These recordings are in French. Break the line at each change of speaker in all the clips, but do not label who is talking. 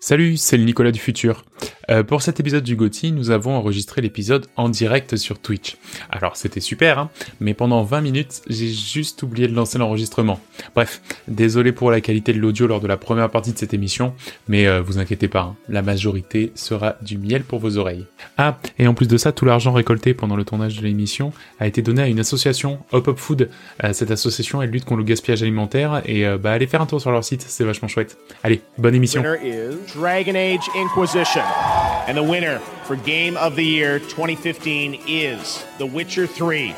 Salut, c'est le Nicolas du futur. Euh, pour cet épisode du GOTY, nous avons enregistré l'épisode en direct sur Twitch. Alors c'était super, hein, mais pendant 20 minutes, j'ai juste oublié de lancer l'enregistrement. Bref, désolé pour la qualité de l'audio lors de la première partie de cette émission, mais euh, vous inquiétez pas, hein, la majorité sera du miel pour vos oreilles. Ah, et en plus de ça, tout l'argent récolté pendant le tournage de l'émission a été donné à une association, Hop Hop Food. Euh, cette association, elle lutte contre le gaspillage alimentaire, et euh, bah allez faire un tour sur leur site, c'est vachement chouette. Allez, bonne émission.
winner is Dragon Age Inquisition. And the winner for Game of the Year 2015 is The Witcher 3.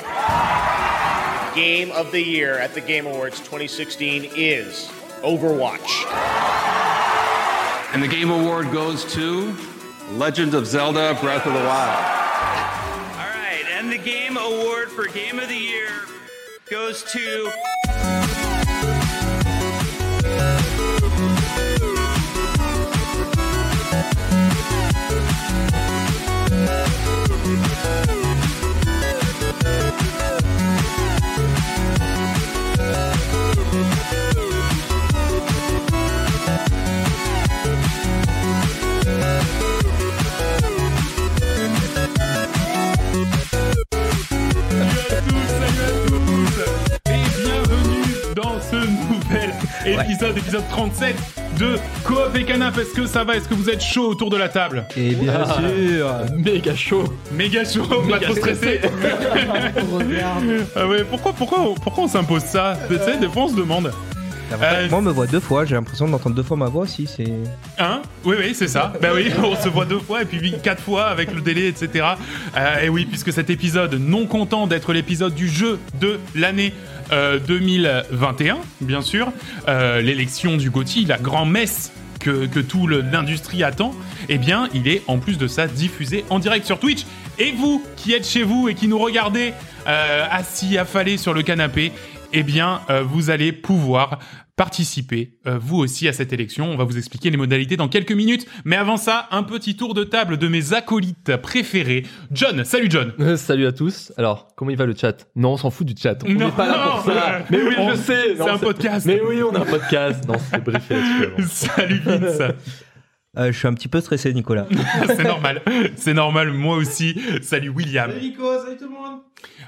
Game of the Year at the Game Awards 2016 is Overwatch.
And the Game Award goes to Legend of Zelda Breath of the Wild.
All right, and the game award for game of the year goes to
et bienvenue dans ce nouvel épisode, épisode 37 de Coop et Canin. Est-ce que ça va Est-ce que vous êtes chaud autour de la table
Et bien sûr Méga chaud
Méga chaud, pas trop stressé. Ah ouais, pourquoi, pourquoi, on- pourquoi on s'impose ça Tu sais, des fois on se demande. Euh,
Moi on me voit deux fois, j'ai l'impression d'entendre deux fois ma voix aussi, c'est...
Hein Oui, oui, c'est ça. Bah oui, on se voit deux fois et puis oui, quatre fois avec le délai, etc. Euh, et oui, puisque cet épisode, non content d'être l'épisode du jeu de l'année euh, 2021, bien sûr, euh, l'élection du Gauthier, la grand-messe que, que tout le- l'industrie attend, eh bien, il est en plus de ça diffusé en direct sur Twitch. Et vous, qui êtes chez vous et qui nous regardez euh, assis, affalés sur le canapé, eh bien, euh, vous allez pouvoir participer, euh, vous aussi, à cette élection. On va vous expliquer les modalités dans quelques minutes. Mais avant ça, un petit tour de table de mes acolytes préférés. John, salut John
Euh,
Salut à tous Alors, comment il va le chat Non, on s'en fout du chat, on
Non.
n'est pas là pour ça
Non.
Mais oui,
On-
je sais
c'est
Non,
un podcast.
Mais oui, on a un podcast Non, c'est briefé là-dessus, avant.
Salut Vince
Euh, je suis un petit peu stressé, Nicolas.
C'est normal, c'est normal, moi aussi. Salut William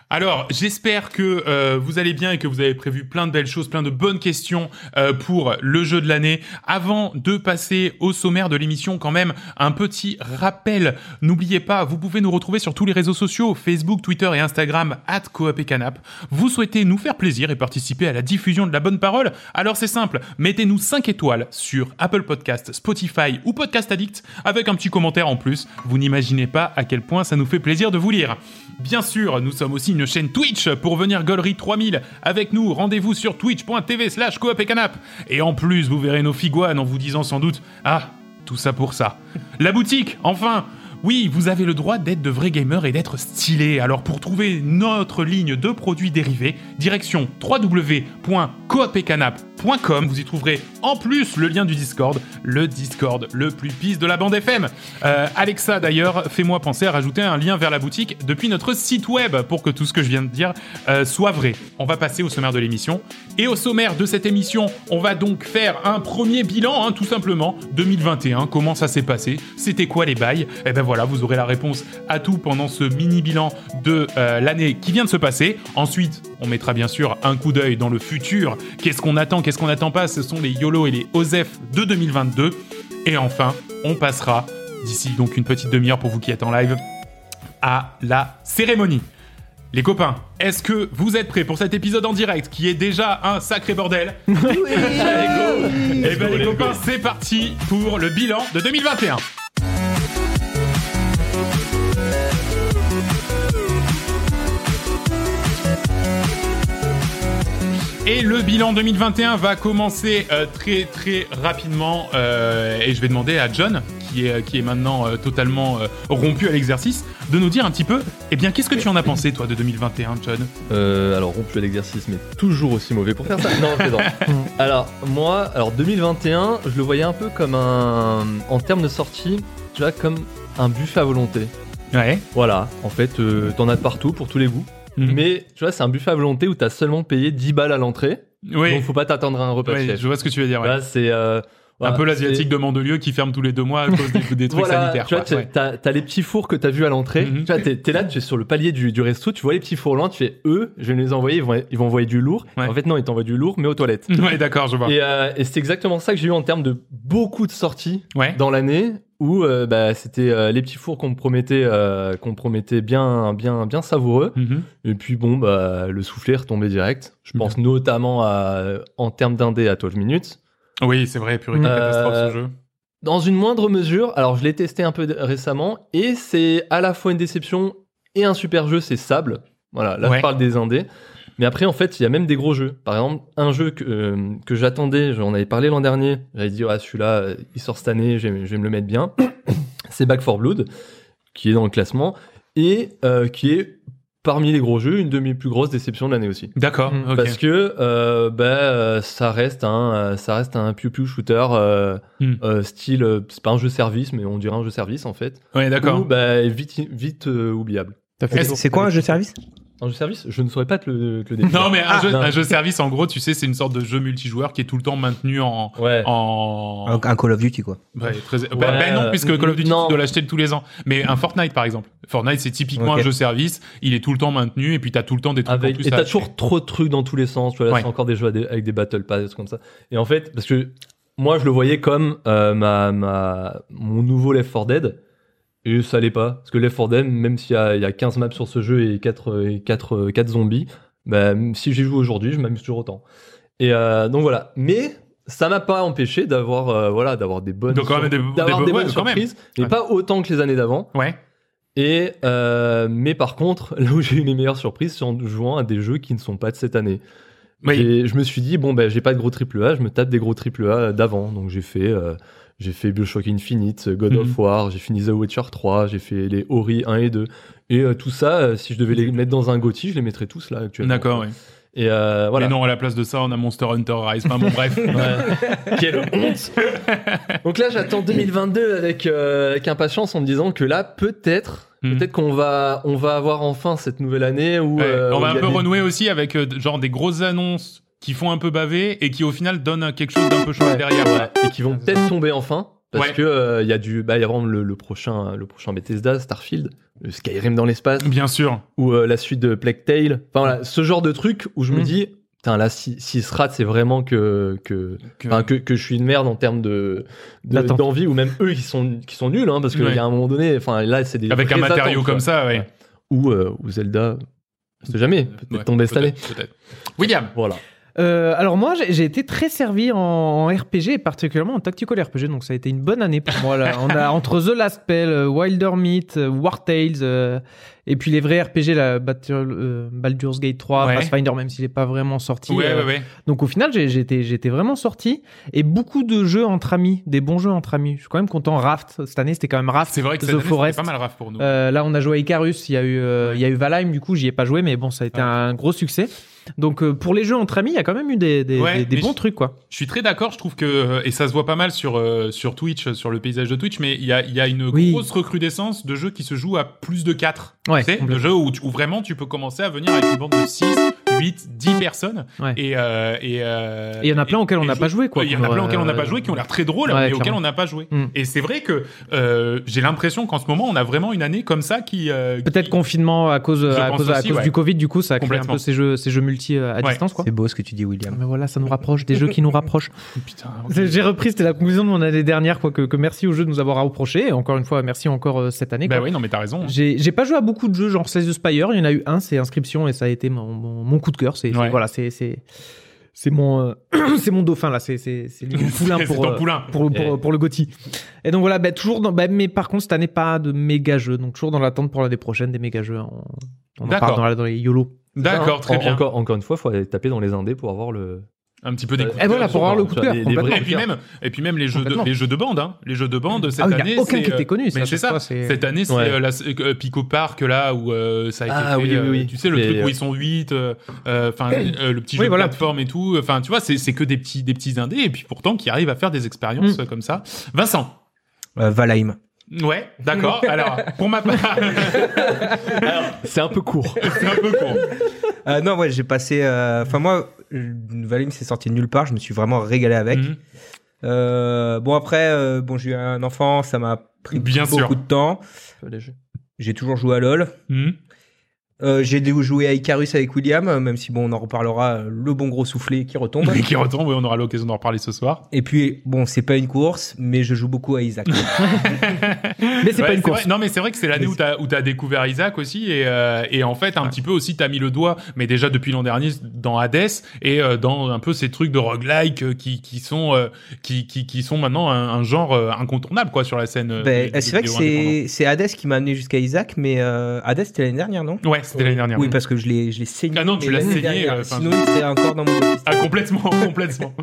Alors, j'espère que euh, vous allez bien et que vous avez prévu plein de belles choses, plein de bonnes questions euh, pour le jeu de l'année. Avant de passer au sommaire de l'émission, quand même, un petit rappel. N'oubliez pas, vous pouvez nous retrouver sur tous les réseaux sociaux, Facebook, Twitter et Instagram, at Coop et Canap. Vous souhaitez nous faire plaisir et participer à la diffusion de la bonne parole Alors c'est simple, mettez-nous 5 étoiles sur Apple Podcast, Spotify ou Podcast Addict avec un petit commentaire en plus. Vous n'imaginez pas à quel point ça nous fait plaisir de vous lire. Bien sûr, nous sommes aussi une chaîne Twitch pour venir Gollery 3000. Avec nous, rendez-vous sur twitch.tv slash coop et canap. Et en plus, vous verrez nos figuanes en vous disant sans doute « Ah, tout ça pour ça ». La boutique, enfin oui, vous avez le droit d'être de vrais gamers et d'être stylé. Alors pour trouver notre ligne de produits dérivés, direction www.coopetcanap.com. Vous y trouverez en plus le lien du Discord, le Discord le plus pisse de la bande FM. Euh, Alexa d'ailleurs, fais-moi penser à rajouter un lien vers la boutique depuis notre site web pour que tout ce que je viens de dire euh, soit vrai. On va passer au sommaire de l'émission. Et au sommaire de cette émission, on va donc faire un premier bilan, hein, tout simplement, 2021, comment ça s'est passé, c'était quoi les bails, et ben voilà, vous aurez la réponse à tout pendant ce mini bilan de euh, l'année qui vient de se passer. Ensuite, on mettra bien sûr un coup d'œil dans le futur, qu'est-ce qu'on attend, qu'est-ce qu'on n'attend pas, ce sont les YOLO et les OZEF de 2022. Et enfin, on passera, d'ici donc une petite demi-heure pour vous qui êtes en live, à la cérémonie. Les copains, est-ce que vous êtes prêts pour cet épisode en direct qui est déjà un sacré bordel Et ben les copains, c'est parti pour le bilan de 2021. Et le bilan 2021 va commencer euh, très très rapidement euh, et je vais demander à John, qui est, qui est maintenant euh, totalement euh, rompu à l'exercice, de nous dire un petit peu, eh bien qu'est-ce que tu en as pensé toi de 2021 John
Euh, alors rompu à l'exercice, mais toujours aussi mauvais pour faire ça. Non, je plaisante. alors moi, alors 2021, je le voyais un peu comme un, en termes de sortie, tu vois, comme un buffet à volonté.
Ouais.
Voilà, en fait, euh, t'en as de partout pour tous les goûts.
Mhm.
Mais tu vois, c'est un buffet à volonté où t'as seulement payé 10 balles à l'entrée.
Oui,
Donc faut pas t'attendre à un repas de
Ouais,
chef.
je vois ce que tu veux dire. ouais.
Voilà, c'est euh,
un
Voilà,
peu
c'est-
l'asiatique de Mandelieu qui ferme tous les deux mois à cause des, des trucs
Voilà,
sanitaires.
tu vois,
quoi.
t'as-
Ouais.
t'as t'as les petits fours que t'as vus à l'entrée.
Mhm.
Tu vois, t'es t'es là, tu es sur le palier du, du resto, tu vois les petits fours loin, tu fais eux, je vais les envoyer, ils vont, ils vont envoyer du lourd.
Ouais.
En fait, non, ils t'envoient du lourd, mais aux toilettes.
Ouais, d'accord, je vois.
Et, euh, et c'est exactement ça que j'ai eu en termes de beaucoup de sorties
Ouais.
dans l'année où euh, bah, c'était euh, les petits fours qu'on me promettait, euh, qu'on me promettait bien, bien, bien savoureux.
Mhm.
Et puis bon, bah, le soufflet est retombé direct. Je pense notamment à, en termes d'indé à 12 minutes.
Oui, c'est vrai, purée,
Mm.
quelle catastrophe
Euh,
ce jeu.
Dans une moindre mesure, alors je l'ai testé un peu d- récemment et c'est à la fois une déception et un super jeu, c'est Sable. Voilà, là
Ouais.
je parle des indés. Mais après, en fait, il y a même des gros jeux. Par exemple, un jeu que, euh, que j'attendais, j'en avais parlé l'an dernier. J'avais dit, ah, celui-là, euh, il sort cette année, je vais, je vais me le mettre bien. c'est Back 4 Blood, qui est dans le classement et euh, qui est parmi les gros jeux, une de mes plus grosses déceptions de l'année aussi.
D'accord,
Mm.
ok.
Parce que euh, bah, euh, ça reste un euh, ça reste un pew pew shooter euh,
Hmm.
euh, style euh, c'est pas un jeu service mais on dirait un jeu service en fait.
Ouais,
Ou,
d'accord.
bah, vite vite euh, oubliable.
T'as fait
Est-ce-
des-
C'est quoi un jeu service
Un jeu service, je ne saurais pas te le, te le définir.
Non, mais un,
Ah,
jeu,
non.
un jeu service, en gros, tu sais, c'est une sorte de jeu multijoueur qui est tout le temps maintenu en.
Ouais.
en...
un, un Call of Duty, quoi.
Ouais, très- bah,
Ouais,
bah non,
euh,
puisque Call of Duty,
non.
tu dois l'acheter tous les ans. Mais un Fortnite, par exemple. Fortnite, c'est typiquement
Ok.
un jeu service. Il est tout le temps maintenu et puis t'as tout le temps des trucs en
Avec,
plus.
et
à
t'as
acheter.
toujours trop de trucs dans tous les sens. Tu vois, là,
Ouais.
c'est encore des jeux à des- avec des battle pass, des trucs comme ça. Et en fait, parce que moi, je le voyais comme euh, ma, ma, mon nouveau Left 4 Dead. Et ça l'est pas. Parce que Left 4 Dead, même s'il y, a- il y a 15 maps sur ce jeu et 4, et 4, 4 zombies, bah, même si j'y joue aujourd'hui, je m'amuse toujours autant. Et euh, donc voilà. Mais ça m'a pas empêché d'avoir euh, voilà, d'avoir des bonnes,
Donc, quand même, des-
surprises-
des
d'avoir
bonnes-
des bonnes
ouais, quand même.
surprises, mais
Ouais.
pas autant que les années d'avant.
Ouais.
Et euh, mais par contre, là où j'ai eu les meilleures surprises, c'est en jouant à des jeux qui ne sont pas de cette année.
Oui.
J'ai- Je me suis dit bon ben j'ai pas de gros triple A, je me tape des gros triple A euh, d'avant. Donc j'ai fait euh, j'ai fait BioShock Infinite, God of
Mhm.
War, j'ai fini The Witcher 3, j'ai fait les Ori 1 et 2. Et euh, tout ça, euh, si je devais les mettre dans un GOTY, je les mettrais tous là actuellement.
D'accord, ouais.
Et euh, voilà.
Mais non, à la place de ça, on a Monster Hunter Rise. Enfin, bon, bref.
Ouais. Quelle honte Donc là, j'attends 2022 avec, euh, avec impatience en me disant que là, peut-être,
Mhm.
peut-être qu'on va, on va avoir enfin cette nouvelle année où
Ouais.
euh,
on
où
va
il
un
y a
peu
des-
renouer aussi avec euh, genre des grosses annonces qui font un peu baver et qui au final donnent quelque chose d'un peu chaud
Ouais.
derrière.
Ouais. et qui vont peut-être tomber enfin. Parce
Ouais.
que euh, il y a du, bah, il y a vraiment le, le prochain, le prochain Bethesda, Starfield, le Skyrim dans l'espace,
Bien sûr.
ou euh, la suite de Plague Tale. Enfin voilà, ce genre de truc où je me
Hmm.
Mhm.
dis, putain là, si, si se rate, c'est vraiment que que
Que-
Enfin, que, que je suis une merde en termes de de-
D'attente.
d'envie ou même eux qui sont qui sont nuls hein, parce qu'il
Ouais.
y a un moment donné enfin là c'est des
avec un
vraies
matériau
attentes,
comme
quoi.
ça, ouais.
Ouais. ou euh, ou Zelda on sait jamais peut-être
Ouais,
tomber cette année
peut-être, peut-être. William.
voilà
Euh, alors moi, j'ai j'ai été très servi en, en RPG, et particulièrement en tactical RPG, donc ça a été une bonne année pour moi. Là. On a entre The Last Spell, euh, Wilder Meat, euh, War Tales, euh, et puis les vrais RPG, la Battle- euh, Baldur's Gate 3,
Ouais.
Pathfinder, même s'il n'est pas vraiment sorti.
Ouais,
euh,
ouais, ouais.
Donc au final, j'ai- j'étais j'étais vraiment sorti, et beaucoup de jeux entre amis, des bons jeux entre amis. Je suis quand même content. Raft cette année, c'était quand même Raft.
C'est vrai que
The
cette année, c'était
Forest.
pas mal raf pour nous.
Euh, là, on a joué à Icarus, il y a eu, euh,
Ouais.
il y a eu Valheim, du coup, j'y ai pas joué, mais bon, ça a été
Ouais.
un gros succès. Donc, euh, pour les jeux entre amis, il y a quand même eu des, des,
Ouais,
des- des
mais
bons
je-
trucs, quoi.
Je suis très d'accord, je trouve que, euh, et ça se voit pas mal sur, euh, sur Twitch, sur le paysage de Twitch, mais il y a, il y a une
Oui.
grosse recrudescence de jeux qui se jouent à plus de 4.
Ouais,
tu sais, de
complètement.
jeux où, tu- où vraiment tu peux commencer à venir avec une bande de 6, 8, 10 personnes.
Ouais.
Et euh, et, euh,
Et il y en a plein auxquels on
et
n'a
je-
pas joué, quoi.
Il y en a plein
qu'on aurait- euh,
auxquels on n'a pas joué, qui ont l'air très drôles,
Ouais,
mais auxquels
clairement.
on n'a pas joué.
Mm.
Et c'est vrai que euh, j'ai l'impression qu'en ce moment, on a vraiment une année comme ça qui... euh,
Peut-être
qui-
confinement à cause, à
pense
cause, à
aussi,
cause
ouais.
du Covid, du coup, ça a créé un
Complètement.
peu ces jeux, ces jeux multi euh, à
Ouais.
distance, quoi.
C'est beau ce que tu dis, William.
Mais voilà, ça nous rapproche, des jeux qui nous rapprochent.
Putain, ok.
C'est- J'ai repris, c'était la conclusion de mon année dernière, quoi, que, que merci aux jeux de nous avoir rapprochés. Et encore une fois, merci encore euh, cette année,
Bah
quoi.
oui, non mais t'as raison.
J'ai j'ai pas joué à beaucoup de jeux genre Slay the Spire. Il y en a eu un, c'est Inscription, et ça a été mon, mon- mon coup de cœur. C'est c'est-
Ouais.
voilà, c'est c'est c'est mon euh, c'est mon dauphin là. C'est c'est c'est mon poulain
C'est
pour
ton
euh,
poulain.
pour le- pour,
Yeah.
pour le Gotti. Et donc voilà, bah, toujours dans, bah, mais par contre cette année pas de méga jeux, donc toujours dans l'attente pour l'année prochaine des méga jeux. On, on en
D'accord.
parle dans, la- dans les YOLO.
D'accord, très
En-
bien.
encore encore une fois faut aller taper dans les indés pour avoir le Euh,
Un petit peu des
Et
coups de
Euh, Et voilà,
cœur,
pour
je
avoir
pense.
le coup de cœur.
les- les
complètement.
vrais
Et puis même, et puis même les jeux de,
Complètement.
les jeux de bande, hein. les jeux de bande cette
Ah oui, il y a
année.
aucun
c'est,
qui
euh,
était connu.
Mais
à
c'est
chaque fois,
ça.
c'est-
Cette année, c'est
Ouais.
euh, la- euh, Pico Park là où euh, ça a été
Ah,
fait,
oui, oui,
euh,
oui.
Tu sais le
Et-
truc où ils sont 8 enfin euh, le petit jeu
Oui, voilà.
de plateforme et tout. Enfin, tu vois, c'est, c'est que des petits des petits indés et puis pourtant qui arrivent à faire des expériences euh,
Mm.
comme ça. Vincent.
Euh, Valheim.
Ouais, d'accord. Alors, pour ma part,
c'est un peu court
c'est un peu con.
Euh, non,
Mhm. Mm.
ouais, j'ai passé. euh, Enfin, moi, euh, Valheim, c'est sorti de nulle part. Je me suis vraiment régalé avec. Euh, bon après, euh, bon j'ai eu un enfant, ça m'a pris
Bien
beaucoup
sûr.
de temps.
peu léger.
J'ai toujours joué à LoL.
Hmm.
Euh, j'ai dé- joué à Icarus avec William, euh, même si bon on en reparlera. euh, Le bon gros soufflé qui retombe.
qui retombe, oui, on aura l'occasion d'en reparler ce soir.
Et puis bon, c'est pas une course, mais je joue beaucoup à Isaac.
Mais c'est
Ouais,
pas une course.
vrai. Non, mais c'est vrai que c'est l'année
Mais
où t'as où t'as découvert Isaac aussi, et, euh, et en fait un petit peu aussi t'as mis le doigt, mais déjà depuis l'an dernier dans Hades et euh, dans un peu ces trucs de roguelike euh, qui qui sont euh, qui, qui qui sont maintenant un, un genre euh, incontournable quoi sur la scène. euh,
Ben,
des- des
c'est vrai que
vidéos indépendantes.
c'est c'est Hades qui m'a amené jusqu'à Isaac, mais euh, Hades c'était l'année dernière, non
Ouais, c'était l'année dernière.
Oh. Oui, parce que je l'ai je l'ai saigné.
Ah non, tu
mais
l'as
l'année
saigné,
dernière.
euh, enfin-
Sinon, il serait encore dans mon liste.
Ah, complètement, complètement.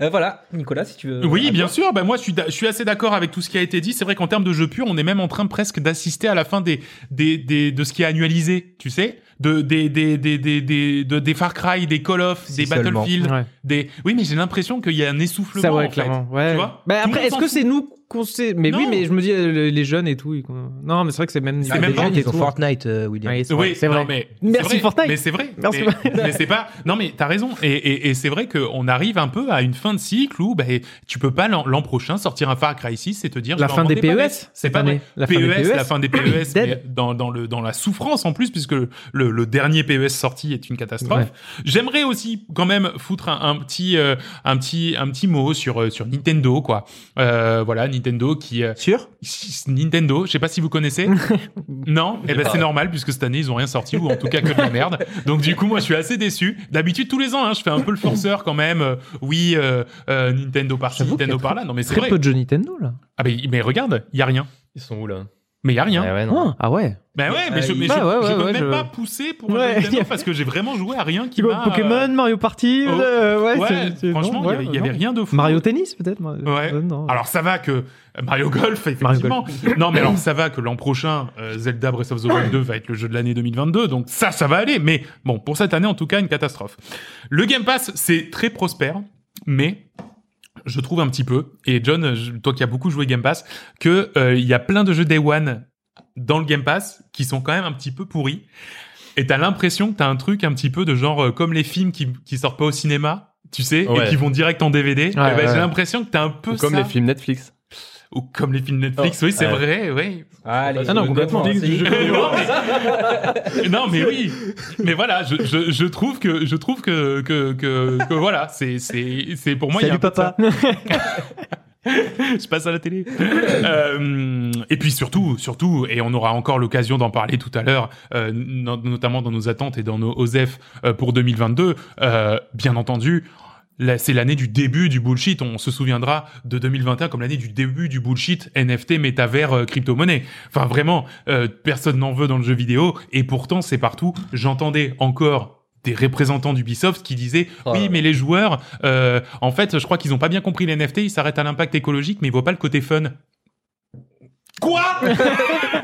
Euh, voilà, Nicolas, si tu veux.
Euh,
Oui,
à
bien
toi.
sûr. Bah moi, je suis, d'a- je suis assez d'accord avec tout ce qui a été dit. C'est vrai qu'en termes de jeux purs, on est même en train presque d'assister à la fin des, des, des, de ce qui est annualisé, tu sais, de des, des, des, des, des, de- des Far Cry, des Call of,
Si
des
seulement.
Battlefield,
Ouais.
des. Oui, mais j'ai l'impression qu'il y a un essoufflement
Ça,
en
ouais,
fait.
clairement. ouais.
Tu vois
Mais
Tout le
après,
monde
est-ce
s'en
que
fout.
c'est nous qu'on sait Mais oui,
Non.
mais je me dis, euh, le- les jeunes et tout. ils- Non, mais c'est vrai que c'est
Ah,
même.
C'est même
des
pas
jeunes
Ils
et
ont
tout.
Fortnite, euh, William.
Ouais, c'est
Oui,
vrai, c'est vrai.
non, mais
Merci
c'est vrai,
Fortnite.
Mais c'est vrai.
Merci.
Mais, mais c'est pas. Non, mais t'as raison. Et, et, et c'est vrai qu'on arrive un peu à une fin de cycle où bah, tu peux pas l'an l'an prochain sortir un Far Cry 6 et te dire.
La
je vais
fin
inventer
des
pas
PES,
bête. C'est
cette
pas vrai.
année. La fin des E
PES,
PES.
E la fin des PES, mais
Dead.
dans, dans, le, dans la souffrance en plus, puisque le, le, le dernier PES sorti est une catastrophe. J'aimerais aussi quand même foutre un, un petit, euh, un petit, un petit mot sur, euh, sur Nintendo, quoi. Euh, voilà, Nintendo qui. euh,
Sûr
Nintendo, je sais pas si vous connaissez. non, eh ben
pas.
c'est normal puisque cette année ils ont rien sorti ou en tout cas que de la merde. Donc du coup moi je suis assez déçu. D'habitude tous les ans hein, je fais un peu le forceur quand même. Euh, oui euh, euh, Nintendo par-ci,
J'avoue qu'il y
Nintendo
a
par-là. Non mais c'est
Très
vrai.
peu de jeux Nintendo là.
Ah mais, mais regarde, il y a rien.
Ils sont où là
Mais il y a rien.
Ah ouais, non.
Ah, Ah ouais.
Ben ouais, mais je, mais
Bah
je,
ouais,
je
ouais,
peux
ouais,
même
je-
pas pousser pour un
Ouais.
Nintendo parce que j'ai vraiment joué à rien qui m'a. euh,
Pokémon, Mario Party.
oh.
euh, ouais,
Ouais,
c'est- c'est-
franchement
non,
il y avait- il y,
ouais,
avait
non.
rien de fou.
Mario Tennis peut-être. moi.
Ouais.
Euh, non.
Alors ça va que Mario Golf effectivement. non mais alors ça va que l'an prochain euh, Zelda Breath of the Wild 2 va être le jeu de l'année 2022 donc ça ça va aller mais bon pour cette année en tout cas une catastrophe. Le Game Pass c'est très prospère mais je trouve un petit peu et John euh, je- toi qui as beaucoup joué Game Pass que euh, il y a plein de jeux Day One dans le Game Pass qui sont quand même un petit peu pourris et t'as l'impression que t'as un truc un petit peu de genre euh, comme les films qui qui sortent pas au cinéma tu sais et
Ouais.
qui vont direct en DVD Eh ben,
ouais,
j'ai
ouais.
l'impression que t'as un peu
Ou Comme
ça
les films Netflix.
ou comme les films Netflix, oui, c'est
ouais.
vrai, oui.
Allez,
Ah non,
le
complètement.
Netflix du jeu.
non, mais, non, mais oui. Mais voilà, je, je, je trouve que, je trouve que, que, que, que voilà, c'est, c'est, c'est pour moi. il y a un
Salut
peu de
papa.
je passe à la télé. Euh, et puis surtout, surtout, et on aura encore l'occasion d'en parler tout à l'heure, euh, no- notamment dans nos attentes et dans nos OSEF euh, pour 2022, euh, bien entendu. là, C'est l'année du début du bullshit. On se souviendra de 2021 comme l'année du début du bullshit NFT, métavers, euh, crypto-monnaie. Enfin, vraiment, euh, personne n'en veut dans le jeu vidéo. Et pourtant, c'est partout. J'entendais encore des représentants d'Ubisoft qui disaient
Oh là
oui
là.
mais les joueurs euh, en fait je crois qu'ils ont pas bien compris les NFT ils s'arrêtent à l'impact écologique mais ils voient pas le côté fun quoi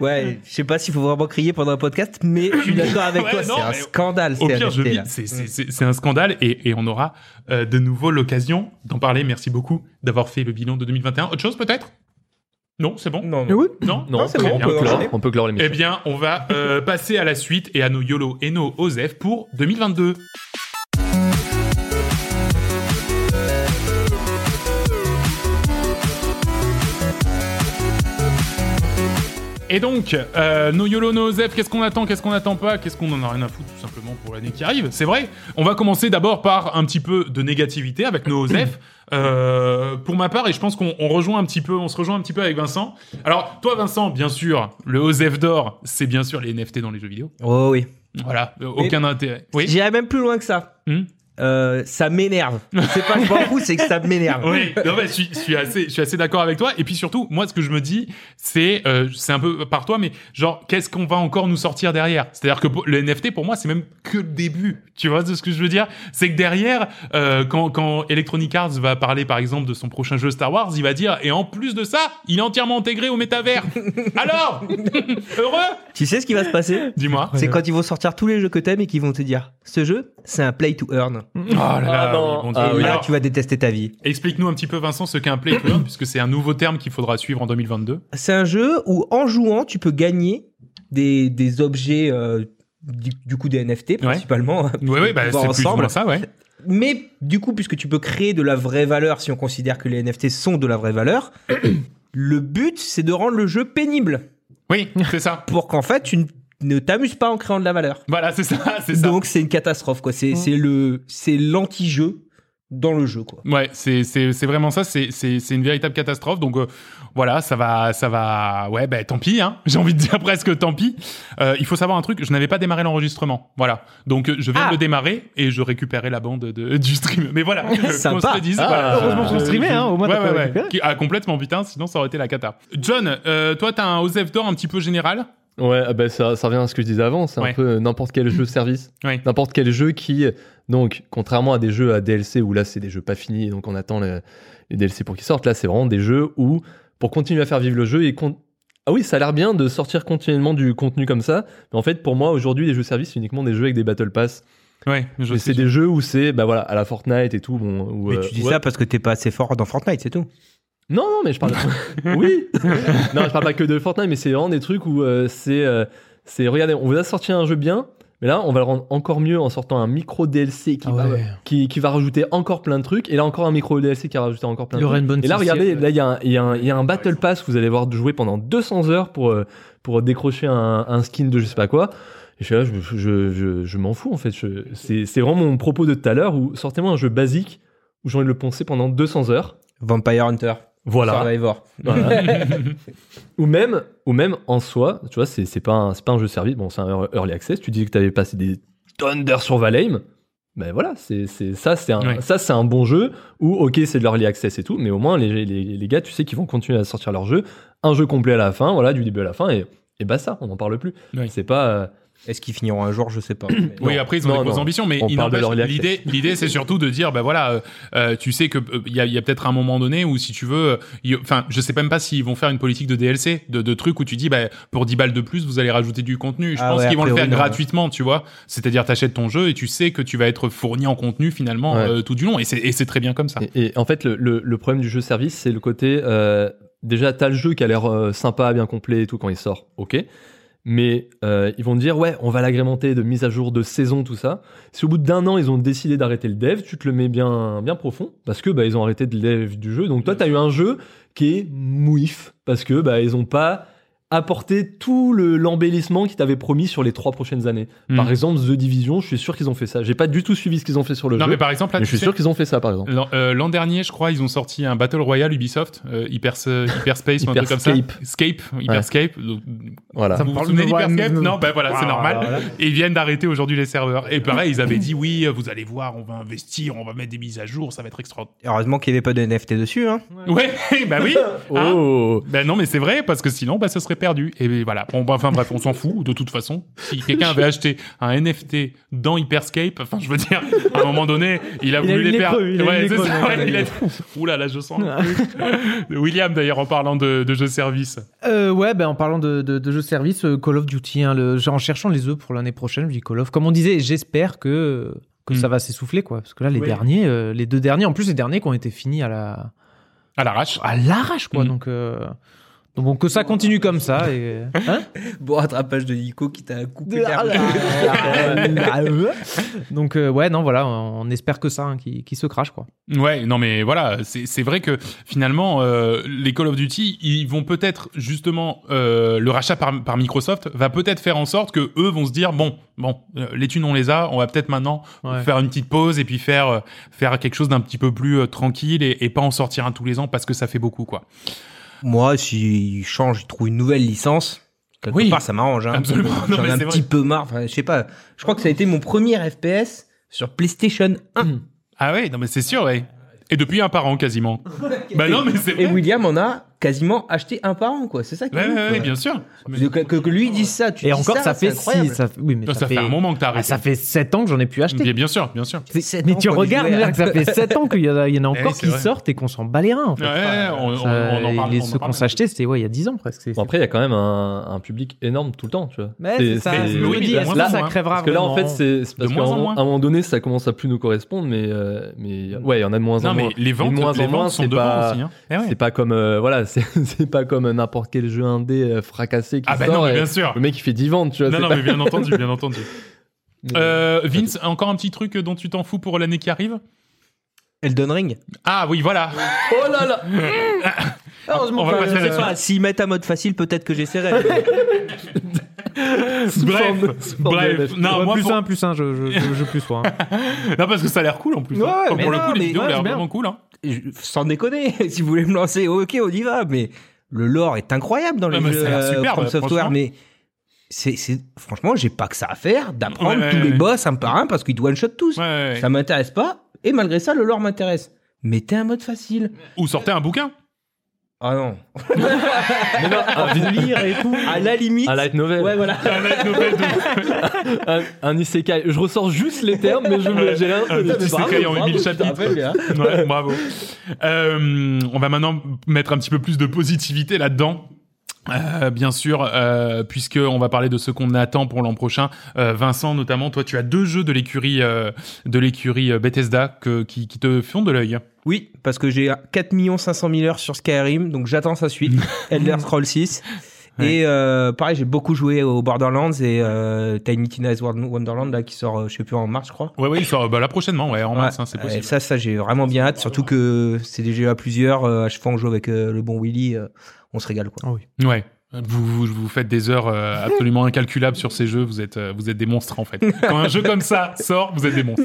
Ouais, je sais pas s'il faut vraiment crier pendant un podcast, mais je suis d'accord avec
Ouais,
toi,
non,
c'est un
mais-
scandale.
au
ces
pire je
NFT,
vis
là.
c'est- c'est c'est- c'est un scandale et, et on aura euh, de nouveau l'occasion d'en parler merci beaucoup d'avoir fait le bilan de 2021 autre chose peut-être non c'est bon
Non,
Mais
non.
oui.
non
Non,
c'est
très
bon,
bien.
On peut clore,
enchaîner.
on peut clore
eh
l'émission.
bien, on va euh, passer à la suite et à nos YOLO et nos OSEF pour 2022. Et donc, euh, nos YOLO, nos OSEF, qu'est-ce qu'on attend, qu'est-ce qu'on n'attend pas, qu'est-ce qu'on en a rien à foutre tout simplement pour l'année qui arrive, c'est vrai. On va commencer d'abord par un petit peu de négativité avec nos OSEF. Euh, pour ma part, et je pense qu'on on rejoint un petit peu, on se rejoint un petit peu avec Vincent. Alors, toi, Vincent, bien sûr, le OSEF d'or, c'est bien sûr les NFT dans les jeux vidéo.
Oh oui.
Voilà, euh, aucun intérêt. Oui.
J'irais même plus loin que ça.
Hmm.
Euh, ça m'énerve. C'est pas que je m'en fous, c'est que ça m'énerve.
Oui, non, bah, je, suis, je suis assez, je suis assez d'accord avec toi. Et puis surtout, moi, ce que je me dis, c'est, euh, c'est un peu par toi, mais genre, qu'est-ce qu'on va encore nous sortir derrière C'est-à-dire que pour- le NFT, pour moi, c'est même que le début. Tu vois de ce que je veux dire C'est que derrière, euh, quand, quand Electronic Arts va parler, par exemple, de son prochain jeu Star Wars, il va dire, et en plus de ça, il est entièrement intégré au métavers. Alors, heureux
Tu sais ce qui va se passer
Dis-moi.
C'est quand ils vont sortir tous les jeux que t'aimes et qu'ils vont te dire ce jeu, c'est un play to earn.
Oh là là,
Ah non.
oui, bon Dieu.
Ah oui.
Là,
Alors,
tu vas détester ta vie.
Explique-nous un petit peu, Vincent, ce qu'est un play to earn, puisque c'est un nouveau terme qu'il faudra suivre en 2022.
C'est un jeu où en jouant, tu peux gagner des, des objets euh, du, du coup des NFT principalement.
Oui, oui, bah,
On
c'est
va
plus ou
ensemble.
moins ça, ouais.
Mais du coup, puisque tu peux créer de la vraie valeur, si on considère que les NFT sont de la vraie valeur, le but, c'est de rendre le jeu pénible
Oui, c'est ça.
pour qu'en fait, tu n- ne t'amuses pas en créant de la valeur.
Voilà, c'est ça, c'est ça.
Donc c'est une catastrophe quoi. C'est c'est le c'est l'anti-jeu dans le jeu quoi.
Ouais, c'est c'est c'est vraiment ça. C'est c'est c'est une véritable catastrophe. Donc euh, voilà, ça va ça va. Ouais, ben tant pis. Hein. J'ai envie de dire presque tant pis. Euh, il faut savoir un truc. Je n'avais pas démarré l'enregistrement. Voilà. Donc euh, je viens
Ah.
de le démarrer et je récupérais la bande de, du stream. Mais voilà.
Sympa.
qu'on se le dise,
Ah,
voilà.
heureusement qu'on
Euh,
streamait, hein, au moins,
ouais,
t'as pas
ouais, ouais.
récupéré.
Qui- Ah complètement putain. Sinon ça aurait été la cata. John, euh, toi t'as un Osef d'or un petit peu général.
Ouais, ah bah ça, ça revient à ce que je disais avant, c'est
Ouais.
un peu euh, n'importe quel jeu service,
Ouais.
n'importe quel jeu qui, donc, contrairement à des jeux à DLC où là c'est des jeux pas finis, donc on attend le- les DLC pour qu'ils sortent, là c'est vraiment des jeux où, pour continuer à faire vivre le jeu, et con- ah oui, ça a l'air bien de sortir continuellement du contenu comme ça, mais en fait pour moi aujourd'hui les jeux services c'est uniquement des jeux avec des battle pass,
Ouais. Je
mais c'est des jeux où c'est, bah voilà, à la Fortnite et tout, bon, où,
Mais
euh,
tu dis
ouais.
ça parce que t'es pas assez fort dans Fortnite, c'est tout.
Non, non, mais je parle. oui. non, je parle pas que de Fortnite, mais c'est vraiment des trucs où euh, c'est, euh, c'est, regardez, on vous a sorti un jeu bien, mais là, on va le rendre encore mieux en sortant un micro DLC qui,
Ah
va,
ouais.
qui, qui va rajouter encore plein de trucs, et là encore un micro DLC qui va rajouter encore plein
Il
de
y aura
trucs.
une bonne
Et là,
société,
regardez,
ouais.
là, il y, a un- il y a un- il y a un Battle Pass que vous allez voir jouer pendant 200 heures pour, euh, pour décrocher un, un skin de je sais pas quoi. Et je suis là, je, je, je, je m'en fous en fait. Je- c'est, c'est vraiment mon propos de tout à l'heure où sortez-moi un jeu basique où j'ai envie de le poncer pendant 200 heures.
Vampire Hunter,
Voilà.
Survivor.
Voilà. ou même ou même en soi tu vois c'est c'est pas un c'est pas un jeu service bon c'est un ear- early access tu disais que t'avais passé des tonnes d'heures sur Valheim ben voilà c'est c'est- ça c'est un
Ouais.
ça c'est un bon jeu où ok c'est de l'early access et tout mais au moins les, les, les gars tu sais qu'ils vont continuer à sortir leur jeu un jeu complet à la fin voilà du début à la fin et et bah ça on n'en parle plus
Ouais.
c'est pas euh,
Est-ce qu'ils finiront un jour, je sais pas.
Oui,
Non,
après ils ont
non,
des grosses
non.
ambitions, mais
On
il
parle de
n'empêche,
l'early access.
l'idée, l'idée, c'est surtout de dire, ben voilà, euh, euh, tu sais que euh, il y a, il y a peut-être un moment donné où si tu veux, euh, il- enfin, je sais même pas s'ils vont faire une politique de DLC, de, de trucs où tu dis, ben pour 10 balles de plus, vous allez rajouter du contenu. Je
Ah
pense
ouais,
qu'ils
a
vont le faire
priori, non, ouais.
gratuitement, tu vois. C'est-à-dire, t'achètes ton jeu et tu sais que tu vas être fourni en contenu finalement
Ouais.
euh, tout du long, et c'est et c'est très bien comme ça.
Et, et en fait, le, le- le problème du jeu service, c'est le côté. euh, déjà, t'as le jeu qui a l'air euh, sympa, bien complet et tout quand il sort, ok. Mais euh, ils vont te dire, ouais, on va l'agrémenter de mise à jour, de saison, tout ça. Si au bout d'un an, ils ont décidé d'arrêter le dev, tu te le mets bien, bien profond, parce que bah, ils ont arrêté le dev du jeu. Donc toi, t'as eu un jeu qui est mouif, parce que bah, ils ont pas apporté tout le- l'embellissement qu'ils t'avaient promis sur les trois prochaines années.
Hmm.
Par exemple, The Division, je suis sûr qu'ils ont fait ça. J'ai pas du tout suivi ce qu'ils ont fait sur le
Non,
jeu.
mais par exemple, là,
mais je
tu
suis
sais,
sûr qu'ils ont fait ça, par exemple.
L'an euh, l'an dernier, je crois, ils ont sorti un Battle Royale Ubisoft, euh, Hyper, Hyperspace ou un truc comme ça.
Hyperscape.
Scape, Hyperscape. donc,
Voilà.
Vous vous souvenez
Ouais,
d'Hyperscape
non.
Non, ben voilà,
Ah,
c'est normal. Et ils viennent d'arrêter aujourd'hui les serveurs. Et pareil, ils avaient dit oui, vous allez voir, on va investir, on va mettre des mises à jour, ça va être extraordinaire.
Heureusement qu'il n'y avait pas de NFT dessus. Hein.
Ouais, bah oui. hein.
Oh
Ben non, mais c'est vrai, parce que sinon, bah, ça serait perdu. Et voilà. Bon, bah, enfin, bref, on s'en fout, de toute façon. Si quelqu'un avait acheté un NFT dans Hyperscape, enfin, je veux dire, à un moment donné, il a
Il a eu
voulu
le
les
nez
perdre.
creux, il a eu le
Ouais,
nez
c'est
creux,
ça,
donc,
ouais,
il
il
a
a
eu-
Ouh là là, je sens. William, d'ailleurs, en parlant de, de jeux service.
Euh, ouais, ben en parlant de, de, de jeux de service, euh, Call of Duty, hein, le, genre, en cherchant les œufs pour l'année prochaine, je dis Call of. Comme on disait, j'espère que, que
Mm.
ça va s'essouffler, quoi. Parce que là, les
Oui.
derniers, euh, les deux derniers, en plus, les derniers qui ont été finis à la
À l'arrache.
à l'arrache, quoi.
Mm.
Donc, euh, donc bon, que ça continue comme ça. Et... Hein
Bon rattrapage de Nico qui t'a coupé. l'herbe.
donc, euh, ouais, non, voilà, on, on espère que ça, hein, qui, qui se crache, quoi.
Ouais, non mais voilà, c'est c'est vrai que finalement, euh, les Call of Duty, ils vont peut-être justement, euh, le rachat par, par Microsoft va peut-être faire en sorte que eux vont se dire, bon, bon, euh, les thunes on les a, on va peut-être maintenant
Ouais.
faire une petite pause et puis faire euh, faire quelque chose d'un petit peu plus euh, tranquille et, et pas en sortir un tous les ans parce que ça fait beaucoup quoi.
Moi, s'il change, il trouve une nouvelle licence. Quelque
Oui.
part, ça m'arrange. Hein.
Absolument. Non,
J'en
mais
ai un
c'est
petit
vrai.
peu marre. Enfin, je sais pas. Je crois que ça a été mon premier FPS sur PlayStation 1.
Ah ouais, non mais c'est sûr, ouais. Et depuis un par an quasiment. bah non mais c'est
Et
vrai.
William en a quasiment acheté un par an, quoi. C'est ça qui est
Ouais,
ouf,
ouais, ouais,
quoi.
bien sûr. Mais-
Que, que- que lui dise ça, tu
Et
dis
encore, ça, fait
c'est incroyable.
six. Ça, oui, mais
Toi,
ça,
ça fait un moment que t'as
Ah,
arrêté.
ça fait 7 ans que j'en ai pu acheter.
Bien, bien sûr, bien sûr.
C'est-
sept
mais
ans
tu
qu'on y
regardes,
jouait.
là, que ça fait 7 ans qu'il y, en a- il y en a
Eh
encore
oui, c'est
qui
vrai.
sortent et qu'on s'en bat les reins. En fait.
Ouais, ouais, on, on-
euh, Ça,
on en parle.
les,
on en
ceux qu'on
parle.
s'achetait, c'était ouais, il y a 10 ans presque. c'est-
Bon, oh. après, il y a quand même un, un public énorme tout le temps, tu vois.
Mais c'est ça,
c'est-
je me
oui,
dis,
de
est-ce
moins hein.
que
en
ça
moins.
crèvera
Parce que là, en fait,
vraiment
c'est c'est parce
De
qu'à un,
moins en
moment-
moins.
à un moment donné, ça commence à plus nous correspondre, mais, euh, mais ouais, il y en a de moins
Non
en moins.
mais les ventes,
de moins
les
en
ventes
moins,
sont
c'est
devant
pas,
aussi. Hein. Eh ouais.
C'est pas comme euh, voilà, c'est c'est pas comme n'importe quel jeu indé euh, fracassé qui
Ah bah
sort.
non, mais
et
bien sûr.
Le mec il fait 10 ventes, tu vois.
Non,
c'est
non,
pas-
mais bien entendu, bien entendu.
Mais-
Euh, Vince, encore un petit truc dont tu t'en fous pour l'année qui arrive
Elden Ring.
Ah oui, voilà.
Oh là là
on va
que-
passer à la
Je sais pas, S'ils mettent à mode facile, peut-être que j'essaierai.
Bref, bref. Non,
Ouais,
moi,
plus
pour-
un, plus un, je, je, je- je plus hein. soin.
non, parce que ça a l'air cool en plus. hein.
Ouais,
Enfin,
mais
pour le
non,
coup, les
mais
vidéos ont
ouais,
l'air
c'est bien.
vraiment cool. Hein.
Je- sans déconner, si vous voulez me lancer, ok, on y va, mais le lore est incroyable dans les
Ah, mais
jeux
ça a l'air
euh,
superbe,
From Software,
franchement.
mais c'est, c'est- franchement, j'ai pas que ça à faire d'apprendre
Ouais,
tous
ouais,
les
ouais.
boss un par un parce qu'ils te one-shot tous.
Ouais, ouais, ouais.
Ça m'intéresse pas, et malgré ça, le lore m'intéresse. Mettez un mode facile.
Ou sortez un bouquin.
Ah non.
Mais non, un,
Ah, Lire et tout. À la limite.
un light novel,
Ouais, voilà.
un, un isekai. Je ressors juste les termes, mais je me- j'ai rien
Un
mais
isekai en
bravo,
Ah
bravo,
1000
tu te
chapitres.
rappelles, gars.
Ouais, bravo. Euh, on va maintenant mettre un petit peu plus de positivité là-dedans. Euh, bien sûr, euh, puisque on va parler de ce qu'on attend pour l'an prochain. Euh, Vincent, notamment, toi, tu as deux jeux de l'écurie euh, de l'écurie euh, Bethesda que- qui, qui te font de l'œil.
Oui, parce que j'ai 4 500 000 heures sur Skyrim, donc j'attends sa suite, Elder Scrolls 6. Et euh, pareil, j'ai beaucoup joué au Borderlands et euh, Tiny Tina's Won- Wonderland là, qui sort, euh, je sais plus, en mars, je crois.
Ouais, ouais, il sort bah, là prochainement, ouais, en mars,
Ouais.
hein, c'est
Et
possible.
ça, ça j'ai vraiment bien hâte, surtout que c'est des jeux à plusieurs. euh, à chaque fois, on joue avec euh, le bon Willy, euh, on se régale. Quoi.
Ouais. Vous, vous, vous faites des heures euh, absolument incalculables sur ces jeux, vous êtes, euh, vous êtes des monstres en fait. Quand un jeu comme ça sort, vous êtes des monstres.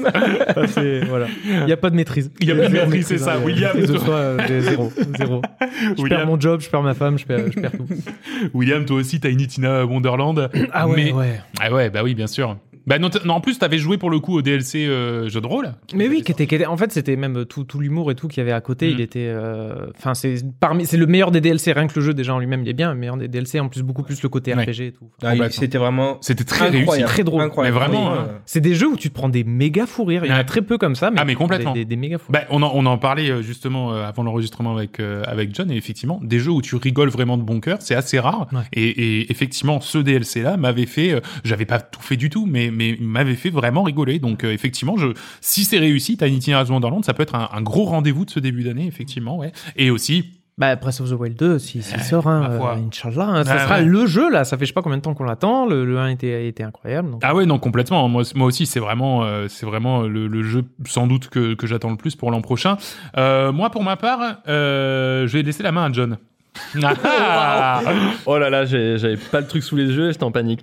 Ça, c'est- voilà. Il n'y a pas de maîtrise.
Il y a pas de maîtrise, c'est
hein,
ça,
il y a
William.
maîtrise de soi, euh, j'ai zéro. zéro. Je
William.
perds mon job, je perds ma femme, je perds, je perds tout.
William, toi aussi, t'as une Itina Wonderland. Mais-
ouais.
Ah ouais, bah oui, bien sûr. Bah non, t- non, en plus, t'avais joué pour le coup au DLC euh, jeu de rôle.
Mais oui, qui était, qui était- en fait, c'était même tout, tout l'humour et tout qu'il y avait à côté.
Mm.
Il était, euh, enfin, c'est parmi, c'est le meilleur des DLC. Rien que le jeu déjà en lui-même, il est bien. Le meilleur des DLC, en plus beaucoup plus le côté
Ouais.
RPG et tout.
Ah,
Complètement.
C'était vraiment
C'était très réussi.
très drôle.
incroyable.
Mais vraiment,
Oui,
hein.
C'est des jeux où tu te prends des méga fous rires. Il y en a
Ouais.
très peu comme ça, mais,
Ah, mais
tu te prends
complètement.
Des, des, des méga fous.
Bah, on, en, on en parlait euh, justement euh, avant l'enregistrement avec, euh, avec John, et effectivement, des jeux où tu rigoles vraiment de bon cœur, c'est assez rare.
Ouais.
Et, et effectivement, ce DLC-là m'avait fait, euh, j'avais pas tout fait du tout, mais, mais il m'avait fait vraiment rigoler. Donc euh, effectivement, je, si c'est réussi, Tiny Tina's Wonderland, ça peut être un, un gros rendez-vous de ce début d'année, effectivement, ouais. Et aussi,
Bah, Breath of the Wild 2, s'il s'il sort, hein,
à
euh,
voir.
Inch'Allah, hein, ça
Ouais,
sera
ouais.
le jeu là. Ça fait je sais pas combien de temps qu'on l'attend. Le, le 1 était, était incroyable. Donc.
Ah ouais, non, complètement. Moi, moi aussi, c'est vraiment, euh, c'est vraiment le, le jeu sans doute que, que j'attends le plus pour l'an prochain. Euh, moi, pour ma part, euh, je vais laisser la main à John. Ah
Oh là là, j'ai- j'avais pas le truc sous les yeux, j'étais en panique.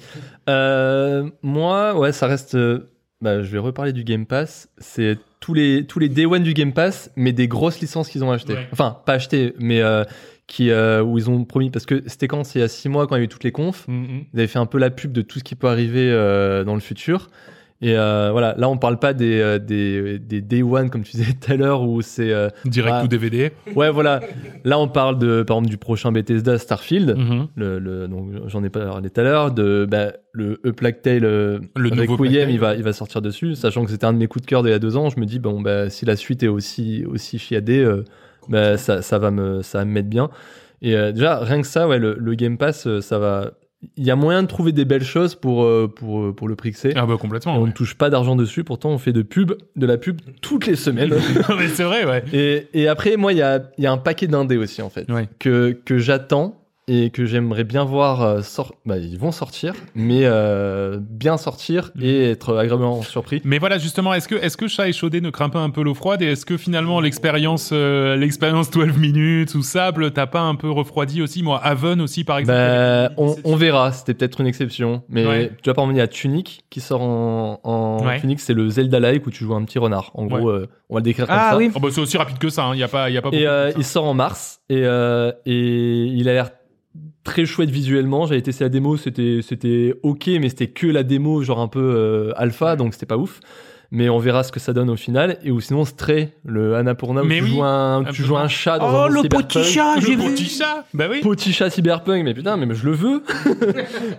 Euh, moi, ouais, ça reste. euh, bah, je vais reparler du Game Pass. C'est tous les, tous les Day One du Game Pass, mais des grosses licences qu'ils ont achetées.
Ouais.
Enfin, pas achetées, mais euh, qui, euh, où ils ont promis. Parce que c'était quand C'est il y a six mois, quand il y a eu toutes les confs. Ils avaient fait un peu la pub de tout ce qui peut arriver euh, dans le futur. Et euh, voilà, là, on parle pas des, euh, des, des Day One, comme tu disais tout à l'heure, où c'est. euh,
Direct
Ouais.
ou DVD.
ouais, voilà. Là, on parle de, par exemple, du prochain Bethesda Starfield
Mhm.
le, le- donc j'en ai parlé tout à l'heure de bah, le E Plague Tale euh,
Le
avec
nouveau
William,
Plague Tale.
il va il va sortir dessus sachant que c'était un de mes coups de cœur d'il y a deux ans je me dis bon bah si la suite est aussi aussi chiadée euh, bah, ça, ça va me ça va me mettre bien et euh, déjà rien que ça ouais le, le Game Pass euh, ça va il y a moyen de trouver des belles choses pour euh, pour euh, pour le prix que c'est
Ah bah
Et
complètement.
on
ouais.
ne touche pas d'argent dessus pourtant on fait de pub de la pub toutes les semaines
Non, mais c'est vrai, ouais.
et, et après, moi, il y a, il y a un paquet d'indés aussi, en fait,
Ouais.
que, que j'attends et que j'aimerais bien voir euh, sor- bah, ils vont sortir, mais euh, bien sortir
Mhm.
et être agréablement surpris.
Mais voilà, justement, est-ce que, est-ce que chat échaudé ne craint pas un peu l'eau froide et est-ce que finalement l'expérience, euh, l'expérience 12 minutes ou sable, t'as pas un peu refroidi aussi Moi, Haven aussi, par exemple.
Bah, on, on verra, c'était peut-être une exception, mais
Ouais.
tu vois, par exemple, il y a Tunic qui sort en, en
Ouais.
Tunic, c'est le Zelda-like où tu joues un petit renard. En gros, euh, on va
Ah
le décrire comme ça.
Oh, bah, c'est aussi rapide que ça, il y a pas, y a pas
Et
beaucoup
euh,
plus, hein.
il sort en mars et, euh, et il a l'air très chouette visuellement. J'avais testé la démo, c'était c'était ok, mais c'était que la démo genre un peu euh, alpha, donc c'était pas ouf. Mais on verra ce que ça donne au final. Et ou sinon Stray, le Annapurna où
Mais
tu
oui,
joues un,
un
tu
peu.
joues un chat dans un
Oh,
monde
le
cyberpunk.
petit chat, j'ai
Le
vu.
petit chat Bah oui.
Petit chat cyberpunk, mais putain, mais je le veux.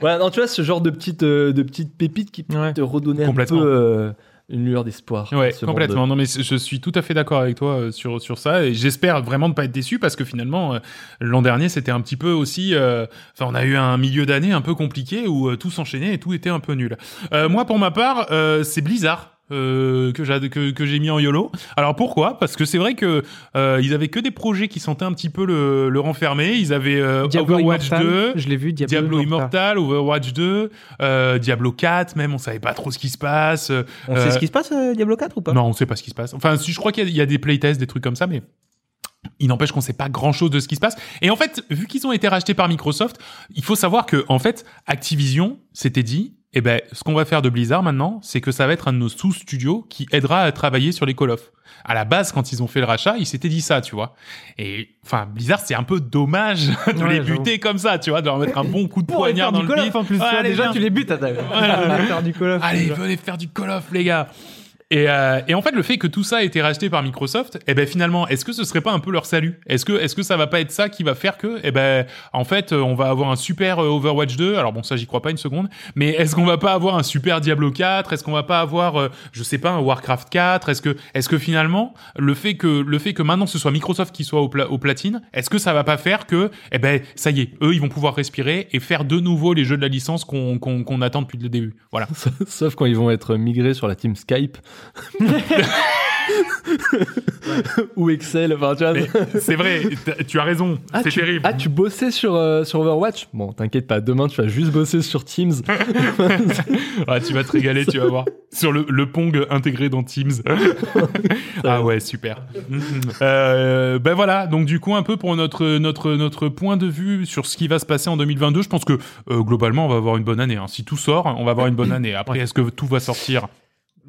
voilà, non, tu vois ce genre de petite euh, de petite pépite qui peut
Ouais.
te redonner un
Complètement.
peu euh, une lueur d'espoir.
Ouais,
dans Hein, ce monde.
complètement. Non, mais c- je suis tout à fait d'accord avec toi euh, sur sur ça. Et j'espère vraiment ne pas être déçu parce que finalement, euh, l'an dernier, c'était un petit peu aussi. euh, Enfin, on a eu un milieu d'année un peu compliqué où euh, tout s'enchaînait et tout était un peu nul. Euh, moi, pour ma part, euh, c'est Blizzard. euh, que j'ai que, que j'ai mis en YOLO. Alors pourquoi Parce que c'est vrai que euh, ils avaient que des projets qui sentaient un petit peu le, le renfermer. Ils avaient euh,
Diablo
Overwatch
Immortal,
2,
je l'ai vu, Diablo,
Diablo
Immortal.
Immortal, Overwatch 2, euh, Diablo 4 même, on savait pas trop ce qui se passe. euh,
On sait ce qui se passe, euh, Diablo 4 ou pas
Non, on sait pas ce qui se passe. Enfin, si, je crois qu'il y, a- il y a des playtests, des trucs comme ça, mais il n'empêche qu'on sait pas grand chose de ce qui se passe. Et en fait, vu qu'ils ont été rachetés par Microsoft, il faut savoir que, en fait, Activision s'était dit, eh ben, ce qu'on va faire de Blizzard maintenant, c'est que ça va être un de nos sous-studios qui aidera à travailler sur les Call of. À la base, quand ils ont fait le rachat, ils s'étaient dit ça, tu vois. Et, enfin, Blizzard, c'est un peu dommage de
Ouais,
les buter comme ça, tu vois, de leur mettre un bon coup de
Pour aller
poignard
faire
dans
du
le
Call of
bide.
en plus.
Ouais,
tu vois,
allez,
déjà,
viens.
tu les butes à ta Allez, faire du Call of.
Allez,
déjà.
venez faire du Call of, les gars. Et, euh, et en fait, le fait que tout ça a été racheté par Microsoft, eh ben finalement, est-ce que ce serait pas un peu leur salut Est-ce que est-ce que ça va pas être ça qui va faire que, eh ben, en fait, euh, on va avoir un super euh, Overwatch 2. Alors bon, ça, j'y crois pas une seconde. Mais est-ce qu'on va pas avoir un super Diablo 4 Est-ce qu'on va pas avoir, euh, je sais pas, un Warcraft 4 Est-ce que est-ce que finalement, le fait que le fait que maintenant ce soit Microsoft qui soit au, pla- au platine, est-ce que ça va pas faire que, eh ben, ça y est, eux, ils vont pouvoir respirer et faire de nouveau les jeux de la licence qu'on qu'on qu'on attend depuis le début. Voilà.
Sauf quand ils vont être migrés sur la team Skype. Ou Excel, enfin, tu vois.
Mais c'est vrai, t'as- tu as raison,
Ah
c'est
tu,
terrible.
ah, tu bossais sur, euh, sur Overwatch Bon, t'inquiète pas, demain tu vas juste bosser sur Teams.
Ah, tu vas te régaler, tu vas voir. Sur le, le Pong intégré dans Teams. ah ouais, super. Euh, ben voilà, donc du coup, un peu pour notre, notre, notre point de vue sur ce qui va se passer en 2022, je pense que euh, globalement, on va avoir une bonne année. hein. Si tout sort, on va avoir une bonne année. Après, est-ce que tout va sortir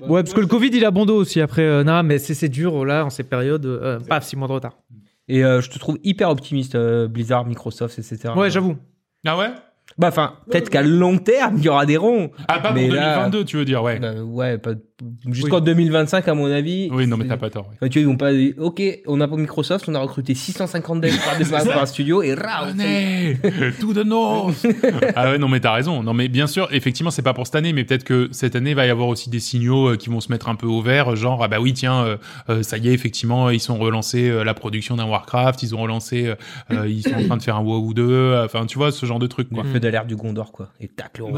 Ouais, parce que le Covid, il a bon dos aussi après. euh, non, mais c'est c'est dur là, en ces périodes. euh, paf, 6 mois de retard.
Et euh, je te trouve hyper optimiste, euh, Blizzard, Microsoft, etc.
Ouais, j'avoue.
Ah ouais
Bah, enfin, peut-être qu'à long terme, il y aura des ronds.
Ah, pas pour
Mais là-
2022, tu veux dire, ouais.
Euh, ouais, pas- jusqu'en 2025, à mon avis.
Oui, non, mais
c'est-
t'as pas tort. ouais.
Enfin, tu vois, ils vont pas dit, ok, on a pas Microsoft, on a recruté 650 devs par, par- par studio et rah, on fait-
Venez, tout de nos. ah ouais, non mais t'as raison. Non mais bien sûr, effectivement, c'est pas pour cette année, mais peut-être que cette année il va y avoir aussi des signaux euh, qui vont se mettre un peu au vert, genre ah bah oui tiens, euh, euh, ça y est effectivement ils sont relancés euh, la production d'un Warcraft, ils ont relancé, euh, euh, ils sont en train de faire un WoW 2, euh, enfin tu vois ce genre de truc quoi.
Les feux de l'air du Gondor, quoi. Et tac, le rond.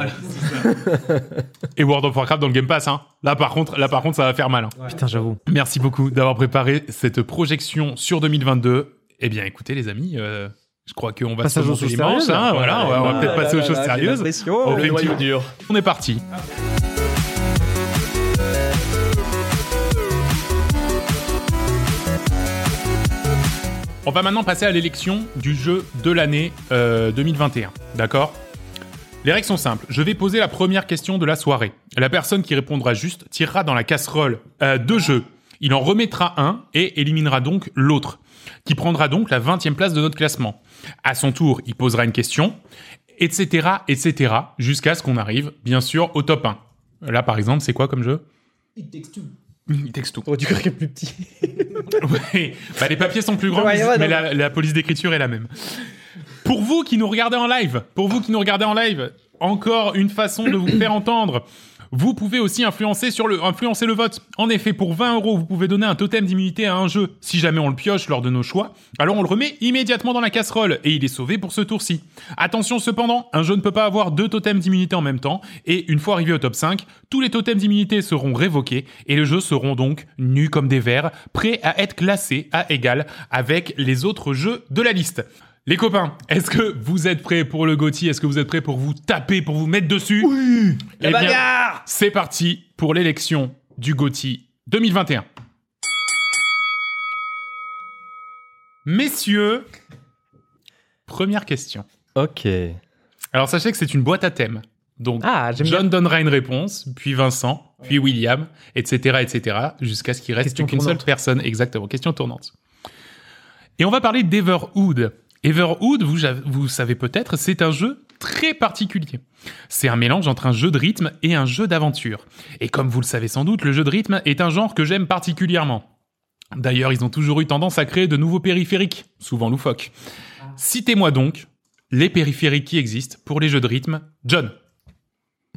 Et World of Warcraft dans le Game Pass, hein. Là par contre, là par contre ça va faire mal. hein.
Putain, j'avoue.
Merci beaucoup d'avoir préparé cette projection sur 2022. Eh bien écoutez les amis. euh, je crois qu'on va
Passage
se
aux
remonter
choses
les manches,
sérieuses,
hein,
là.
voilà, on va- on va peut-être passer aux choses sérieuses.
Oh,
Pression.
Le noyau
dur.
On est parti. On va maintenant passer à l'élection du jeu de l'année euh, 2021. D'accord Les règles sont simples. Je vais poser la première question de la soirée. La personne qui répondra juste tirera dans la casserole euh, deux jeux. Il en remettra un et éliminera donc l'autre, qui prendra donc la 20e place de notre classement. À son tour, il posera une question etc., etc., jusqu'à ce qu'on arrive, bien sûr, au top 1. Là, par exemple, c'est quoi comme jeu It Takes Two.
Aurait dû craquer plus petit.
Ouais. Bah, les papiers sont plus grands,
Ouais,
mais,
ouais,
mais
non.
la, la police d'écriture est la même. Pour vous qui nous regardez en live, pour vous qui nous regardez en live, encore une façon de vous faire entendre. Vous pouvez aussi influencer, sur le, influencer le vote. En effet, pour 20 euros, vous pouvez donner un totem d'immunité à un jeu. Si jamais on le pioche lors de nos choix, alors on le remet immédiatement dans la casserole et il est sauvé pour ce tour-ci. Attention cependant, un jeu ne peut pas avoir deux totems d'immunité en même temps et une fois arrivé au top 5, tous les totems d'immunité seront révoqués et les jeux seront donc nus comme des vers, prêts à être classés à égal avec les autres jeux de la liste. Les copains, est-ce que vous êtes prêts pour le GOTY Est-ce que vous êtes prêts pour vous taper, pour vous mettre dessus Oui
La bagarre
c'est parti pour l'élection du GOTY 2021. Messieurs, première question.
Ok.
Alors sachez que c'est une boîte à thème. Donc
Ah, j'aime bien.
John donnera une réponse, puis Vincent, puis William, etc., etc., jusqu'à ce qu'il reste
Question
qu'une seule
tournante.
personne. Exactement, question tournante. Et on va parler d'Everhood. Everhood, vous, jav- vous savez peut-être, c'est un jeu très particulier. C'est un mélange entre un jeu de rythme et un jeu d'aventure. Et comme vous le savez sans doute, le jeu de rythme est un genre que j'aime particulièrement. D'ailleurs, ils ont toujours eu tendance à créer de nouveaux périphériques, souvent loufoques. Citez-moi donc les périphériques qui existent pour les jeux de rythme. John,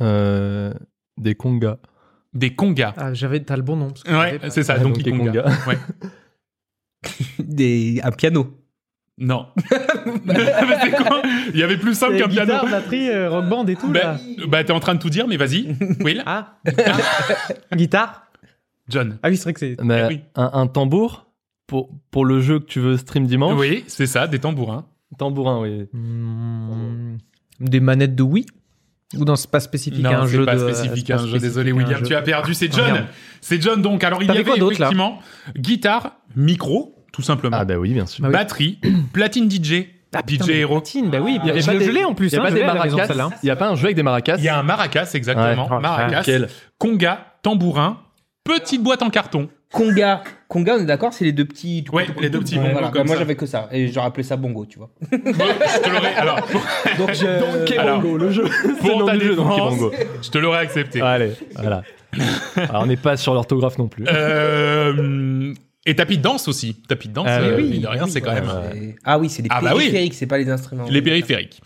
Euh, des congas.
des congas.
Ah, j'avais, t'as le bon nom. parce que j'avais
Ouais,
pas.
c'est ça,
Ouais,
Donkey,
Donkey
Konga.
Konga.
Ouais.
Des, un piano.
Non. Mais c'est quoi Il y avait plus simple
C'est
qu'un piano.
guitare, batterie, euh, rock band et tout
Bah,
là.
bah, t'es en train de tout dire, mais vas-y. Will
Ah, guitare.
John.
Ah oui, c'est vrai que c'est.
Mais
Eh oui.
un, un tambour pour, pour le jeu que tu veux stream dimanche
Oui, c'est ça, des tambourins.
Tambourin, oui.
Hmm, Des manettes de Wii Ou non, c'est pas spécifique à un
c'est
jeu
pas
de-
spécifique
c'est
à
pas
un jeu.
spécifique
Désolé,
à un
William,
jeu. Ah,
tu as perdu. C'est John.
Merde.
C'est John, donc. Alors, il y
T'avais
avait
quoi d'autre, là
effectivement guitare, micro, tout simplement.
Ah bah oui, bien sûr.
Ah oui.
Batterie, platine DJ,
Ah, putain,
DJ
mais
Hero.
Platine, bah oui, bien
Y a
je
pas
l'ai-
des-
je l'ai en plus.
Il y a
hein,
pas
je
des
l'ai à la maison,
maracas
celle-là.
Il y a pas un jeu avec des maracas
Il y a un maracas, exactement.
Ouais. Ah,
maracas,
nickel.
conga, tambourin, petite boîte en carton.
Conga. Conga, on est d'accord, c'est les deux petits.
Ouais, les deux petits
Bon,
bongos
voilà. Bah,
comme
Moi,
ça.
j'avais que ça. Et j'aurais appelé ça bongo, tu vois.
Bon, je te l'aurais. Alors, pour,
Donc, je.
alors,
le jeu.
pour
nom
ta
du jeu, Donkey
défense,
Bongo.
je te l'aurais accepté.
Allez, voilà. Alors, on n'est pas sur l'orthographe non plus.
Euh, et tapis de danse aussi. Tapis de danse,
Ah,
euh,
oui,
mine de rien, c'est quand même.
C'est- Ah oui, c'est les
Ah bah oui.
périphériques, c'est pas les instruments.
Les périphériques.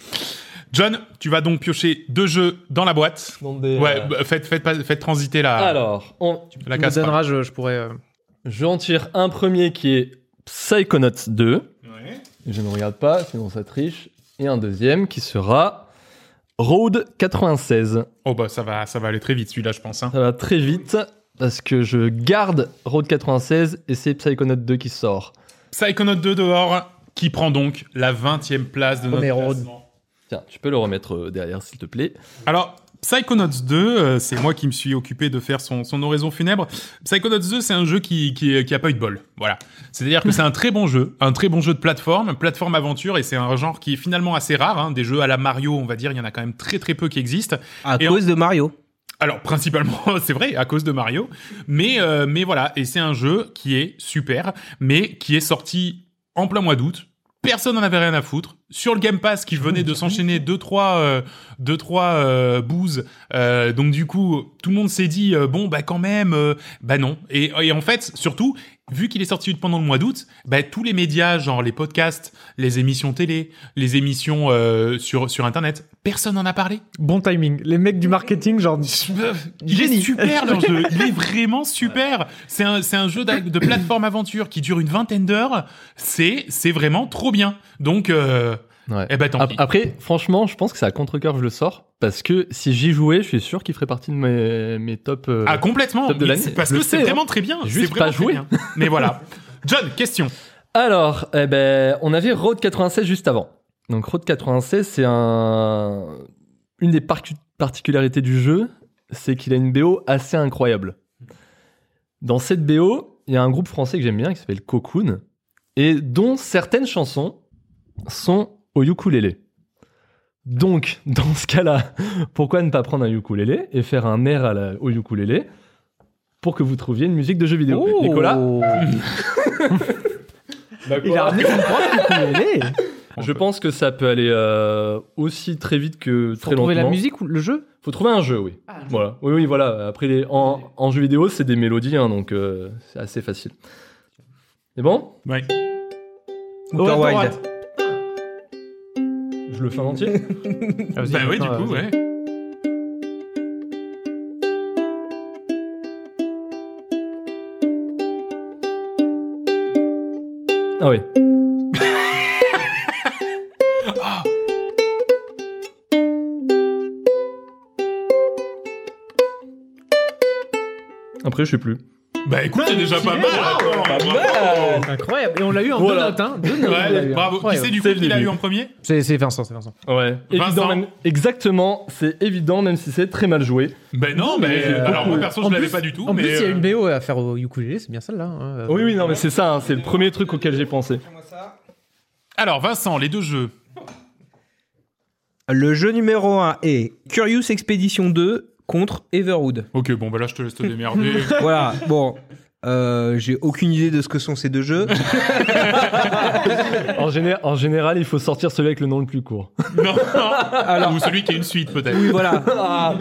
John, tu vas donc piocher deux jeux dans la boîte.
Dans des,
Ouais,
euh,
bah, ah. faites, faites, pas- faites transiter la,
Alors, on-
la
Tu me
casse. pardon.
donneras, je, je pourrais. euh,
je en tire un premier qui est Psychonauts 2.
Ouais.
Je ne regarde pas, sinon ça triche. Et un deuxième qui sera Road 96.
Oh bah ça va, ça va aller très vite celui-là, je pense. hein.
Ça va très vite parce que je garde Road 96 et c'est Psychonauts 2 qui sort.
Psychonaut 2 dehors, qui prend donc la 20e place de notre
Premier round.
classement.
Tiens, tu peux le remettre euh, derrière s'il te plaît.
Alors, Psychonauts 2, euh, c'est moi qui me suis occupé de faire son, son oraison funèbre. Psychonauts 2, c'est un jeu qui, euh, qui, qui a pas eu de bol. Voilà. C'est-à-dire que c'est un très bon jeu, un très bon jeu de plateforme, plateforme aventure, et c'est un genre qui est finalement assez rare. hein. Des jeux à la Mario, on va dire, il y en a quand même très très peu qui existent.
À
Et
cause de Mario.
Alors principalement, c'est vrai, à cause de Mario, mais euh, mais voilà, et c'est un jeu qui est super, mais qui est sorti en plein mois d'août. Personne n'en avait rien à foutre. Sur le Game Pass qui venait de s'enchaîner deux trois euh, deux trois euh, bouses, euh, donc du coup tout le monde s'est dit euh, bon bah quand même euh, bah non. Et, et en fait surtout vu qu'il est sorti pendant le mois d'août, bah tous les médias genre les podcasts, les émissions télé, les émissions euh, sur sur internet, personne n'en a parlé.
Bon timing. Les mecs du marketing, genre.
Il est
Génie.
super leur jeu, il est vraiment super. C'est un, c'est un jeu d'a- de plateforme aventure qui dure une vingtaine d'heures. C'est, c'est vraiment trop bien. Donc, euh,
Ouais.
eh ben tant
Ap-
pis.
Après, franchement, je pense que c'est à contre-cœur que je le sors. Parce que si j'y jouais, je suis sûr qu'il ferait partie de mes, mes top. euh,
Ah complètement,
top de l'année.
C'est parce
Je
que
sais,
c'est
hein.
vraiment très bien.
Juste
c'est vraiment
pas
très
joué.
bien. Mais voilà. John, question.
Alors, eh ben, on avait Road 96 juste avant. Donc Road 96, c'est un... une des par- particularités du jeu, c'est qu'il a une BO assez incroyable. Dans cette BO, il y a un groupe français que j'aime bien qui s'appelle Cocoon, et dont certaines chansons sont au ukulélé. Donc, dans ce cas-là, pourquoi ne pas prendre un ukulélé et faire un air à la- au ukulélé pour que vous trouviez une musique de jeu vidéo Nicolas
Oh.
Il a ramené son propre ukulélé.
Je pense que ça peut aller euh, aussi très vite que
Faut
très lentement.
trouver la musique ou le jeu
Faut trouver un jeu, oui. voilà. Oui, oui, voilà. Après, les... en, en jeu vidéo, c'est des mélodies, hein, donc euh, c'est assez facile. C'est bon
Ouais.
Outer
Oh,
Wild.
droite.
Je le fais en entier
Ah,
Bah oui, du coup, ouais.
Ah oui. Après, je sais plus.
Bah écoute, c'est déjà pas mal. attends, bravo.
Incroyable. Et on l'a eu en
Voilà.
deux notes, hein. Deux notes. on l'a
Ouais,
eu, hein.
bravo. Qui
Incroyable.
c'est du coup
C'est le
qui l'a
début.
eu en premier
C'est c'est Vincent, c'est Vincent.
Ouais.
Vincent.
Évident, même- Exactement, c'est évident, même si c'est très mal joué.
Ben non, mais
euh,
alors moi perso,
En
je l'avais
plus-
pas du tout.
En
mais,
plus, il y a
euh,
une BO à faire au ukulélé, c'est bien celle-là. hein.
Oui, oui, non, mais c'est ça, hein, c'est le premier truc auquel j'ai pensé.
Alors Vincent, les deux jeux.
Le jeu numéro 1 est Curious Expedition 2 contre Everwood.
Ok, bon bah là, je te laisse te démerder.
voilà, bon. euh, J'ai aucune idée de ce que sont ces deux jeux.
En, géné- en général, il faut sortir celui avec le nom le plus court.
non,
Alors-
Ou celui qui a une suite peut-être.
Oui, voilà.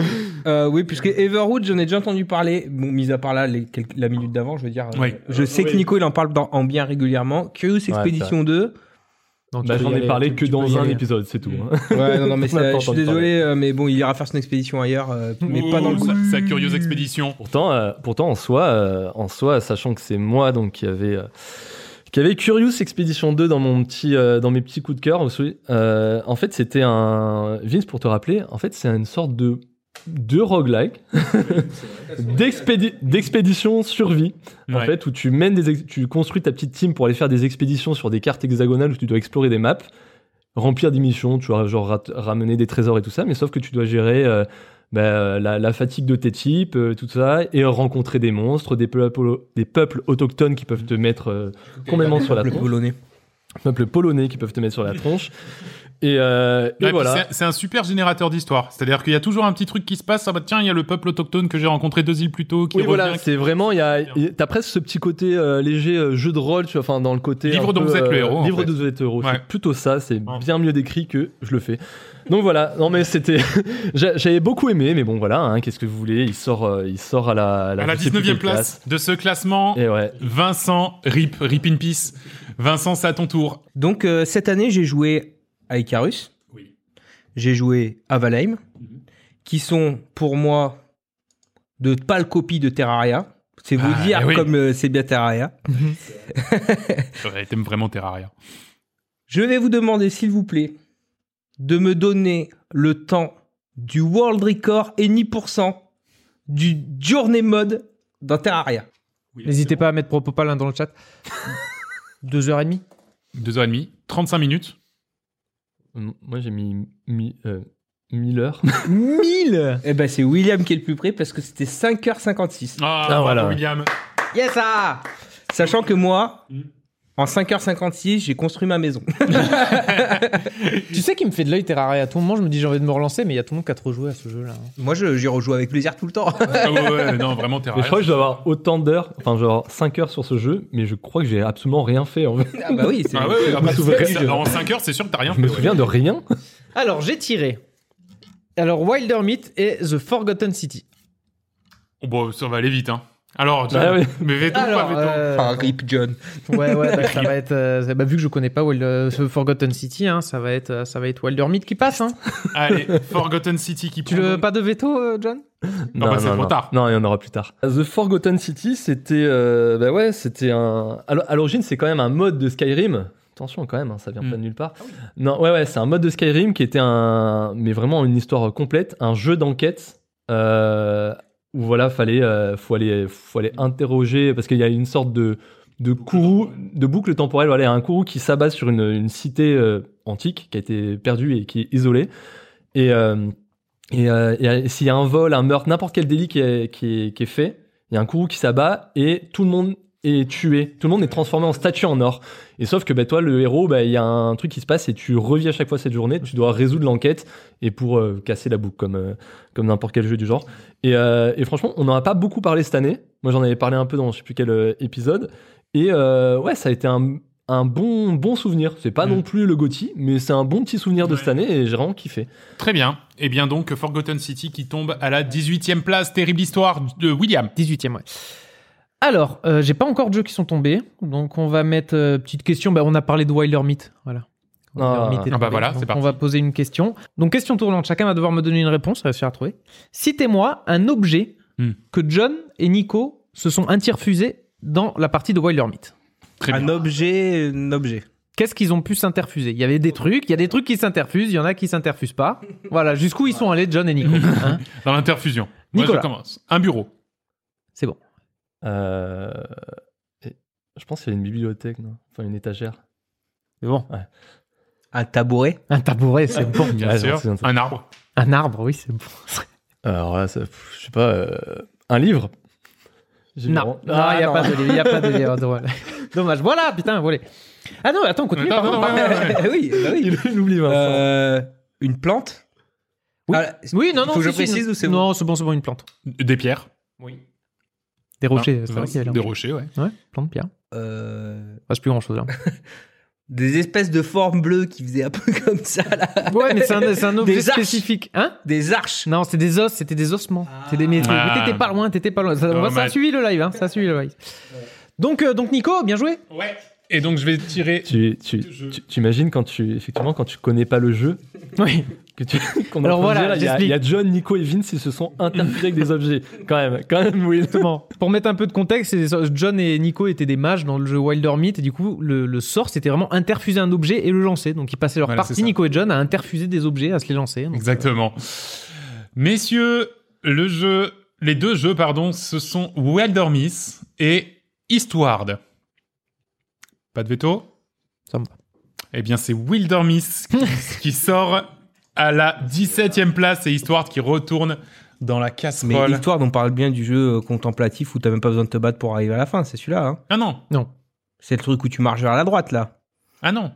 Euh, oui, puisque Everwood, j'en ai déjà entendu parler. Bon, mis à part là, les quelques- la minute d'avant, je veux dire. euh,
Oui.
Je sais que Nico, il en parle dans- en bien régulièrement. Curious Expedition 2.
Non, tu
Bah,
peux
J'en
y
ai
aller,
parlé
tu-
que
tu peux y
dans un
aller.
épisode, c'est tout. hein.
Ouais, non, non, mais
On n'a
c'est-
pas
je suis
entendu parler.
désolé, euh, mais bon, il ira faire son expédition ailleurs, euh, mais pas dans le
Oh,
groupe.
sa, sa curieuse expédition.
Pourtant, euh, pourtant en, soi, euh, en soi, sachant que c'est moi donc, qui avait. euh, qui avait Curious Expedition 2 dans, mon petit, euh, dans mes petits coups de cœur. vous vous souvenez Euh, en fait, c'était un. Vince, pour te rappeler, en fait, c'est une sorte de de roguelike, d'expédi- d'expédition survie, en
Ouais.
fait, où tu mènes des ex- tu construis ta petite team pour aller faire des expéditions sur des cartes hexagonales où tu dois explorer des maps, remplir des missions, tu vois, genre rat- ramener des trésors et tout ça, mais sauf que tu dois gérer euh, bah, la, la fatigue de tes types, euh, tout ça, et rencontrer des monstres, des peuples, des peuples autochtones qui peuvent te mettre euh, complètement sur la
Le
tronche,
polonais.
peuples polonais qui peuvent te mettre sur la tronche, et, euh, et
Ouais, puis
voilà.
c'est- C'est un super générateur d'histoire. C'est-à-dire qu'il y a toujours un petit truc qui se passe. Ah bah tiens, il y a le peuple autochtone que j'ai rencontré deux îles plus tôt qui
Oui,
revient.
voilà, c'est vraiment, il y a, y- t'as presque ce petit côté euh, léger euh, jeu de rôle, tu vois, enfin, dans le côté.
Livre
un
dont
peu,
vous êtes le
euh,
héros, en
Livre
fait.
dont vous êtes le héros.
Ouais.
C'est plutôt ça, c'est bien mieux décrit que je le fais. Donc voilà, non mais c'était. j'a- J'avais beaucoup aimé, mais bon, voilà, hein, qu'est-ce que vous voulez, il sort, euh, il sort à la,
à la
je sais plus
19e
quelle
place de ce classement,
Et ouais.
Vincent, rip, rip in peace. Vincent, c'est à ton tour.
Donc euh, cette année, j'ai joué à Icarus.
Oui. Mhm.
J'ai joué à Valheim, qui sont pour moi de pâles copies de Terraria. C'est vous
Ah,
dire
eh oui.
comme euh, c'est bien Terraria.
Ouais, T'aimes vraiment Terraria.
Je vais vous demander, s'il vous plaît, de me donner le temps du world record et 10% du journée mode dans Terraria.
N'hésitez pas à mettre propos palin dans le chat. Deux heures et demie.
Deux heures et demie, 35 minutes.
Mm, Moi j'ai mis, mis euh, 1000
Ah
heures.
1000
Eh ben, c'est William qui est le plus près parce que c'était 5h56.
Ah,
Ah, voilà.
bravo, William.
Yes, ah Sachant que moi,
Mhm.
en 5h56, j'ai construit ma maison.
Tu sais qui me fait de l'œil Terraria à tout moment, je me dis j'ai envie de me relancer, mais il y a tout le monde qui a trop joué à ce jeu-là. hein.
moi, je- j'y rejoue avec plaisir tout le temps.
Ah ouais, ouais, non, vraiment
Mais
Terraria.
je crois que je dois avoir autant d'heures, enfin, genre 5 heures sur ce jeu, mais je crois que j'ai absolument rien fait en fait.
ah bah oui, c'est
Ah ouais, ouais, ah bah,
souviens-
c'est- en 5 heures, c'est sûr que t'as rien
Je me souviens de rien.
Alors, j'ai tiré. Alors, Wilder Meat et The Forgotten City.
Oh, Bon, ça va aller vite, hein. Alors, tu
Ah ouais.
mais Veto ou pas
Alors,
Veto
euh,
Enfin, rip John.
ouais, ouais, bah, ça va être. euh, bah, vu que je connais pas Wild- euh, The Forgotten City, hein, ça va être, euh, ça va être Wilder Meat qui passe. hein.
Allez, Forgotten City qui
Tu
prend
le
donc-
pas de veto, euh, John
Non, bah, c'est trop tard.
Non, il y en aura plus tard. The Forgotten City, c'était. euh, bah ouais, c'était un. à l'o- À l'origine, c'est quand même un mode de Skyrim. Attention quand même, hein, ça vient
Hmm.
pas de nulle part. Non, ouais, ouais, c'est un mode de Skyrim qui était un. Mais vraiment une histoire euh, complète, un jeu d'enquête. euh, où voilà, fallait. euh, faut, aller, faut aller interroger. Parce qu'il y a une sorte de. De courroux, de boucle temporelle, voilà, il y a un courroux qui s'abat sur une, une cité euh, antique qui a été perdue et qui est isolée. Et euh, et, euh, et, euh, s'il y a un vol, un meurtre, n'importe quel délit qui est, qui est- qui est fait, il y a un courroux qui s'abat et tout le monde est tué. Tout le monde est transformé en statue en or. Et sauf que bah, toi, le héros, bah, il y a un truc qui se passe et tu revis à chaque fois cette journée, tu dois résoudre l'enquête et pour euh, casser la boucle, comme, euh, comme n'importe quel jeu du genre. Et, euh, et franchement, on n'en a pas beaucoup parlé cette année. Moi, j'en avais parlé un peu dans je sais plus quel euh, épisode. Et euh, ouais, ça a été un, un bon, bon souvenir. C'est pas
Mm.
non plus le Gotti, mais c'est un bon petit souvenir de
Ouais.
cette année et j'ai vraiment kiffé.
Très bien. Et bien donc, Forgotten City qui tombe à la 18e place. Terrible histoire de William.
18 e ouais. Alors, euh, j'ai pas encore de jeux qui sont tombés, donc on va mettre euh, petite question. Bah, on a parlé de Wilder Meat, voilà.
Ah.
Wilder Meat est
Ah bah
tombé,
voilà,
donc
c'est
On
parti.
va poser une question. Donc, question tournante. Chacun va devoir me donner une réponse, réussir à trouver. Citez-moi un objet
Hmm.
que John et Nico se sont interfusés dans la partie de Wilder Meat. Ah
Très bien.
Un objet, un objet.
Qu'est-ce qu'ils ont pu s'interfuser Il y avait des trucs, il y a des trucs qui s'interfusent, il y en a qui s'interfusent pas. Voilà, jusqu'où ils sont allés, John et Nico. hein
Dans l'interfusion. Moi, je
Nicolas.
commence. Un bureau.
c'est bon.
Euh, et- je pense qu'il y a une bibliothèque, non enfin une étagère.
C'est bon.
Un tabouret.
Un tabouret, c'est bon.
Bien
Ouais, j'en
sûr.
sais, j'en sais.
Un arbre.
Un arbre, oui, c'est bon.
Alors là, ça- pff, je sais pas, euh, un livre. J'ai mis
Non,
vraiment-
il n'y a,
Ah,
non.
pas de livre, y a pas de livre. drôle. Dommage. Voilà, putain, volé. Ah non, attends, continue.
Attends,
pardon,
attends, ouais,
pardon.
ouais, ouais.
oui, bah oui.
Il, il oublie Vincent.
Euh, une plante.
Oui.
Ah,
Oui, non, non.
Faut que
si,
je
si,
précise
non.
ou c'est bon
Non, c'est bon, c'est bon, une plante.
Des pierres.
Des rochers,
Hein,
c'est vrai qu'il y avait
Des
un-
rochers, ouais.
Ouais, plante, pierre.
euh,
Enfin, c'est plus hein. grand chose là.
des espèces de formes bleues qui faisaient un peu comme ça, là.
ouais, mais c'est un, c'est un objet
Des arches.
spécifique. Hein
Des arches.
Non, c'était des os, c'était des ossements. C'est des mais
Ah.
mais T'étais pas loin, t'étais pas loin. Ça,
Dommage.
ça a suivi le live, hein. Ça a suivi le live. Donc, euh, donc Nico, bien joué.
Ouais. Et donc, je vais tirer.
Tu, tu, tu- tu imagines quand tu effectivement quand tu connais pas le jeu
Oui.
que tu qu'on est
Alors
en train de
voilà,
dire, il y a-
j'explique.
il y, a John, Nico et Vince ils se sont interfusés avec des objets quand même quand même oui
Exactement. Pour mettre un peu de contexte, c'est- John et Nico étaient des mages dans le jeu Wilder Meat et du coup le, le sort c'était vraiment interfuser un objet et le lancer. Donc ils passaient leur
Voilà, c'est
partie
ça.
Nico et John à interfuser des objets, à se les lancer. Donc,
Exactement. Messieurs, le jeu, les deux jeux, pardon, ce sont Wilder Miss et Eastward. Pas de veto
Ça me va.
Eh bien, c'est Wilder Miss qui- qui sort à la 17e place et Eastward qui retourne dans la
Mais
casserole.
l'histoire dont on parle bien du jeu euh, contemplatif où t'as même pas besoin de te battre pour arriver à la fin, c'est celui-là. hein.
Ah non,
C'est le truc où tu marches vers la droite là.
ah non.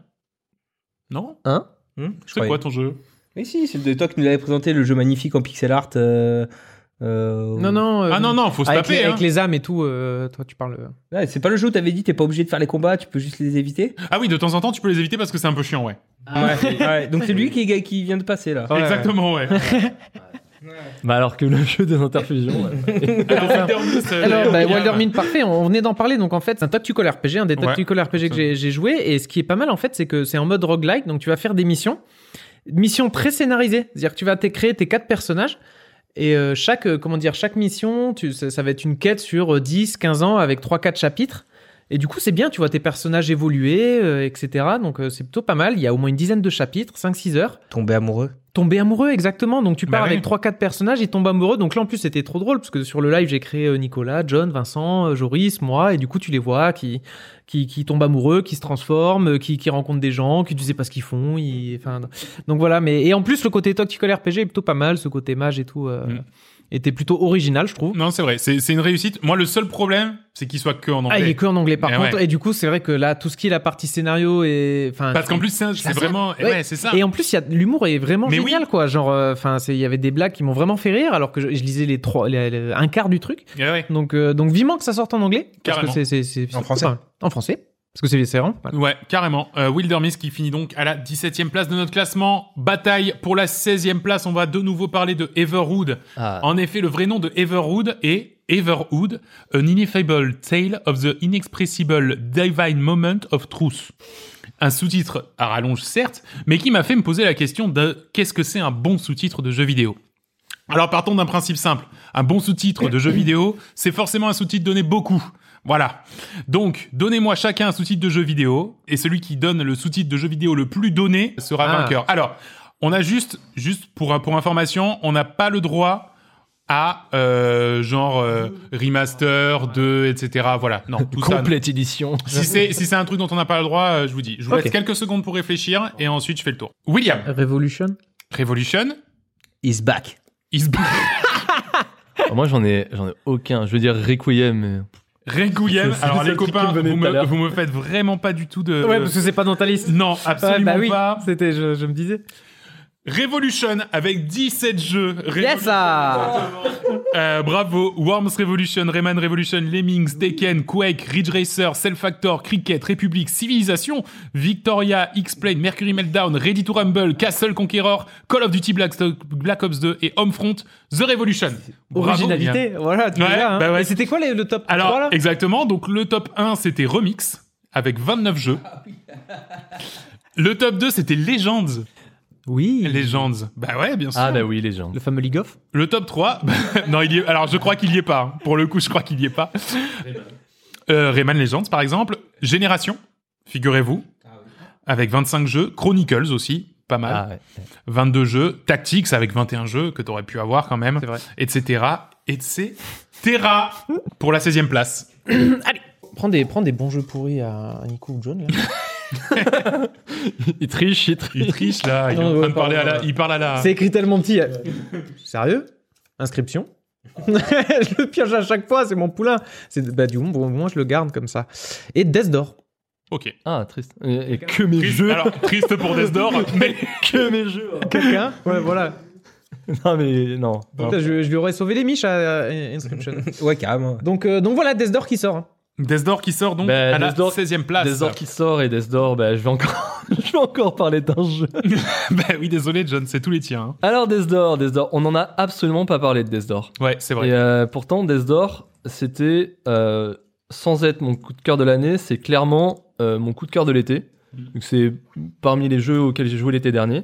Non
Hein
Hmm Je
C'est
croyais.
quoi ton jeu
Mais si, c'est le de toi qui nous l'avais présenté, le jeu magnifique en pixel art. euh, euh,
Non, non. euh,
Ah non, non, faut se
Avec, les,
taper. hein.
avec les âmes et tout, euh, toi tu parles.
Ouais, c'est pas le jeu où t'avais dit t'es pas obligé de faire les combats, tu peux juste les éviter.
Ah oui, de temps en temps, tu peux les éviter parce que c'est un peu chiant, ouais.
Ouais. ouais. Donc c'est lui qui, qui vient de passer là.
Ouais,
Exactement, ouais.
Bah alors que le jeu des interfusions. ouais.
Alors, Wilder Miss, euh,
Alors, bah,
William.
Wildermine, parfait, on venait d'en parler. Donc, en fait, c'est un tactical RPG, un des
Ouais.
tactical RPG que j'ai- j'ai joué. Et ce qui est pas mal, en fait, c'est que c'est en mode roguelike. Donc, tu vas faire des missions. Missions très scénarisées. C'est-à-dire que tu vas te créer tes quatre personnages. Et euh, chaque, euh, comment dire, chaque mission, tu, ça, ça va être une quête sur euh, 10, 15 ans avec 3-4 chapitres. Et du coup, c'est bien, tu vois tes personnages évoluer, euh, etc. Donc, euh, c'est plutôt pas mal. Il y a au moins une dizaine de chapitres, 5-6 heures.
Tombé amoureux.
Tomber amoureux, exactement. Donc tu
Bah
pars
oui.
avec trois quatre personnages, ils tombent amoureux. Donc là en plus c'était trop drôle parce que sur le live j'ai créé euh, Nicolas, John, Vincent, euh, Joris, moi et du coup tu les vois qui qui, qui tombent amoureux, qui se transforment, euh, qui, qui rencontrent des gens, qui tu sais pas ce qu'ils font. Ils... Enfin, donc voilà. Mais et en plus le côté tactical RPG est plutôt pas mal, ce côté mage et tout euh,
Mm.
était plutôt original je trouve.
Non, c'est vrai, c'est c'est une réussite. Moi, le seul problème, c'est qu'il soit que en anglais.
Ah il est que en anglais par
Mais Eh
contre
ouais.
et du coup c'est vrai que là tout ce qui est la partie scénario et enfin
Parce qu'en plus, c'est
la
c'est
sais.
vraiment. eh
Ouais.
Ouais, c'est ça.
Et en plus, il y a- l'humour est vraiment
Mais
génial, quoi. Genre, euh, enfin, il y avait des blagues qui m'ont vraiment fait rire, alors que je, je lisais les trois, les- les- un quart du truc.
Ouais, ouais.
Donc, euh, donc vivement que ça sorte en anglais. Parce
Carrément.
que c'est- c'est- c'est-
En
c'est-
français.
enfin, en français. Parce que c'est c'est vraiment. voilà.
Ouais, carrément. Euh, Wilder Miss qui finit donc à la 17e place de notre classement. Bataille pour la 16e place. On va de nouveau parler de Everwood.
Ah.
En effet, le vrai nom de Everwood est Everwood, an ineffable tale of the inexpressible divine moment of truth. Un sous-titre à rallonge, certes, mais qui m'a fait me poser la question de qu'est-ce que c'est un bon sous-titre de jeu vidéo Alors partons d'un principe simple. Un bon sous-titre de jeu vidéo, c'est forcément un sous-titre donné beaucoup. Voilà. Donc, donnez-moi chacun un sous-titre de jeu vidéo, et celui qui donne le sous-titre de jeu vidéo le plus donné sera
Ah.
vainqueur. Alors, on a juste, juste pour, pour information, on n'a pas le droit à euh, genre euh, remaster 2, etc. Voilà. Non, tout ça. non.
Complète édition.
Si c'est si c'est un truc dont on n'a pas le droit, euh, je vous dis. Je vous
Ok.
laisse quelques secondes pour réfléchir et ensuite je fais le tour. William,
Revolution.
Revolution
Is back.
is back.
Ah, Moi j'en ai j'en ai aucun. Je veux dire Requiem. mais-
Requiem.
C'est- c'est
Alors
le seul
les
truc qui
copains,
me venait
vous
tout à
me,
l'heure.
vous me faites vraiment pas du tout de.
Ouais, parce que c'est pas dans ta liste.
Non, absolument
Ouais, bah oui.
pas.
C'était, je, je me disais.
Revolution avec 17 jeux.
Yes, ah.
Revolution.
ça.
Euh, bravo, Worms Revolution, Rayman Revolution, Lemmings, Tekken, Quake, Ridge Racer, Cell Factor, Cricket, République, Civilization, Victoria, X-Plane, Mercury Meltdown, Ready to Rumble, Castle Conqueror, Call of Duty Black, Black Ops 2 et Homefront, The Revolution. Bravo, Liam.
Originalité. Voilà. tu
Ouais,
es là, hein.
bah ouais.
Et c'était quoi les- le top
Alors,
3 là
exactement, donc le top 1 c'était Remix avec 29 jeux. Le top 2 c'était Legends.
Oui.
Legends. Bah ouais, bien sûr.
Ah bah oui les gens.
Le fameux League of.
Le top 3, non, il y est- alors je crois qu'il y est pas. hein. Pour le coup, je crois qu'il y est pas. Euh, Rayman Legends, par exemple. Génération, figurez-vous. Avec 25 jeux. Chronicles aussi, pas mal.
Ah, ouais.
22 jeux. Tactics avec 21 jeux que t'aurais pu avoir quand même. Etc. Etc. pour la 16e place.
Prends des, prends des bons jeux pourris à Nico ou John. Là.
Il triche, il triche.
Il triche là, il est
Non,
en train
ouais,
de parler à la.
pardon, ouais.
Il parle à la.
C'est écrit tellement petit. Sérieux Inscription Je le pioche à chaque fois, c'est mon poulain. C'est bah du coup, au moins je le garde comme ça. Et Death Door.
Ok.
Ah triste. Et, et que mes
Triste-
jeux.
Alors, triste pour Death Door, mais.
Que mes jeux. hein.
Quelqu'un Ouais, voilà.
Non mais non.
Putain, je, je lui aurais sauvé les miches à, à Inscription.
Ouais, carrément.
donc, euh, donc voilà, Death Door qui sort. hein.
Death Door qui sort donc
Bah,
à la
Death Door-
16e place.
Death Door qui sort et Death Door, bah, je vais encore, je vais encore parler d'un jeu.
bah oui, désolé, John, c'est tous les tiens. hein.
Alors Death Door, Death Door, on n'en a absolument pas parlé de Death Door.
Ouais, c'est vrai.
Et euh, pourtant, Death Door, c'était euh, sans être mon coup de cœur de l'année, c'est clairement euh, mon coup de cœur de l'été. Donc c'est parmi les jeux auxquels j'ai joué l'été dernier.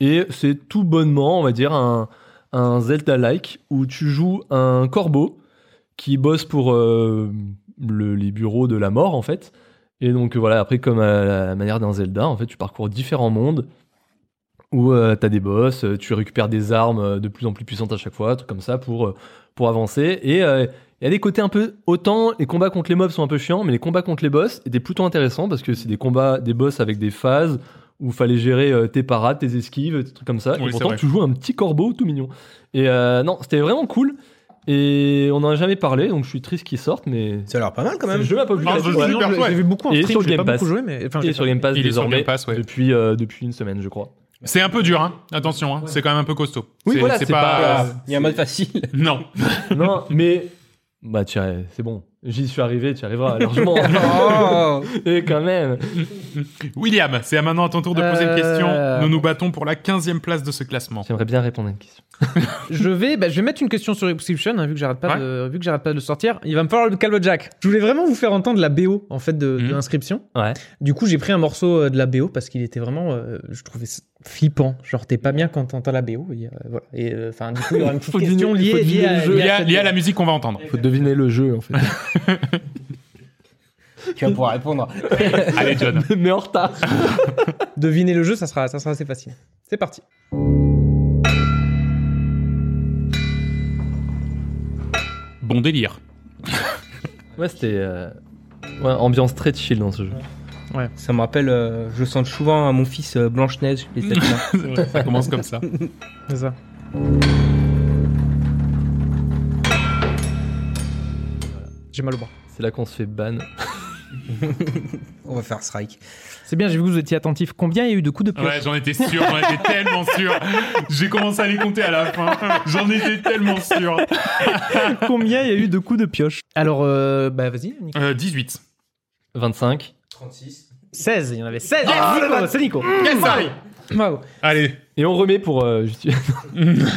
Et c'est tout bonnement, on va dire, un, un Zelda-like où tu joues un corbeau qui bosse pour euh, le- les bureaux de la mort, en fait. Et donc euh, voilà, après, comme à la manière d'un Zelda, en fait, tu parcours différents mondes. où euh, t'as des boss, euh, tu récupères des armes euh, de plus en plus puissantes à chaque fois, trucs comme ça pour, euh, pour avancer. Et euh, il y a des côtés un peu. Autant les combats contre les mobs sont un peu chiants, mais les combats contre les boss étaient plutôt intéressants parce que c'est des combats, des boss avec des phases où fallait gérer euh, tes parades, tes esquives, des trucs comme ça.
Oui,
et
c'est
pourtant,
vrai.
tu joues un petit corbeau tout mignon. Et euh, non, c'était vraiment cool. Et on n'en a jamais parlé, donc je suis triste qu'ils sortent, mais.
Ça a l'air pas mal quand
Le
même.
jeu m'a pas obligé
Ah,
à-
je
ouais.
super
J'ai
chouette.
vu beaucoup en
Et
stream,
sur
j'ai pas
Game Pass.
beaucoup joué, mais enfin,
Il est
j'ai
sur
pas-
Game Pass
Il est sur
désormais
Game Pass, ouais.
depuis, euh, depuis une semaine, je crois.
C'est un peu dur, hein. Attention, hein. c'est quand même un peu costaud.
Oui, voilà, c'est
euh,
pas-
Il y a un mode facile.
Non.
non, mais. Bah, tiens, c'est bon. J'y suis arrivé, tu y arriveras largement.
Oh
Et quand même.
William, c'est à maintenant à ton tour de poser
Euh,
une question. Nous nous battons pour la 15e place de ce classement.
J'aimerais bien répondre à une question.
Je vais, bah, je vais mettre une question sur Inscription, hein, vu que j'arrête pas,
Ouais.
de- vu que j'arrête pas de le sortir. Il va me falloir le calme Jack. Je voulais vraiment vous faire entendre la BO en fait de,
Mhm.
de Inscription.
Ouais.
Du coup, j'ai pris un morceau euh, de la BO parce qu'il était vraiment, euh, je trouvais ça flippant. Genre, t'es pas bien quand t'entends la BO. Et, euh, voilà. Et euh, enfin, du coup, il y aura une petite
Faut
question
deviner-
liée,
faut
liée
deviner
à,
le jeu.
liée
Lié
à
à,
cette-
lié à la musique qu'on va entendre.
Faut deviner le jeu, en fait.
Tu vas pouvoir répondre.
Allez, John.
mais en retard.
Deviner le jeu, ça sera, ça sera assez facile. C'est parti.
Bon délire.
Ouais, c'était. euh, ouais, ambiance très chill dans ce jeu.
Ça me rappelle, euh, je sens souvent à mon fils euh, Blanche-Neige, les têtes là.
C'est vrai, ça commence comme ça.
C'est ça. J'ai mal au bras.
C'est là qu'on se fait ban.
On va faire strike.
C'est bien, j'ai vu que vous étiez attentif. Combien il y a eu de coups de pioche
Ouais, j'en étais sûr, j'en étais tellement sûr. J'ai commencé à les compter à la fin. J'en étais tellement sûr.
Combien il y a eu de coups de pioche Alors, euh, bah vas-y, Nico.
Euh, 18.
25.
16, il y en avait 16 Bravo, C'est Nico Bravo
Allez,
Et on remet pour. euh, juste-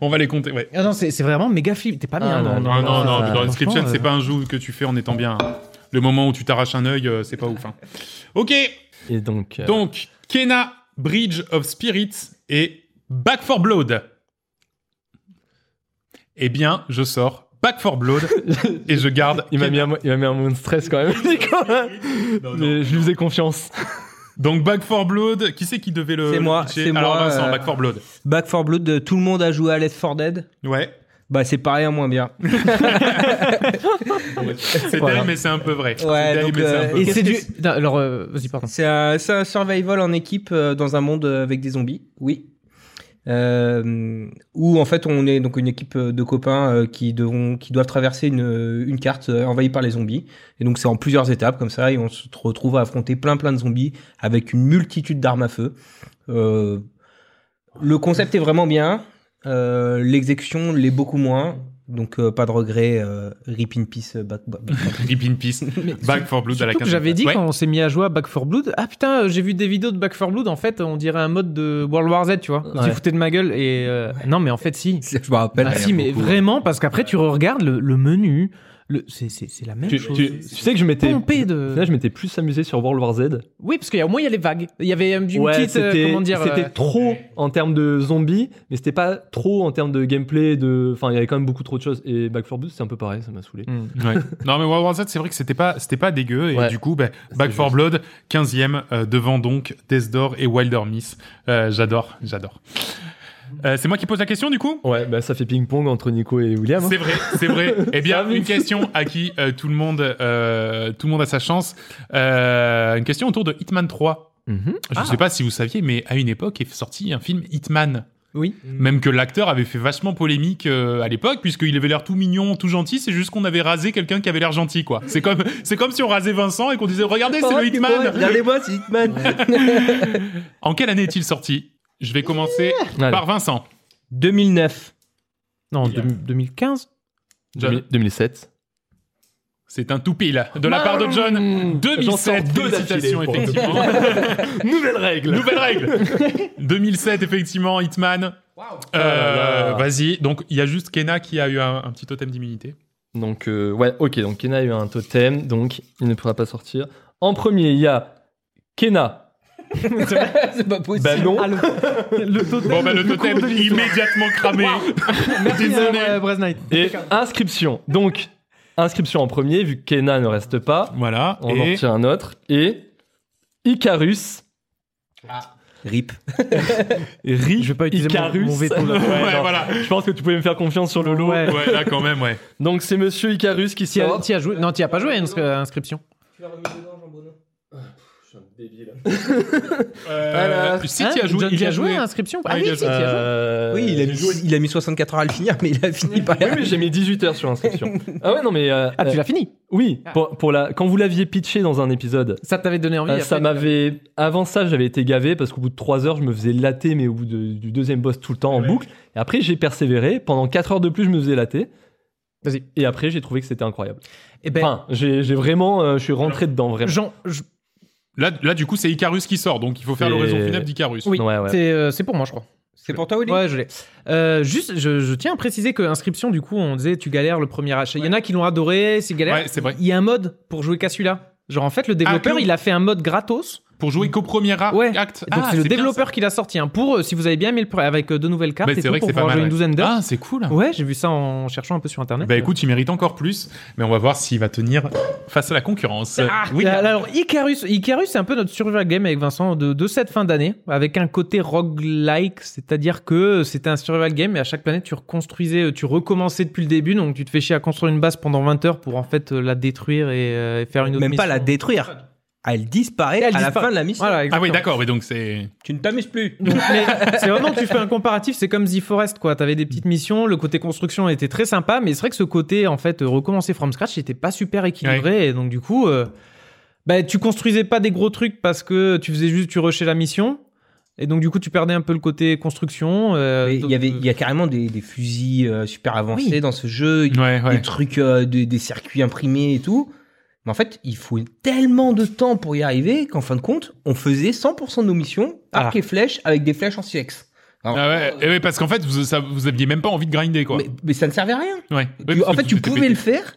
on va les compter. Ouais.
ah non, c'est c'est vraiment méga flip, t'es pas bien.
Ah,
non,
Non,
non,
non, non,
ça-
dans Inscription,
franchement,
c'est
euh,
pas un jeu que tu fais en étant bien. hein. Le moment où tu t'arraches un œil, euh, c'est pas ouf. hein. Ok,
Et donc. euh,
donc, Kena, Bridge of Spirits et Back for Blood. Eh bien, je sors Back for Blood et je garde.
Il m'a
Kena.
mis, un mo- il m'a mis un moment de stress quand même. Mais je lui faisais confiance.
Donc, Back for Blood, qui c'est qui devait le.
C'est moi,
le pitcher
c'est
Alors,
moi,
Vincent,
euh,
Back for Blood.
Back 4 Blood, euh, tout le monde a joué à Left 4 Dead.
Ouais.
Bah c'est pareil en moins bien.
C'est
Voilà.
dingue, mais c'est un peu vrai.
Ouais,
C'est dingue,
donc,
mais c'est un
euh,
peu
et
vrai.
Et c'est du.
Qu'est-ce
Non, alors, euh, vas-y, pardon.
C'est un, c'est un survival en équipe euh, dans un monde euh, avec des zombies, oui. Euh, où en fait on est donc une équipe euh, de copains euh, qui devront qui doivent traverser une, euh, une carte euh, envahie par les zombies et donc c'est en plusieurs étapes comme ça et on se t- retrouve à affronter plein plein de zombies avec une multitude d'armes à feu. Euh, le concept est vraiment bien, euh, l'exécution l'est beaucoup moins donc euh, pas de regret. euh, rip in peace. euh, back- back- back-
Rip in peace. Back for Blood à la
Surtout que
15e
j'avais dit
place.
quand on s'est mis à jouer à Back 4 Blood, ah putain, euh, j'ai vu des vidéos de Back 4 Blood, en fait, on dirait un mode de World War Z, tu vois. Vous
Ouais.
vous foutez de ma gueule et. euh, Non, mais en fait, si.
Je me rappelle.
Ah, si, mais
hein.
vraiment, parce qu'après, tu regardes le, le menu, le... c'est- c'est c'est la même
Tu,
chose.
tu- tu sais que je m'étais.
Pompé de.
Là, je m'étais plus amusé sur World War Z.
Oui, parce qu'au moins, il y a les vagues. Il y avait euh, une petite. euh,
c'était-
comment dire
C'était
euh,
trop en termes de zombies, mais c'était pas trop en termes de gameplay. De... Enfin, il y avait quand même beaucoup trop de choses. Et Back 4 Blood, c'est un peu pareil, ça m'a saoulé.
Ouais. non mais World War Z c'est vrai que c'était pas c'était pas dégueu et
Ouais.
du coup bah, Back
C'est
4
juste.
Blood 15e euh, devant donc Death Door et Wilder Miss. Euh, j'adore, j'adore. Euh, c'est moi qui pose la question du coup
Ouais, bah ça fait ping-pong entre Nico et William. hein.
c'est vrai, c'est vrai. Eh
Ça
bien,
avance.
une question à qui euh, tout le monde, euh, tout le monde a sa chance. Euh, une question autour de Hitman 3.
Mhm.
Je ne sais pas si vous saviez, mais à une époque est sorti un film Hitman.
Oui.
Même que l'acteur avait fait vachement polémique euh, à l'époque, puisqu'il avait l'air tout mignon, tout gentil, c'est juste qu'on avait rasé quelqu'un qui avait l'air gentil, quoi. C'est comme, c'est comme si on rasait Vincent et qu'on disait, regardez, c'est le Hitman!
Regardez-moi, c'est Hitman.
En quelle année est-il sorti? Je vais commencer
Allez.
par Vincent.
2009.
Non, deux- 2015
John.
2000- 2007.
C'est un tout pile. De la part de
Mmh.
John,
J'en sors
2007,
deux
deux citations,
d'affilée pour un tout
effectivement.
Nouvelle règle
Nouvelle règle 2007, effectivement, Hitman. Euh,
Ah là là.
Vas-y, donc il y a juste Kena qui a eu un, un petit totem d'immunité.
Donc, euh, ouais, ok, donc Kena a eu un totem, donc il ne pourra pas sortir. En premier, il y a Kena.
c'est pas possible.
Bah non
Le totem.
Bon, bah le totem immédiatement cramé. Désolé.
Et inscription. Donc, inscription en premier, vu que Kena ne reste pas.
Voilà,
On en
et
retient un autre. Et Icarus.
Rip.
Ri,
Je vais pas utiliser mon-
Icarus.
mon veto, là.
Ouais,
non.
voilà.
Je pense que tu pouvais me faire confiance sur le lot.
Ouais.
Ouais, là quand même, ouais.
Donc c'est Monsieur Icarus qui
T'y as,
sort.
t'y as joué Non, t'y as pas joué à inscri- à Inscription.
Euh, si tu as joué,
Hein, John,
il
t'y
a
as joué
joué.
à Inscription
Ah
Ah
oui,
oui, si, t'y as joué.
Euh,
oui, il a, mis, il a mis 64 heures à le finir, mais il a fini par.
Oui, mais j'ai mis 18 heures sur inscription. ah ouais, non, mais. euh,
Ah,
euh,
tu l'as fini
Oui,
Ah.
pour, pour la... quand vous l'aviez pitché dans un épisode,
Ça t'avait
Ah
donné envie
euh,
après,
ça
tu-
m'avait. Avant ça, j'avais été gavé parce qu'au bout de 3 heures, je me faisais latter, mais au bout de- du deuxième boss tout le temps en boucle. Et après, j'ai persévéré. Pendant 4 heures de plus, je me faisais latter.
Vas-y.
Et après, j'ai trouvé que c'était incroyable.
Eh ben,
Enfin, j'ai j'ai vraiment. euh, je suis rentré dedans, vraiment.
Jean, je-
Là, là, du coup, c'est Icarus qui sort, donc il faut faire
Et-
l'oraison funèbre d'Icarus.
oui,
Ouais, ouais.
c'est, euh, c'est pour moi, je crois.
C'est pour toi, Willy
Ouais, je l'ai. Euh, juste, je, je tiens à préciser que Inscription, du coup, on disait tu galères le premier achat. Il y en a qui l'ont adoré, c'est galère.
Ouais, c'est vrai. Ah,
Il y a un mode pour jouer qu'à celui-là. Genre, en fait, le développeur,
que-
il a fait un mode gratos.
Pour jouer qu'au premier a-
Ouais.
acte.
Donc,
Ah,
c'est le
bien,
développeur qui l'a sorti. hein, pour, euh, si vous avez bien aimé le pre- avec euh, deux nouvelles
ça.
cartes
Bah,
et
c'est
tout,
vrai que
pour
c'est pas
pouvoir
mal.
jouer une douzaine
ouais.
d'heures.
Ah, c'est cool.
Ouais, j'ai vu ça en cherchant un peu sur internet.
Bah écoute, il mérite encore plus, mais on va voir s'il va tenir face à la concurrence.
Ah,
oui,
euh, alors Icarus, Icarus c'est un peu notre survival game avec Vincent de, de cette fin d'année, avec un côté roguelike, c'est-à-dire que c'était un survival game et à chaque planète tu reconstruisais, tu recommençais depuis le début, donc tu te fais chier à construire une base pendant 20 heures pour en fait euh, la détruire et, euh, et faire une autre
Même pas
mission.
la détruire. Elle disparaît
Et elle
à la
disparaît.
fin de la mission.
Voilà,
ah oui,
exactement.
d'accord, mais donc c'est.
Tu ne t'amuses plus.
Donc, mais c'est vraiment que tu fais un comparatif, c'est comme The Forest quoi. T'avais des petites missions, le côté construction était très sympa, mais c'est vrai que ce côté en fait euh, recommencer from scratch il était pas super équilibré et donc du coup, euh, bah, tu construisais pas des gros trucs parce que tu faisais juste tu rushais la mission et donc du coup tu perdais un peu le côté construction. euh,
Mais Il y avait,
donc,
il y a carrément des, des fusils euh, super avancés
Oui.
dans ce jeu. Il y a
Ouais,
des trucs, euh, des, des circuits imprimés et tout. Mais en fait, il faut tellement de temps pour y arriver qu'en fin de compte, on faisait 100% de nos missions arc et flèche avec des flèches en CX.
Ah ouais, et ouais, parce qu'en fait, vous, ça- vous aviez même pas envie de grinder, quoi.
Mais, mais ça ne servait à rien.
Ouais.
Tu-
Ouais, parce que
en fait,
vous
Bah, tu
étiez
pouvais
pété.
le faire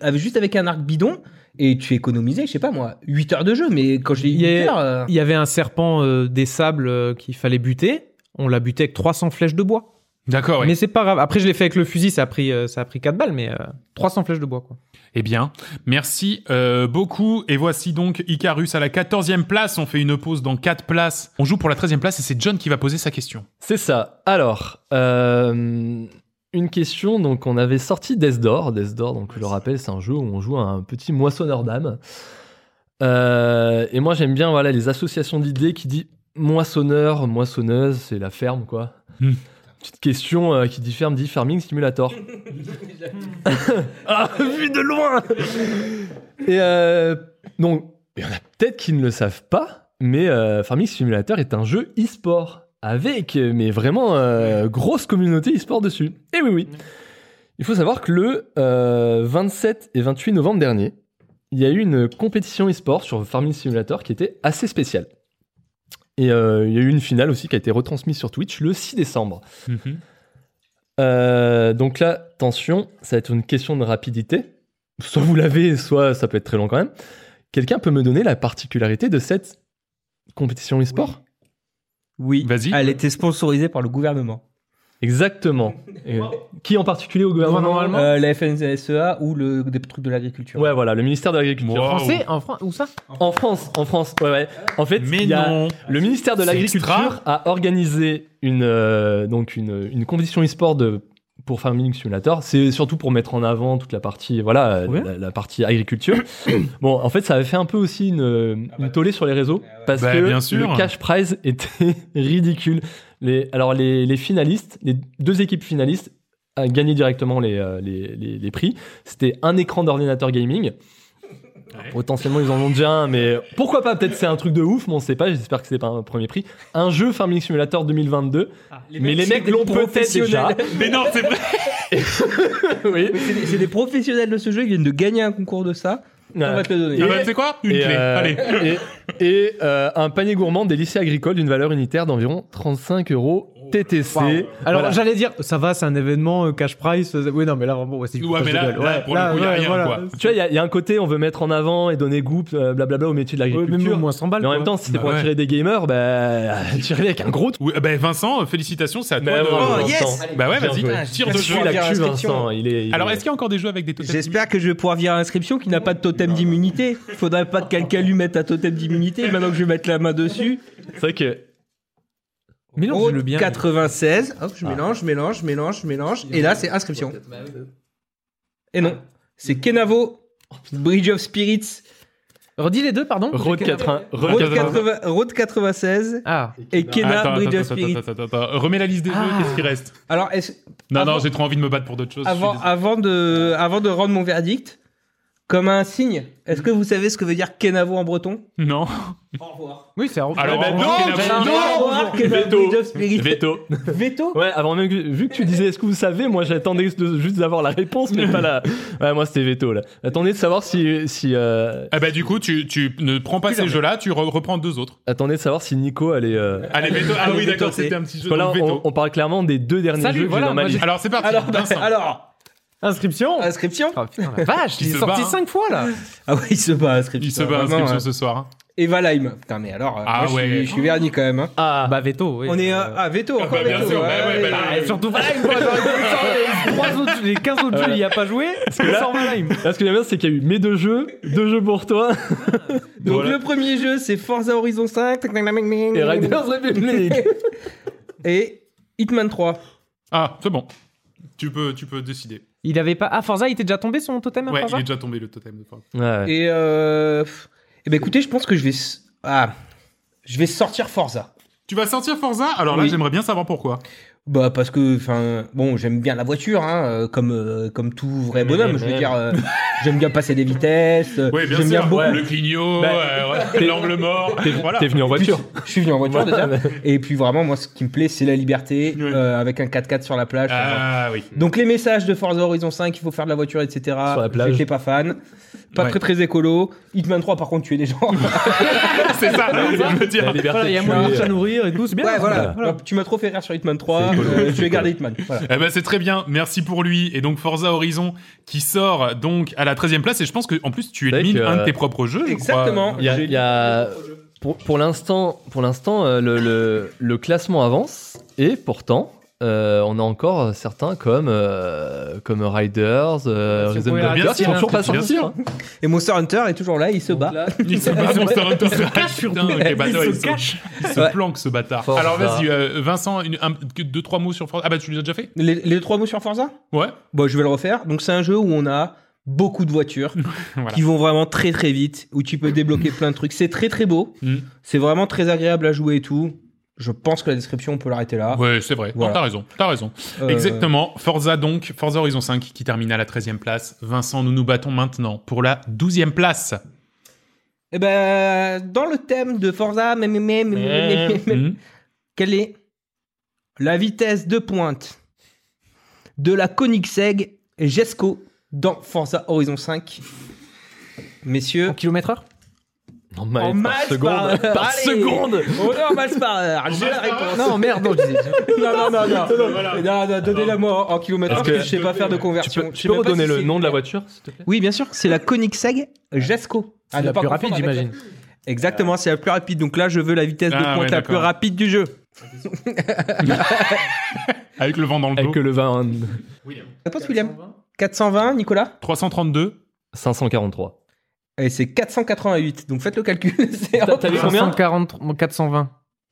avec, juste avec un arc bidon et tu économisais, je sais pas moi, 8 heures de jeu. Mais quand je dis 8
Il y a-
heures, euh,
il y avait un serpent euh, des sables euh, qu'il fallait buter. On l'a buté avec 300 flèches de bois.
D'accord, ouais.
Mais c'est pas grave. Après je l'ai fait avec le fusil, ça a pris euh, ça a pris 4 balles, mais euh, 300 flèches de bois quoi.
Eh bien, merci euh, beaucoup. Et voici donc Icarus à la 14e place. On fait une pause dans 4 places. On joue pour la 13e place et c'est John qui va poser sa question.
C'est ça. Alors, euh, une question. Donc, on avait sorti Death Door. Death Door, donc, je le rappelle, c'est un jeu où on joue à un petit moissonneur d'âme. Euh, et moi, j'aime bien voilà, les associations d'idées qui dit moissonneur, moissonneuse, c'est la ferme, quoi.
Hmm.
Petite question euh, qui dit ferme, dit farming simulator. ah, vu de loin Et euh, donc, il y en a peut-être qui ne le savent pas, mais euh, Farming Simulator est un jeu e-sport avec, euh, mais vraiment, euh, grosse communauté e-sport dessus. Et oui, oui. Il faut savoir que le euh, 27 et 28 novembre dernier, il y a eu une compétition e-sport sur Farming Simulator qui était assez spéciale. Et euh, il y a eu une finale aussi qui a été retransmise sur Twitch le 6 décembre. Euh, donc là, attention, ça va être une question de rapidité. Soit vous l'avez, soit ça peut être très long quand même. Quelqu'un peut me donner la particularité de cette compétition e-sport
oui,
Vas-y.
elle était sponsorisée par le gouvernement.
Exactement. Et, euh, qui en particulier au gouvernement
Normalement.
Euh, la FNSEA ou le, des trucs de l'agriculture.
Ouais, voilà, le ministère de l'Agriculture.
Wow.
Français en France où ça
En France, en France, ouais, ouais. En fait,
Mais
il y a-
non.
le ministère de
C'est
l'Agriculture
extra.
a organisé une, euh, donc une, une compétition e-sport de- pour Farming Simulator. C'est surtout pour mettre en avant toute la partie, voilà, euh,
Ouais.
la, la partie agriculture. bon, en fait, ça avait fait un peu aussi une, euh, une tollée sur les réseaux parce
Bah,
que
bien sûr.
le cash prize était ridicule. Les, alors, les, les finalistes, les deux équipes finalistes a gagné directement les, euh, les, les- les prix. C'était un écran d'ordinateur gaming. Potentiellement, ils en ont déjà un, mais pourquoi pas Peut-être c'est un truc de ouf, mais on sait pas. J'espère que c'est pas un premier prix. Un jeu Farming Simulator 2022.
Ah,
mais les mecs l'ont peut-être déjà.
Mais non, c'est vrai.
oui.
C'est des- c'est des professionnels de ce jeu qui viennent de gagner un concours de ça. On va te le
Ah
donner.
bah, tu sais quoi Une
Et,
clé.
euh,
Allez.
et- et, euh, un panier gourmand des lycées agricoles d'une valeur unitaire d'environ 35 euros TTC.
Alors
Voilà.
j'allais dire, ça va, c'est un événement euh, cash price. euh, Oui, non, mais là, vraiment, ouais, c'est du
Ouais,
foutage
mais
de
là-
gueule.
là, pour le coup, y a rien, quoi.
Tu vois, il y a- il y, a un côté, on veut mettre en avant et donner goût, euh, blablabla, au métier de
Ouais, même
l'agriculture.
au moins 100 balles.
mais en
quoi.
même temps, si c'était
Bah
pour
ouais.
attirer des gamers, bah, attirer avec un gros. t-
Oui, bah, Vincent, félicitations, c'est à toi.
Bah,
de-
bravo,
Oh, yes
Vincent.
Bah ouais,
Bien
vas-y,
joué.
tire de
Là-dessus,
jeu.
Tu
la
l'actu,
inscription.
Vincent. Il est, il
Alors,
est-
est-ce qu'il y a encore des jeux avec des totems
J'espère que je vais pouvoir virer inscription qui n'a pas de totem d'immunité. Faudrait pas que quelqu'un lui mette un totem d'immunité maintenant que je vais mettre la main dessus.
c'est vrai que
Mélange-le bien.
96. Hop, je
Ah.
mélange, mélange, mélange, mélange. Et là, c'est inscription. Et
Ah.
non, c'est Kenavo,
Oh,
Bridge of Spirits,
Redis les deux, pardon.
Road hein. 80. Road
Road,
80.
80 Road 96
Ah,
et
Attends,
Kena,
attends,
Bridge of
attends,
Spirits.
attends, attends, attends, attends. Remets la liste des jeux, qu'est-ce qui reste
Alors, est-ce-
Non,
Ah. Avant-
non, j'ai trop envie de me battre pour d'autres choses. je suis
avant,
désolé.
avant, de, avant de rendre mon verdict, comme un signe, est-ce
Mm.
que vous savez ce que veut dire Kenavo en breton
Non.
Eh
oui, c'est
ben,
un
Alors,
Ah,
on-
bah,
Oh, Kenavo-
non,
Non,
Au revoir, Kenavo,
Veto.
Bridge of Spirits.
Veto.
Veto
Ouais, avant même que, vu que tu disais est-ce que vous savez, moi j'attendais de- juste d'avoir la réponse, mais pas la. Ouais, moi c'était veto là. Attendez de savoir si. si euh,
Ah bah du coup, tu, tu ne prends pas ces jeux-là, tu re- reprends deux autres.
Attendez de savoir si Nico allait. euh,
Allez, veto. Ah
Allez,
oui,
veto,
d'accord,
c'est-
c'était un petit jeu.
Parce que là,
donc
on,
veto.
on parle clairement des deux derniers
Salut,
jeux
voilà,
que j'ai dans
moi,
ma liste.
Alors c'est parti.
Alors, bah,
Vincent.
alors,
Inscription
inscription
Ah, putain, la vache,
Il
il est
bah, se bat,
sorti
hein.
5 fois là.
Ah ouais, il se bat, inscription.
Il se bat
Vraiment,
inscription
hein.
ce soir. hein.
Eva Lime. Putain, mais alors, euh,
Ah
moi, je,
ouais.
suis, je suis verni quand même. hein.
Ah,
Bah, veto, oui.
On est. euh,
Euh,
ah, veto, encore
bah, bien
veto,
sûr, bah, ouais, bah,
ah, et surtout Valheim, quoi. Dans les, 3 autres, les 15 autres jeux, il n'y a pas joué.
là-
Il sort Valheim.
là, ce que j'aime bien, c'est qu'il y a eu mes deux jeux, deux jeux pour toi,
Donc,
Voilà.
le premier jeu, c'est Forza Horizon 5. tac, tac, tac, tac,
et Riders Republic.
Et Hitman 3.
Ah, c'est bon. Tu peux, tu peux décider.
Il avait pas. Ah, Forza, il était déjà tombé son totem à
Ouais, il
Forza
est déjà tombé le totem de Forza.
Ouais.
Et. Euh... pff, Eh ben, écoutez, je pense que je vais. s- Ah. Je vais sortir Forza.
Tu vas sortir Forza Alors là,
Oui.
j'aimerais bien savoir pourquoi.
Bah, parce que, enfin, bon, j'aime bien la voiture, hein, euh, comme, euh, comme tout vrai bonhomme. Je veux dire, euh, j'aime bien passer des vitesses. euh,
Oui, bien
j'aime
sûr.
bien beaucoup. Bah,
Le clignot, euh, ouais, l'angle mort. Voilà.
T'es venu en voiture.
Je suis venu en voiture déjà. Et puis vraiment, moi, ce qui me plaît, c'est la liberté
Ouais.
euh, avec un 4x4 sur la plage. Enfin,
Ah oui.
Donc les messages de Forza Horizon 5, il faut faire de la voiture, etc.
Mm. Sur la plage.
J'étais pas fan. Pas
Ouais.
très très écolo. Hitman 3, par contre, tu es des gens. ouais,
C'est ça, je veux
La
dire.
liberté
Voilà, il y a
de
moins de
tuer.
chats à nourrir et tout, c'est bien. hein.
voilà. Tu m'as trop fait rire sur Hitman 3. euh, je vais garder Hitman. Voilà.
Eh ben, c'est très bien, merci pour lui. Et donc Forza Horizon qui sort donc à la 13e place. Et je pense que en plus tu
vrai
élimines
que,
un de
euh,
tes propres jeux. je crois.
Exactement.
Il y a,
J'ai-
il y a- pour, pour l'instant, pour l'instant, euh, le, le- le classement avance et pourtant, euh, on a encore certains comme euh, comme Riders, euh,
Si on
Rhythm
pouvait
Burger,
Bien
qui
sûr,
sont toujours pas
bien
sortis.
sûr.
hein.
Et Monster Hunter est toujours là, il se bat.
Il se bat, Monster Hunter. Putain, ok, bah,
Il
attends,
se
il se-
cache.
il se
Ouais.
planque ce bâtard.
Forza.
Alors vas-y, euh, Vincent, une- un- deux trois mots sur Forza. Ah bah tu les as déjà fait
Les, les trois mots sur Forza
Ouais.
Bon, je vais le refaire. Donc c'est un jeu où on a beaucoup de voitures
Voilà.
qui vont vraiment très très vite, où tu peux débloquer plein de trucs. C'est très très beau.
Mm.
C'est vraiment très agréable à jouer et tout. Je pense que la description, on peut l'arrêter
Ah.
là.
Ouais, c'est vrai. Non,
Voilà.
T'as raison, t'as raison.
Euh,
Exactement. Forza donc, Forza Horizon 5 qui termine à la 13e place. Vincent, nous nous battons maintenant pour la 12e place.
Eh ben, dans le thème de Forza, mais, mais, mais, mais, mais, mais, mais,
Mhm.
quelle est la vitesse de pointe de la Koenigsegg Gesco dans Forza Horizon 5 Messieurs,
En kilomètre heure
En miles
En
par
miles
seconde.
par-
Par
Allez.
seconde.
on est en masse par heure, j'ai la réponse.
Non, merde, non, je disais.
non, non, non, non, non, non, donnez-la moi en, en kilomètres
Parce
parce que,
que-
je sais pas faire de
Tu
conversion.
peux,
Je
tu
sais
peux
même pas
redonner
si
le
c'est-
nom de la voiture, s'il te plaît
Oui, bien sûr, c'est la Koenigsegg Jasco.
C'est la plus rapide, j'imagine.
Exactement, c'est la plus rapide. Donc là, je veux la vitesse
Ah,
de pointe
ouais,
la plus
d'accord.
rapide du jeu.
Avec le vent dans le
Avec
dos.
le vin
Réponse, William 420, Nicolas
332.
543.
Et c'est 488. Donc faites le calcul. C'est-
T'as vu combien
540, bon, 420.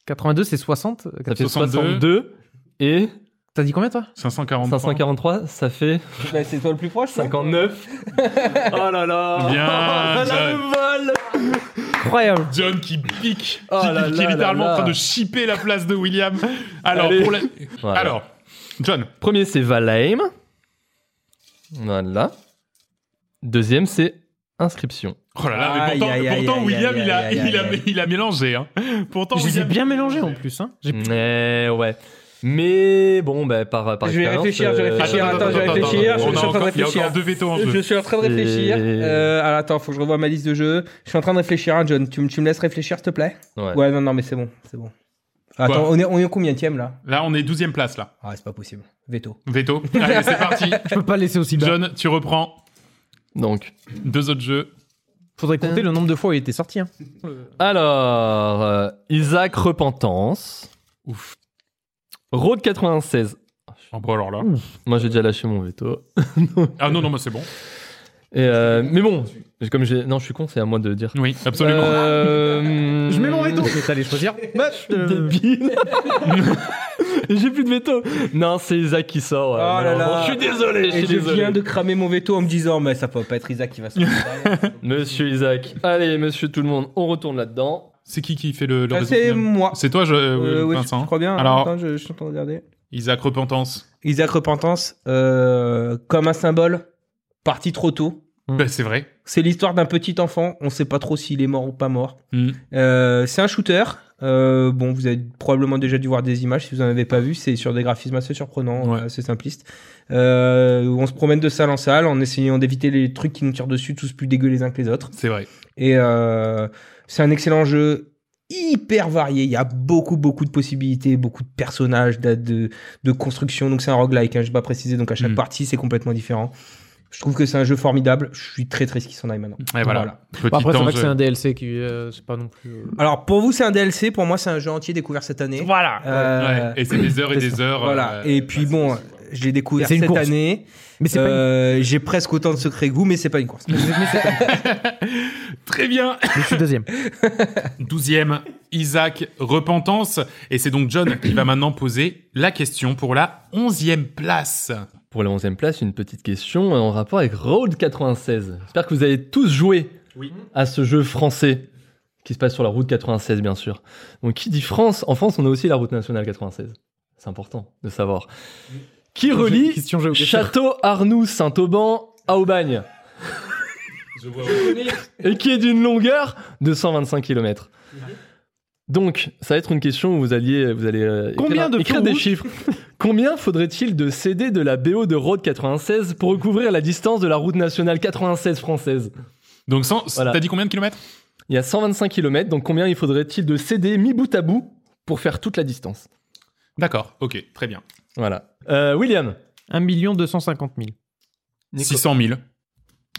82, c'est 60. euh,
Ça fait
62.
62 et
T'as dit combien, toi
543.
543, ça fait
Bah, c'est toi le plus proche. non
59. oh là là
Bien,
Oh, là,
John.
le vol
Incroyable.
John qui pique,
Oh
qui,
là
qui
là
est littéralement
là là.
en train de chipper la place de William. Alors,
Allez.
pour la-
Voilà.
Alors John,
Premier, c'est Valheim. Voilà. Deuxième, c'est Inscription.
oh là là, mais pourtant,
Aïe, aïe, aïe,
pourtant
aïe,
William,
aïe,
il, a,
aïe, aïe,
il, a,
aïe.
il a mélangé. Hein. Pourtant,
Je les ai
William...
bien mélangés en plus. Hein. J'ai-
Mais ouais. Mais bon, bah, par, par
Je vais
expérience,
réfléchir, je vais
euh,
réfléchir,
Attends,
attends, je vais
attends,
réfléchir.
attends,
je
on a
suis en train de
encore- Il y a
réfléchir.
encore deux vétos en
Je
jeu.
suis en train de réfléchir.
Et-
Euh, alors attends, faut que je revoie ma liste de jeux. Je suis en train de réfléchir, hein, John. Tu, me- tu me laisses réfléchir, s'il te plaît
Ouais.
Ouais, non, non, mais c'est bon, c'est bon. Attends, on est, on est au combien tième là
Là, on est 12e place, là.
Ah, c'est pas possible. Veto.
Veto. Allez, c'est parti.
Je peux pas laisser aussi bas.
John, tu reprends
Donc,
deux autres jeux.
Faudrait compter le nombre de fois où il était sorti. Hein.
alors, euh, Isaac Repentance. Ouf. Road 96.
Oh, bon, alors là.
Moi, j'ai déjà lâché mon veto.
Ah non, non, mais c'est bon.
Et, euh, mais bon, comme j'ai. Non, je suis con, c'est à moi de dire.
Oui, absolument.
Euh,
Je mets mon veto.
Je vais t'aller choisir.
Match de-
Débile. J'ai plus de veto. Non, c'est Isaac qui sort. euh,
Oh là
malheureusement.
là.
Je suis désolé. je
Et
suis
je
désolé.
viens de cramer mon veto en me disant, mais ça peut pas être Isaac qui va se
Monsieur Isaac. Allez, monsieur tout le monde, on retourne là-dedans.
C'est qui qui fait le, le
Ah,
réseau
C'est
final
moi.
C'est toi, je,
Euh,
euh,
ouais,
Vincent.
je crois bien.
Alors-
Attends, je, je suis en train de regarder.
Isaac Repentance.
Isaac Repentance, euh, comme un symbole, parti trop tôt.
Bah, c'est vrai.
C'est l'histoire d'un petit enfant. On sait pas trop s'il est mort ou pas mort.
Mm.
Euh, c'est un shooter. Euh, bon, vous avez probablement déjà dû voir des images si vous n'en avez pas vu. C'est sur des graphismes assez surprenants,
Ouais.
euh, assez simplistes. Euh, où on se promène de salle en salle en essayant d'éviter les trucs qui nous tirent dessus, tous plus dégueux les uns que les autres.
C'est vrai.
Et euh, c'est un excellent jeu hyper varié. Il y a beaucoup, beaucoup de possibilités, beaucoup de personnages, de, de, de construction. Donc c'est un roguelike, hein, je vais pas préciser. Donc à chaque
Mm.
partie, c'est complètement différent. Je trouve que c'est un jeu formidable. Je suis très triste qu'il s'en aille maintenant.
Et voilà. Petit
Bon, après, c'est vrai que
ange.
c'est un DLC qui. euh, c'est pas non plus. euh,
Alors pour vous, c'est un DLC. Pour moi, c'est un jeu entier découvert cette année.
Voilà.
Euh,
Ouais, Et c'est des heures et
c'est
des
ça.
heures.
Voilà.
euh,
et puis bon, je l'ai découvert
C'est une
cette
course.
année.
Mais c'est pas.
Euh, J'ai presque autant de secrets que vous, mais c'est pas une course.
Très bien.
une- Je suis deuxième.
Douzième, Isaac Repentance. Et c'est donc John qui va maintenant poser la question pour la onzième place.
Pour la 11 place, une petite question euh, en rapport avec Road 96. J'espère que vous avez tous joué à ce jeu français qui se passe sur la route 96, bien sûr. Donc, qui dit France En France, on a aussi la route nationale 96. C'est important de savoir. Qui relie
Question jeu.
Château Arnoux Saint-Auban à Aubagne et qui est d'une longueur de 125 km. Donc, ça va être une question où vous alliez, vous allez euh,
Combien
écrire,
de
écrire
feux
des
rouges
chiffres. Combien faudrait-il de CD de la BO de Road 96 pour recouvrir la distance de la route nationale 96 française
Donc, sans-
Voilà.
t'as dit combien de kilomètres
Il y a 125 km, donc combien il faudrait-il de CD mis bout à bout pour faire toute la distance
D'accord. Ok. Très bien.
Voilà. Euh, William
1 250 000.
Nico.
600 000.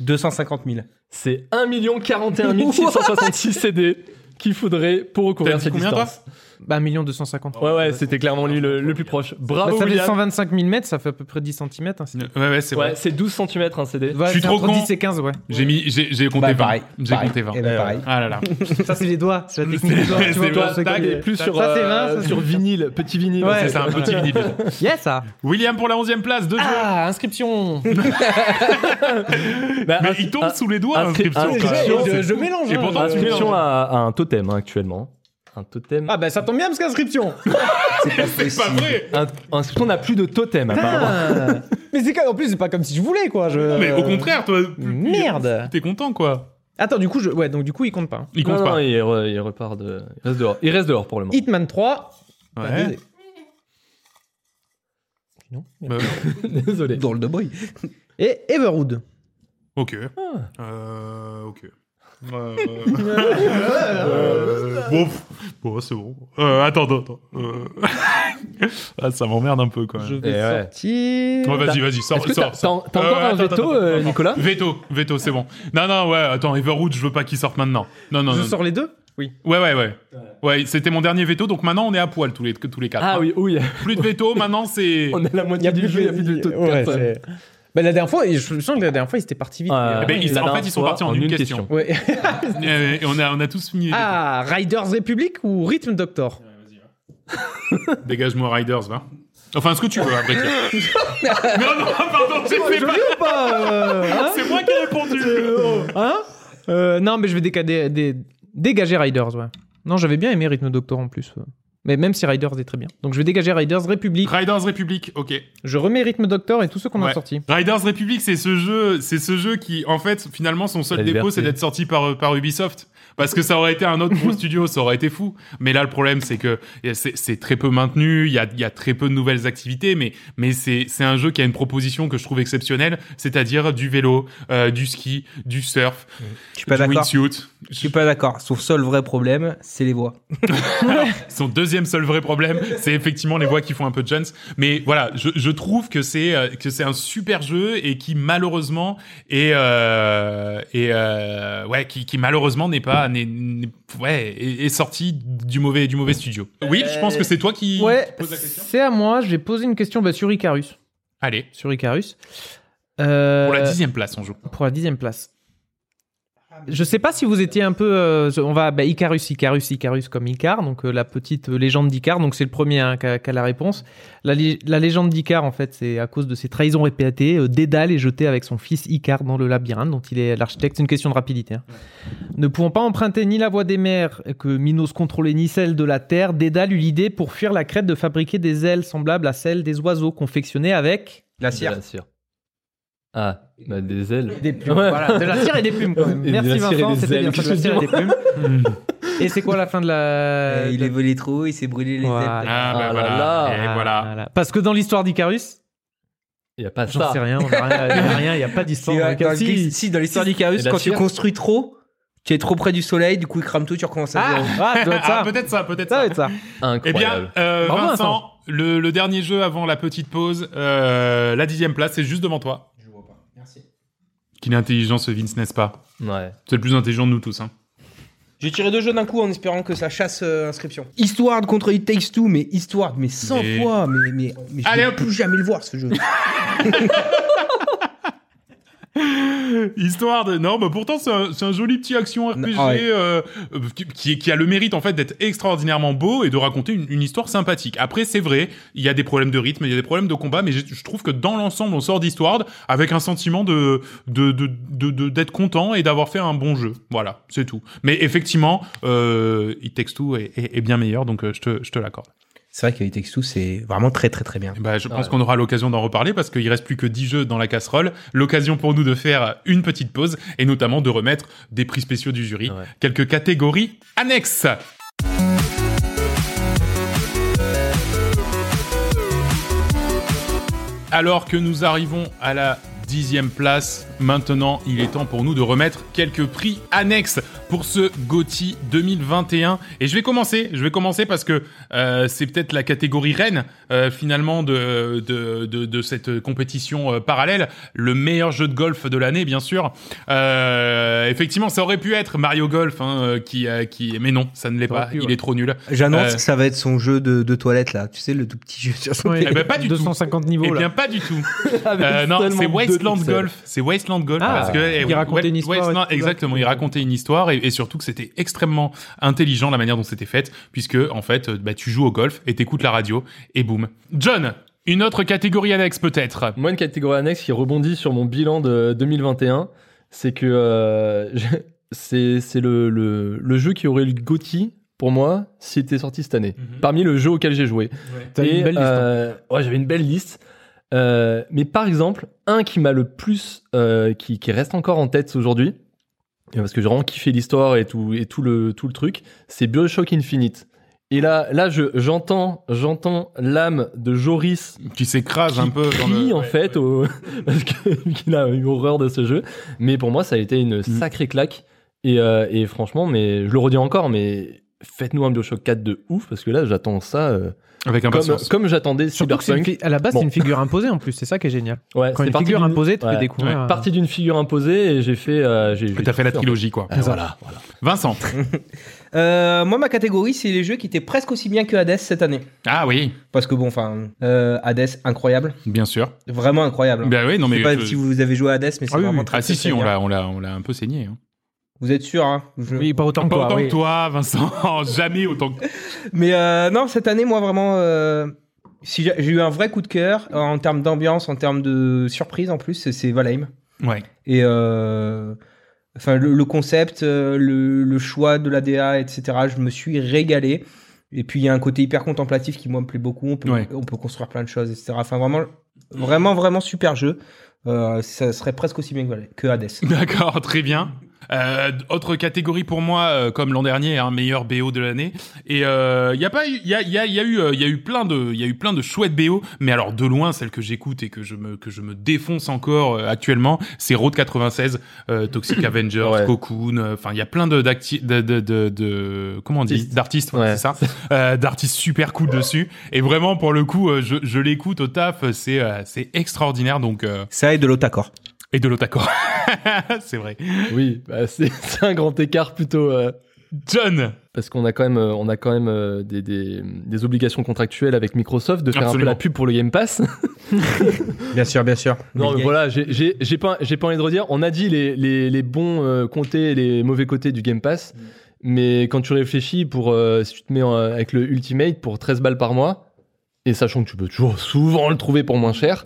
250 000.
C'est 1 41 666 CD qu'il faudrait pour
T'as
recouvrir
dit
cette
combien, toi
distance.
Bah, 1 250 000.
Ouais, ouais, c'était clairement lui le, le plus proche.
Bah,
Bravo,
ça fait
William.
125 000 mètres, ça fait à peu près 10 cm.
Ouais, ouais, c'est
Ouais,
vrai.
c'est 12 cm un CD.
Ouais,
Je suis
c'est
trop
entre
con.
10 et 15, ouais.
J'ai mis, j'ai j'ai compté
Bah,
20.
pareil.
J'ai
Pareil.
compté 20.
Eh ben, pareil.
Ah là là.
Ça, c'est les doigts. C'est la technique des doigts. tu vois,
c'est
pour
bon,
ceux
tac,
qui-
et
plus sur,
ça, c'est
euh,
20, ça, c'est
sur
20.
vinyle, petit vinyle.
Ouais.
C'est un petit mini déjà.
Yes, ça.
William pour la onzième place. Deux jeux.
Ah, inscription.
Bah,
Mais
ins-
il tombe
ins-
sous les doigts,
inscri-
l'inscription.
inscription,
quoi.
je-
Ah, C'est-
je mélange,
Et
hein,
pourtant,
je-
tu mélanges.
inscription à, à un totem hein, actuellement. Un totem.
Ah, bah, ça tombe bien parce qu'inscription.
C'est pas vrai.
Un- inscription, on n'a plus de
bah,
totem. apparemment.
Ah. Mais c'est quand en plus, c'est pas comme si je voulais, quoi. Je... Euh,
Mais
Euh,
au contraire, toi. plus- plus-
Merde.
T'es content, quoi.
Attends, du coup, je... ouais, donc du coup, il compte pas. hein.
Il
Non,
compte
non,
pas.
il, re- il repart de. Il reste dehors. Il reste dehors pour le moment.
Hitman 3.
Ouais.
Non.
Bah,
Désolé.
Drôle de boy.
Et Everwood.
Ok. Euh, ok. Euh, euh, bon, pff, bon, c'est bon. Euh, attends, attends, attends. Euh, ah, ça m'emmerde un peu quand même.
Je
Eh
vais
ouais.
sortir.
Ouais, vas-y,
T'as-
vas-y, sors,
Est-ce que
sors.
t'as-
sors.
t'as- t'as encore un veto, euh, Nicolas
Veto, veto, c'est bon. Non, non, ouais, attends, Everwood, je veux pas qu'il sorte maintenant. Non, non,
Je
non.
sors les deux Oui.
Ouais, ouais, ouais. Ouais, c'était mon dernier veto, donc maintenant on est à poil tous les, tous les quatre.
Ah
hein.
oui, oui.
Plus de veto, maintenant c'est.
On est la moitié du jeu, il y a plus de
de
totem.
ouais, c'est- bah, la dernière fois, je sens que la dernière fois, ils étaient partis vite.
Euh,
Eh ben, ils-
la
en fait,
dernière
ils sont
fois,
partis en une question.
Ouais.
Euh, Et on a, on a tous fini.
Ah, Riders Republic ou Rhythm Doctor
Dégage-moi Riders, va. Enfin, ce que tu veux, après. non, non, pardon, j'ai fait pas.
ou pas euh, hein
C'est moi qui ai répondu.
Hein Euh, Non, mais je vais décader- dé- dégager Riders, ouais. Non, j'avais bien aimé Rhythm Doctor en plus. ouais. Mais même si Riders est très bien. Donc je vais dégager Riders Republic.
Riders Republic, ok.
Je remets Rhythm Doctor et tous ceux qu'on
Ouais.
a sortis.
Riders Republic, c'est ce jeu, c'est ce jeu qui, en fait, finalement, son seul
La
défaut,
liberté.
c'est d'être sorti par euh, par Ubisoft. Parce que ça aurait été un autre gros studio, ça aurait été fou. Mais là, le problème, c'est que c'est c'est très peu maintenu, il y a, il y a très peu de nouvelles activités, mais, mais c'est c'est un jeu qui a une proposition que je trouve exceptionnelle, c'est-à-dire du vélo, euh, du ski, du surf,
Je suis pas
du
d'accord.
wingsuit.
Je suis pas d'accord. Son seul vrai problème, c'est les voix.
Son deuxième seul vrai problème, c'est effectivement les voix qui font un peu de chance. Mais voilà, je, je trouve que c'est euh, que c'est un super jeu et qui malheureusement est euh, et euh, ouais qui, qui malheureusement n'est pas n'est- n'est- ouais est, est sorti du mauvais du mauvais studio. Oui, je pense que c'est toi qui
Ouais,
pose la question.
c'est à moi. Je vais poser une question bah, sur Icarus.
Allez,
Sur Icarus. Euh,
Pour la dixième place, on joue.
pour la dixième place. Je sais pas si vous étiez un peu. euh, on va. Bah, Icarus, Icarus, Icarus comme Icar, donc euh, la petite euh, légende d'Icar, donc c'est le premier hein, qui a, qui a la réponse. La, lé- la légende d'Icar, en fait, c'est à cause de ses trahisons répétées, euh, Dédale est jeté avec son fils Icar dans le labyrinthe, dont il est l'architecte. C'est une question de rapidité. hein. Ne pouvant pas emprunter ni la voie des mers que Minos contrôlait, ni celle de la terre, Dédale eut l'idée pour fuir la crête de fabriquer des ailes semblables à celles des oiseaux, confectionnées avec
La
De
cire.
La cire. Ah, bah, des ailes.
Des plumes.
Ouais.
Voilà, de Ah, la cire et des plumes quand même.
Et de
Merci
la cire et
Vincent,
des
c'était
ailes,
bien ça, de la cire et des plumes. et c'est quoi la fin de la.
Euh, il est volé trop haut, il s'est brûlé les
Voilà.
ailes.
Ah, bah,
Ah là
voilà.
là.
Et voilà.
Voilà. Parce que dans l'histoire d'Icarus,
Il n'y a pas
j'en
Ah, ça.
sais rien, on a rien, il n'y a rien, il n'y a pas d'histoire.
Si,
dans
euh, dans
l'Icarus.
le- si, si, dans l'histoire d'Icarus,
Et la
quand tu
cire
construis trop, tu es trop près du soleil, du coup il crame tout, tu recommences à
Ah,
zéro.
ah, ça doit être
Ah,
ça.
peut-être ça, peut-être
Ça
ça.
doit être ça.
Eh
Incroyable.
bien, euh,
Bravo,
Vincent,
Vincent.
Le, le dernier jeu avant la petite pause, euh, la dixième place, c'est juste devant toi.
Je vois pas. Merci.
Qu'il est intelligent ce Vince, n'est-ce pas
Ouais.
C'est le plus intelligent de nous tous. Hein.
J'ai tiré deux jeux d'un coup en espérant que ça chasse euh, inscription. Histoire contre It Takes Two, mais Histoire, mais 100
Mais-
fois, mais, mais, mais je
Allez,
vais
hop.
plus jamais le voir ce jeu.
Histoire de... Non, bah pourtant c'est un, c'est un joli petit action RPG
Ah ouais.
euh, euh, qui- qui, qui a le mérite en fait d'être extraordinairement beau et de raconter une, une histoire sympathique. Après, c'est vrai, il y a des problèmes de rythme, il y a des problèmes de combat, mais j'ai- je trouve que dans l'ensemble, on sort d'Histoire avec un sentiment de de de- de- de- d'être content et d'avoir fait un bon jeu. Voilà, c'est tout. Mais effectivement, euh, It Takes Two est, est- est bien meilleur, donc euh, je te, je te l'accorde.
C'est vrai que It Takes Two, c'est vraiment très très très bien.
Eh ben, je pense
Ouais.
qu'on aura l'occasion d'en reparler parce qu'il reste plus que 10 jeux dans la casserole. L'occasion pour nous de faire une petite pause et notamment de remettre des prix spéciaux du jury,
Ouais.
quelques catégories annexes. Alors que nous arrivons à la dixième place, maintenant il est temps pour nous de remettre quelques prix annexes pour ce GOTY 2021. Et je vais commencer, je vais commencer parce que euh, c'est peut-être la catégorie reine euh, finalement de, de, de, de cette compétition euh, parallèle. Le meilleur jeu de golf de l'année, bien sûr. Euh, effectivement, ça aurait pu être Mario Golf, hein, euh, qui, euh, qui, mais non, ça ne l'est
Ça aurait
pas.
pu,
il
ouais.
est trop nul.
J'annonce,
Euh.
ça va être son jeu de, de toilette là, tu sais, le tout petit jeu sur son
Ouais.
Eh ben, pas du tout.
250 niveaux
Eh
là.
bien, pas du tout. Euh, non, c'est Wasteland Golf. C'est Wasteland Golf
Ah,
parce que eh,
il racontait
Wa-
une histoire
Wasteland-
et tout ça.
exactement, il racontait une histoire et, et surtout que c'était extrêmement intelligent la manière dont c'était fait, puisque en fait, euh, bah, tu joues au golf et t'écoutes la radio et boum. John, une autre catégorie annexe peut-être.
Moi, une catégorie annexe qui rebondit sur mon bilan de 2021, c'est que euh, je- c'est c'est le, le, le jeu qui aurait eu le GOTY pour moi s'il était sorti cette année.
Mhm.
Parmi le jeu auquel j'ai joué.
T'as
Et,
une belle liste, hein.
euh, ouais, j'avais une belle liste. Euh, mais par exemple, un qui m'a le plus, euh, qui, qui reste encore en tête aujourd'hui, euh, parce que j'ai vraiment kiffé l'histoire et tout et tout le tout le truc, c'est Bioshock Infinite. Et là, là, je j'entends, j'entends l'âme de Joris
Qui s'écrase
qui
un peu. dans
crie,
le-
en
ouais,
fait
ouais.
au- parce que- qu'il a eu horreur de ce jeu mais pour moi ça a été
Mm.
une sacrée claque et, euh, et franchement mais je le redis encore mais faites-nous un Bioshock 4 de ouf parce que là j'attends ça euh,
Avec
comme,
impatience.
comme j'attendais
Surtout que c'est une
Cyberpunk
fi- à la base,
Bon.
c'est une figure imposée en plus, c'est ça qui est génial.
ouais,
Quand
c'est
une
parti
figure
d'une-
imposée, tu
ouais.
peux découvrir. euh,
parti d'une figure imposée et j'ai fait euh, j'ai j'ai
T'as fait la
tout en
trilogie quoi.
fait. Ah, voilà, voilà.
Vincent.
Euh, moi, ma catégorie, c'est les jeux qui étaient presque aussi bien que Hades cette année.
Ah oui,
Parce que bon, enfin, euh, Hades, incroyable.
bien sûr.
Vraiment incroyable. hein.
Ben oui, non
Je
mais.
sais pas
je-
si vous avez joué à Hades, mais c'est
Ah oui,
vraiment
oui.
très
Ah si
très,
si,
très
on
bien.
l'a on l'a on l'a un peu saigné. hein.
Vous êtes sûr, hein Je-
Oui, pas autant que
Pas
toi.
autant
oui.
que toi, Vincent. Jamais autant que.
Mais euh, non, cette année, moi, vraiment, euh, si j'ai j'ai eu un vrai coup de cœur euh, en termes d'ambiance, en termes de surprise en plus, c'est- c'est Valheim.
Ouais.
Et euh, enfin, le, le concept, euh, le, le choix de la DA, etc., je me suis régalé. Et puis, il y a un côté hyper contemplatif qui, moi, me plaît beaucoup. On peut,
Ouais.
on peut construire plein de choses, etc. Enfin, vraiment, vraiment, vraiment super jeu. Euh, ça serait presque aussi bien que Valheim- que Hades.
D'accord, très bien. Euh, autre catégorie pour moi, euh, comme l'an dernier, un meilleur BO de l'année. Et il euh, y a pas, il y a, y a, y a eu, il y a eu plein de, il y a eu plein de chouettes BO. Mais alors de loin, celle que j'écoute et que je me, que je me défonce encore euh, actuellement, c'est Road 96, euh, Toxic Avenger,
Ouais.
Cocoon. euh, Enfin, il y a plein de, d'acti- de, de, de, de- comment on dit,
Artistes.
d'artistes, ouais,
Ouais.
c'est ça, euh, d'artistes super cool dessus. Et vraiment pour le coup, euh, je, je l'écoute au taf, euh, c'est, euh, c'est extraordinaire. Donc euh,
Ça et de l'Otacor.
et de l'autre accord c'est vrai.
oui bah, c'est c'est un grand écart plutôt euh,
John
Parce qu'on a quand même, euh, on a quand même euh, des, des- des obligations contractuelles avec Microsoft de faire
Absolument.
un peu la pub pour le Game Pass.
Bien sûr, bien sûr.
non, mais
Mais-
voilà, j'ai- j'ai j'ai pas, j'ai pas envie de redire. On a dit les, les- les bons euh, côtés et les mauvais côtés du Game Pass.
Mm.
Mais quand tu réfléchis, pour, euh, si tu te mets en- avec le Ultimate pour 13 balles par mois, et sachant que tu peux toujours souvent le trouver pour moins cher,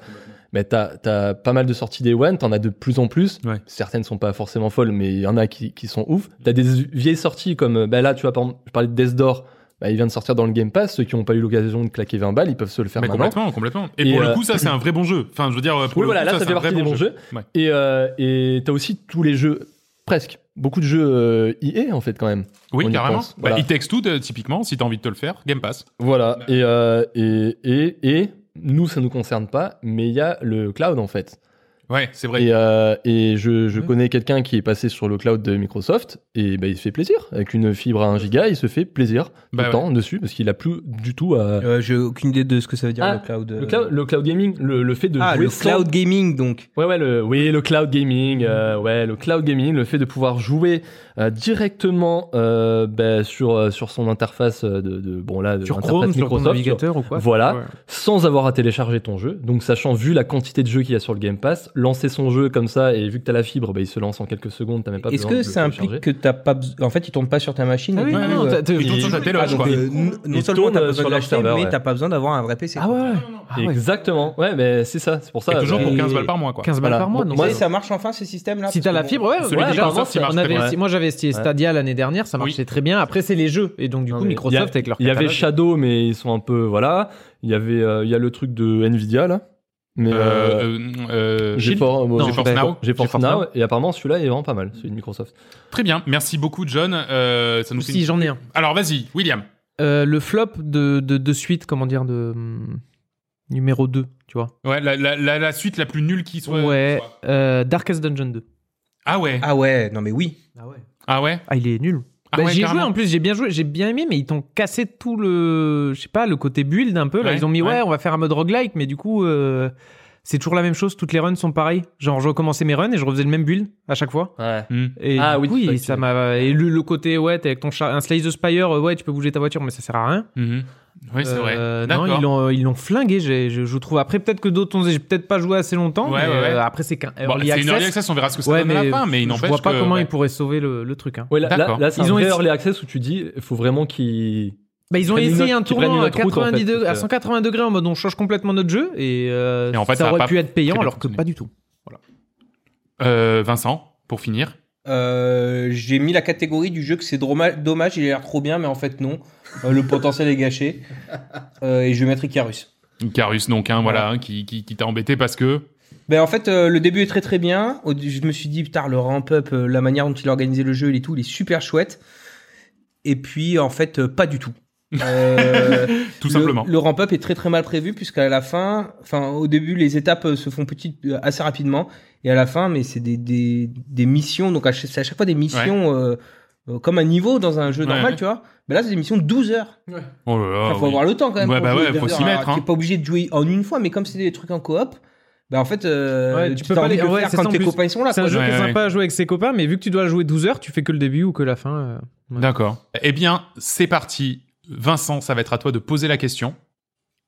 mais t'as as pas mal de sorties Day One, t'en as de plus en plus.
Ouais.
Certaines sont pas forcément folles, mais il y en a qui, qui sont ouf. T'as des vieilles sorties comme, euh, bah là, tu vois, par exemple, je parlais de Death Door, bah, il vient de sortir dans le Game Pass. Ceux qui n'ont pas eu l'occasion de claquer 20 balles, ils peuvent se le faire
Mais
maintenant.
complètement, complètement. Et,
Et,
pour le
euh,
coup, ça, c'est un vrai bon jeu. Enfin, je veux dire, pour
Oui,
le
voilà,
coup,
là, ça,
ça, c'est
fait
un vrai
partie
bon
des bons
jeu.
jeux.
Ouais.
Et euh, et t'as aussi tous les jeux, presque, beaucoup de jeux euh, EA, en fait, quand même.
Oui,
On y
carrément.
pense,
Bah,
voilà.
It Takes Two, de- typiquement, si t'as envie de te le faire, Game Pass.
Voilà, et, euh, et, et, et nous, ça nous concerne pas, mais il y a le cloud, en fait.
Ouais, c'est vrai.
Et, euh, et je, je
Ouais.
connais quelqu'un qui est passé sur le cloud de Microsoft, et ben il se fait plaisir. Avec une fibre à 1 giga, il se fait plaisir
Bah
tout le temps dessus, parce qu'il a plus du tout à...
Euh, J'ai aucune idée de ce que ça veut dire
Ah,
le cloud. euh.
Le, cloud, le cloud gaming, le, le fait de
Ah,
jouer
le
sans-
cloud gaming donc.
Ouais, ouais, le, oui, le cloud gaming, euh, ouais, le cloud gaming, le fait de pouvoir jouer euh, directement euh, ben, sur, euh, sur son interface euh, de, de- bon là, de
Sur
l'interface
Chrome, sur ton
Microsoft, sur-
navigateur ou quoi Ah
Voilà.
Ouais.
sans avoir à télécharger ton jeu. Donc, sachant, vu la quantité de jeux qu'il y a sur le Game Pass, lancer son jeu comme ça, et vu que t'as la fibre, bah, il se lance en quelques secondes, t'as même pas
Est-ce
besoin
que
de
ça
le
implique
télécharger.
que t'as pas bes- en fait il tourne pas sur ta machine
Ah
et
oui,
du
non,
coup,
non,
euh,
t'as- t'as-
Il tourne sur sa
ah,
téloche,
donc,
quoi.
euh, n- non
Il
seulement
tourne,
t'as
euh,
besoin
sur
de l'acheter,
leur serveur,
mais
ouais.
t'as pas besoin d'avoir un vrai PC.
Ah ouais, ouais. Ah ouais.
Exactement, ouais, mais c'est ça, c'est pour ça.
Et toujours
bah,
pour
et-
15 balles par mois, quoi.
15 balles
Voilà.
par mois.
Bon,
donc
Moi,
moi,
c'est-
ça marche enfin ce système là.
si t'as la fibre, ouais,
Celui
ouais,
de
déjà,
Microsoft,
on
il marche
avait-
très bien.
si- moi j'avais essayé
Ouais.
Stadia l'année dernière, ça
Oui.
marchait très bien. Après, c'est les jeux. Et donc, du
Non,
coup,
mais il y a-
Microsoft avec leur
Il y avait
catalogue-
Shadow, mais ils sont un peu, voilà. Il y avait, euh, il y a le truc de Nvidia, là. Mais,
Euh,
euh,
euh, euh,
j'ai
Shield
fort- bon,
Non,
j'ai fort-
GeForce Now.
GeForce
GeForce
Now,
Now.
et apparemment celui-là est vraiment pas mal, celui de Microsoft.
Très bien. Merci beaucoup, John. Euh, ça nous fait...
Si, j'en ai un.
Alors, vas-y, William.
Euh, le flop de, de, de suite, comment dire, de hum, numéro 2, tu vois.
Ouais, la, la, la, la suite la plus nulle qui soit.
ouais.
soit.
euh, Darkest Dungeon 2.
Ah ouais.
Ah ouais, non mais oui.
Ah ouais.
Ah ouais.
Ah, il est nul.
Ah
Bah,
ouais,
j'y ai joué
carrément.
en plus, j'ai bien joué, j'ai bien aimé, mais ils t'ont cassé tout le, je sais pas, le côté build un peu. Là,
Ouais,
ils ont mis ouais,
ouais.
on va faire un mode roguelike, mais du coup, euh, c'est toujours la même chose. Toutes les runs sont pareilles. Genre, je recommençais mes runs et je refaisais le même build à chaque fois.
Ouais.
Hmm.
Et
Ah
du
oui,
coup,
c'est vrai
oui,
que
ça
tu-
m'a et le, le côté ouais, t'es avec ton char, un Slice the Spire, euh, ouais, tu peux bouger ta voiture, mais ça sert à rien.
Mhm. Oui, c'est
Euh,
vrai.
non, ils
D'accord.
l'ont, ils l'ont flingué. j'ai- je, je trouve après peut-être que d'autres ont, j'ai peut-être pas joué assez longtemps.
Ouais,
mais,
ouais, ouais.
euh, après, c'est qu'un
Bon,
early
c'est une early
access.
access, on verra ce que ça
Ouais,
donne à
mais
la fin, mais il
je
n'empêche
vois pas
que-
comment
ouais.
ils pourraient sauver le, le truc. hein.
Ouais, là, là,
D'accord.
là, c'est
Ils
un
ont
vrai
essayé-
early access où tu dis, il faut vraiment qu'il.
Bah, ils ont
prennent une
essayé
autre-
un
qui prennent
tournant
une
à,
autre route, en
90
fait,
degrés- à
parce que-
180 degrés en mode on change complètement notre jeu et, euh,
euh, Et en fait, ça
ça,
a
aurait
pas
pu être
très
payant
bien
alors que
fonctionné.
pas du tout.
Euh, Vincent, pour finir.
Euh, J'ai mis la catégorie du jeu que c'est droma- dommage, il a l'air trop bien, mais en fait non. Euh, le potentiel est gâché. Euh, et je vais mettre Icarus.
Icarus, donc, hein, voilà, hein, qui, qui, qui t'a embêté parce que.
Ben en fait, euh, le début est très très bien. Au- Je me suis dit, putain, le ramp-up, euh, la manière dont il a organisé le jeu, il est tout, il est super chouette. Et puis, en fait, euh, pas du tout. Euh,
Tout
le-
simplement.
Le ramp-up est très très mal prévu puisqu'à la fin, enfin au début, les étapes euh, se font petites euh, assez rapidement et à la fin, mais c'est des, des, des missions. Donc à ch- c'est à chaque fois des missions euh, euh, comme un niveau dans un jeu
Ouais,
normal,
ouais.
tu vois. Ben là, c'est des missions de 12 heures.
Oh là là.
Enfin, faut
oui.
avoir le temps quand même.
Ouais,
pour
bah
jouer
ouais,
des
faut s'y
heures. Alors,
mettre, hein.
T'es pas obligé de jouer en une fois, mais comme c'est des trucs en coop, bah en fait, euh,
Ouais, tu
tu
peux
peux
pas
envie
les-
de le
ouais,
faire
c'est ça,
quand
en
tes
plus.
copains ils sont là.
C'est un
quoi.
jeu
Ouais,
qui est
ouais.
sympa à jouer avec ses copains, mais vu que tu dois jouer 12 heures, tu fais que le début ou que la fin. euh.
D'accord. Eh bien, c'est parti. Vincent, ça va être à toi de poser la question.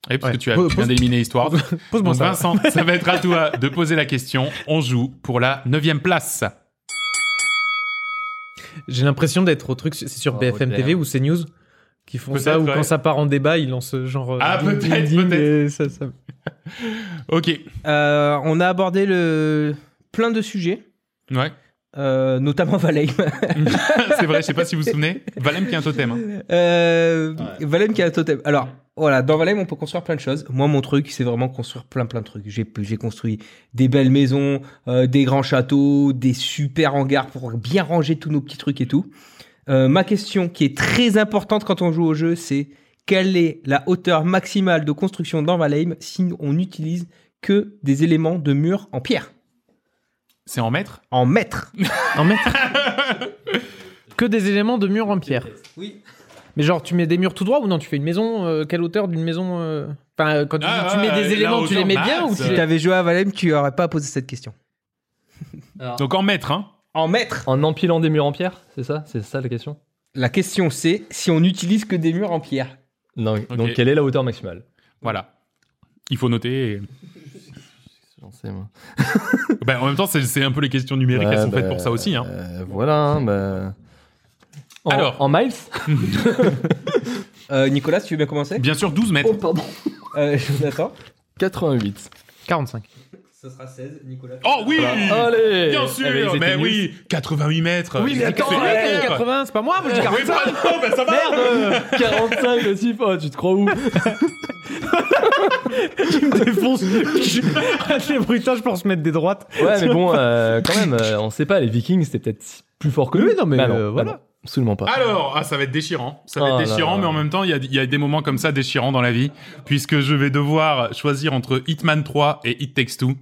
Et puisque
Ouais.
Eh, tu as
Pose-
bien éliminé l'histoire.
Pose-moi
Donc,
ça.
Vincent, ça va être à toi de poser la question. On joue pour la neuvième place.
Euh, J'ai l'impression d'être au truc, c'est sur
Oh,
BFM
Baudelaire.
TV ou CNews qui font
Ah, hein. Peut-être,
ça, ou
ouais.
quand ça part en débat, ils lancent genre. euh,
Ah,
ding, ding,
peut-être,
ding,
peut-être.
et ça- ça-
Ok.
Euh, on a abordé le plein de sujets,
Ouais.
euh, notamment Valheim.
c'est vrai, je sais pas si vous vous souvenez. Valem qui est un totem. hein.
Euh, Valheim qui a un totem. Alors, voilà, dans Valheim, on peut construire plein de choses. Moi, mon truc, c'est vraiment construire plein, plein de trucs. J'ai, j'ai construit des belles maisons, euh, des grands châteaux, des super hangars pour bien ranger tous nos petits trucs et tout. Euh, ma question, qui est très importante quand on joue au jeu, c'est quelle est la hauteur maximale de construction dans Valheim si on n'utilise que des éléments de mur en pierre,
C'est en mètres
en mètres
En mètre. que des éléments de mur en pierre.
Oui.
Mais genre, tu mets des murs tout droit ou non Tu fais une maison euh, Quelle hauteur d'une maison euh Enfin, euh, quand tu,
Ah,
dis tu mets
ouais,
des
la
éléments, tu les
hauteur
mets bien ou
max.
tu
Si
les-
t'avais joué à Valheim, tu aurais pas posé cette question.
Donc en mètres, hein.
En mètres
En empilant des murs en pierre, c'est ça C'est ça la question
La question c'est si on n'utilise que des murs en pierre.
Non, Donc, quelle est la hauteur maximale
Voilà. Il faut noter. et-
J'en sais, moi.
Bah, en même temps, c'est- c'est un peu les questions numériques, elles sont
bah,
faites pour ça aussi. Hein.
voilà, hein, bah... En,
Alors.
En miles
Euh, Nicolas, tu veux bien commencer
Bien sûr, 12 mètres.
Oh, pardon.
euh, Jonathan
88.
45.
Ce sera 16, Nicolas.
Oh oui
Allez
Bien
Eh ben, ils
sûr
étaient
Mais
nuls.
oui 88 mètres
Oui, mais
C'est
attends,
clair.
80, c'est pas moi, moi je dis
Oui,
45.
pardon, bah, ça va
Merde 45 aussi, oh, tu te crois où
Défonce. Les bruitages pour se mettre des droites.
Ouais, mais bon, euh, quand même, euh, on sait pas, les Vikings, c'était peut-être plus fort que nous.
Oui, non, mais,
Bah
euh,
bah
voilà.
absolument pas.
Alors, ah, ça va être déchirant. Ça va
Ah
être
là
déchirant,
là.
mais en même temps, il y a, il y a des moments comme ça déchirants dans la vie, puisque je vais devoir choisir entre Hitman 3 et It Takes Two.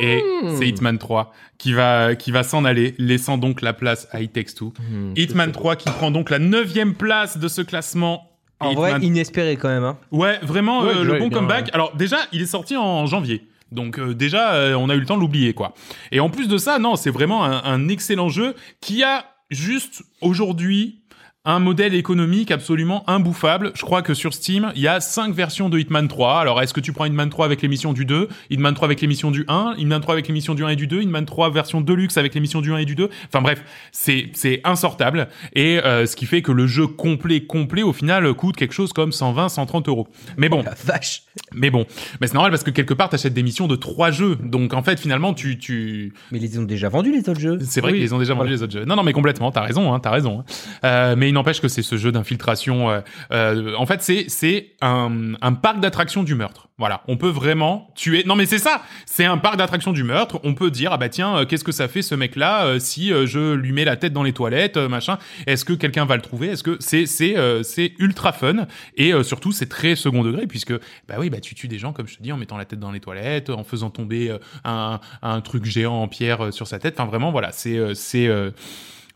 Et c'est Hitman 3 qui va, qui va s'en aller, laissant donc la place à It Takes Two.
Hmm,
Hitman 3 qui prend donc la neuvième place de ce classement.
En
Et
vrai,
Hitman-
inespéré quand même. Hein.
Ouais, vraiment
Ouais,
euh, le
ouais,
bon
bien,
comeback. Alors déjà, il est sorti en janvier. Donc euh, déjà, euh, on a eu le temps de l'oublier, quoi. Et en plus de ça, non, c'est vraiment un, un excellent jeu qui a juste aujourd'hui un modèle économique absolument imbouffable. Je crois que sur Steam, il y a cinq versions de Hitman 3. Alors, est-ce que tu prends Hitman 3 avec l'émission du 2, Hitman 3 avec l'émission du 1, Hitman 3 avec l'émission du 1 et du 2, Hitman 3 version Deluxe avec l'émission du 1 et du 2 Enfin bref, c'est c'est insortable. Et euh, ce qui fait que le jeu complet, complet, au final, coûte quelque chose comme 120, 130 euros. Mais bon,
La vache.
mais bon, mais c'est normal parce que quelque part t'achètes des missions de trois jeux, donc en fait finalement tu tu
Mais ils ont déjà vendu les autres jeux.
c'est vrai qu'ils ont déjà vendu les autres jeux. Non non mais complètement, t'as raison, hein, t'as raison. hein. Euh, mais il n'empêche que c'est ce jeu d'infiltration. euh, euh, en fait c'est c'est un un parc d'attractions du meurtre. Voilà, on peut vraiment tuer. Non mais c'est ça, c'est un parc d'attractions du meurtre. On peut dire ah bah tiens euh, qu'est-ce que ça fait ce mec là si euh, je lui mets la tête dans les toilettes euh, machin. Est-ce que quelqu'un va le trouver Est-ce que c'est c'est euh, c'est ultra fun et euh, surtout c'est très second degré puisque bah oui bah tu tues des gens comme je te dis en mettant la tête dans les toilettes, en faisant tomber euh, un un truc géant en pierre euh, sur sa tête. Enfin vraiment voilà c'est euh, c'est euh,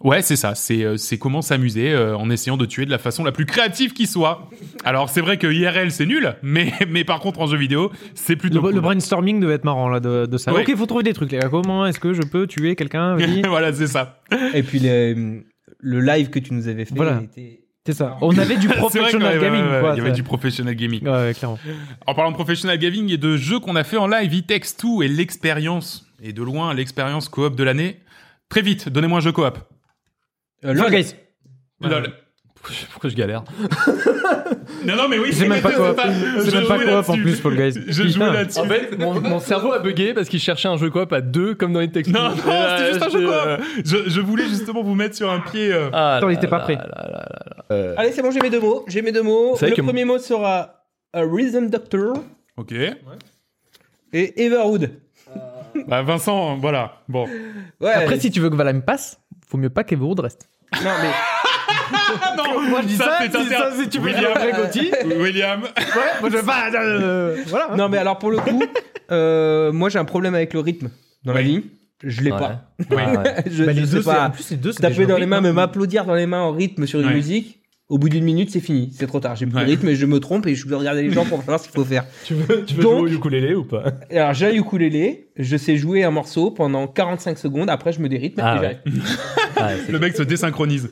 Ouais, c'est ça. C'est euh, c'est comment s'amuser euh, en essayant de tuer de la façon la plus créative qui soit. Alors c'est vrai que IRL c'est nul, mais mais par contre en jeu vidéo c'est
Le,
plutôt.
le
cool.
brainstorming devait être marrant là de, de ça.
Ouais.
Ok, il faut trouver des trucs. Les gars. Comment est-ce que je peux tuer quelqu'un Vas-y.
voilà c'est ça.
Et puis le, le live que tu nous avais fait.
Voilà.
il était-
C'est ça. On avait du
C'est vrai que, ouais,
professional
ouais,
gaming.
ouais,
quoi,
Il y avait
ça.
du professional gaming.
Ouais, ouais, clairement.
En parlant de professional gaming et de jeux qu'on a fait en live, Vitex 2 et l'expérience, et de loin l'expérience coop de l'année. Très vite, donnez-moi un jeu coop.
Euh, LOL.
Guys.
Lol.
Pourquoi je galère
Non, non, mais oui,
J'ai même pas
c'est
coop.
ça.
J'ai
Je
même pas
jouais
coop en
là-dessus.
plus, Fall Guys.
Je jouais
Putain.
là-dessus.
En fait, mon, mon cerveau a bugué parce qu'il cherchait un jeu coop à deux comme dans les textes.
Non, non,
Et là,
c'était juste un
j'étais,
jeu
euh,
coop. Je, je voulais justement vous mettre sur un pied. euh,
Ah,
Attends, il
là,
était pas
là,
prêt.
là, là, là, là.
Allez, c'est bon, j'ai mes deux mots. J'ai mes deux mots.
C'est vrai
Le
que-
premier mot sera A Rhythm Doctor
Ok.
et Everwood.
Bah, Vincent, voilà. Bon.
Ouais.
Après, si tu veux que Valheim passe, faut mieux pas qu'Everwood reste.
Non, mais
Ah non, moi je dis
ça, si- ça, si tu veux
William,
dire après, Gauthier.
William.
Moi, je veux pas. euh, voilà. hein.
Non, mais alors pour le coup, euh, moi j'ai un problème avec le rythme dans la
Oui.
vie. Je l'ai
Ouais.
pas.
Ah, ouais.
Je,
Bah,
je
les
sais
deux, c'est- en
pas.
plus, les deux, c'est
Taper
des hein.
dans
jeux
les mains, mais
rythmes.
m'applaudir dans les mains en rythme sur une
Ouais.
musique. Au bout d'une minute, c'est fini, c'est trop tard. J'ai plus
Ouais.
de rythme et je me trompe et je vais regarder les gens pour savoir ce qu'il faut faire.
Tu veux, tu veux
Donc-
jouer au ukulélé ou pas
Et Alors j'ai un ukulélé, je sais jouer un morceau pendant 45 secondes, après je me dérythme
Ah
et, puis
ouais.
j'arrête.
Ah, c'est-
Le mec se désynchronise.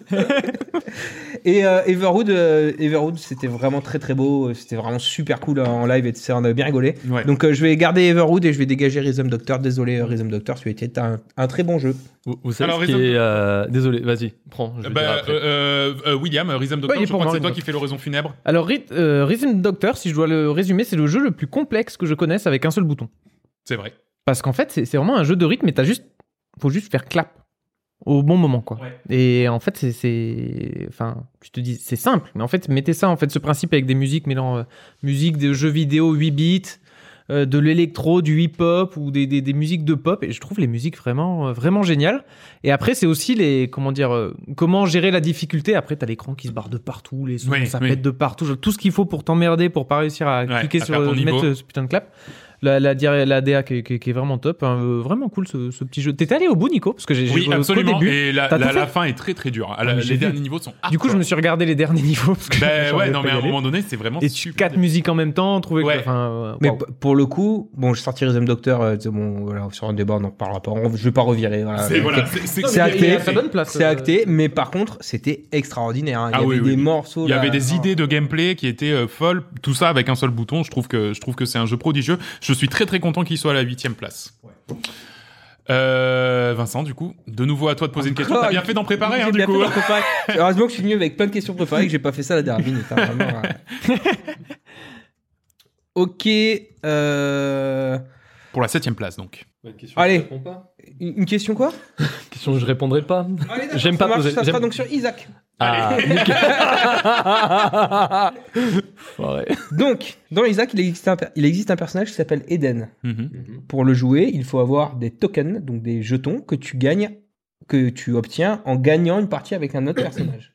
Et, euh, Everwood, euh, Everwood c'était vraiment très très beau, euh, c'était vraiment super cool euh, en live et tout ça, on a bien rigolé.
Ouais.
Donc euh, je vais garder Everwood et je vais dégager Rhythm Doctor. Désolé euh, Rhythm Doctor, tu était un, un très bon jeu.
Vous, vous savez
Alors,
ce qui
Rhizome-
est... euh, Désolé, vas-y, prends. Je vais dire
Bah,
après.
euh, euh, William, Rhythm Doctor,
il est
je
pour
crois que
moi,
c'est toi
Rhythm
qui fais l'oraison funèbre.
Alors, Rhyth- euh, Rhythm Doctor, si je dois le résumer, c'est le jeu le plus complexe que je connaisse avec un seul bouton.
C'est vrai.
Parce qu'en fait, c'est c'est vraiment un jeu de rythme et t'as juste. Faut juste faire clap au bon moment, quoi. Et en fait, c'est- c'est. Enfin, je te dis, c'est simple, mais en fait, mettez ça, en fait, ce principe avec des musiques mêlant euh, musique des jeux vidéo 8 bits, euh, de l'électro, du hip-hop ou des, des, des musiques de pop. Et je trouve les musiques vraiment, euh, vraiment géniales. Et après, c'est aussi les. Comment dire euh, Comment gérer la difficulté. Après, t'as l'écran qui se barre de partout, les sons,
Oui,
ça
oui.
pète de partout, genre, tout ce qu'il faut pour t'emmerder, pour pas réussir à
Ouais,
cliquer
à
sur
faire ton
euh,
niveau.
mettre euh, ce putain de clap. la, la, dire- la DA qui, est- qui est- qui est vraiment top. hein, euh, vraiment cool ce, ce petit jeu. T'étais allé au bout, Nico Parce que j'ai
Oui,
j'ai- au- qu'au
absolument.
début.
Et la,
T'as tout
la, la
fait
fin est très très dure. Ah, la-
mais j'ai
les
vu.
derniers niveaux sont.
Du coup, je me suis regardé les derniers niveaux. Parce que
Ben
j'en
ouais,
avais
non mais
pas
à
y
un
aller.
moment donné, c'est vraiment.
Et tu
super
quatre musiques en même temps, trouver
Ouais.
que. Enfin, euh,
Mais
waouh.
p- pour le coup, bon, je sortirai Zem Docteur, euh, c'est bon, voilà, sur un débat, on en parlera pas. On- je vais pas revirer. Voilà.
Ah,
C'est
Ok.
voilà, c'est- c'est-
Non, mais
c'est
il y a- il y a
fait.
sa bonne place. euh.
C'est acté, mais par contre, c'était extraordinaire. hein. Il
Ah
y
oui,
avait
oui,
des
oui.
morceaux.
Il y
là.
avait des
Ah.
idées de gameplay qui étaient euh, folles, tout ça avec un seul bouton. Je trouve que je trouve que c'est un jeu prodigieux. Je suis très très content qu'il soit à la huitième place. Euh, Vincent, du coup, de nouveau à toi de poser une question.
Encore
T'as bien
une-
fait d'en préparer, hein,
Ah, J'ai
du
bien
coup.
fait d'en préparer. Heureusement que je suis venu avec plein de questions préparées et que j'ai pas fait ça la dernière minute. hein, vraiment, euh. ok. euh,
Pour la septième place, donc.
Allez.
euh, Je réponds pas.
Une une question quoi
Question que je répondrai pas. J'aime
Ça
pas
marche,
poser-
Ça sera
j'aime-
donc sur Isaac.
Ah, nickel. Foiré.
Donc, dans Isaac, il existe un, per- il existe un personnage qui s'appelle Eden.
Mhm.
Pour le jouer, il faut avoir des tokens, donc des jetons que tu gagnes, que tu obtiens en gagnant une partie avec un autre personnage.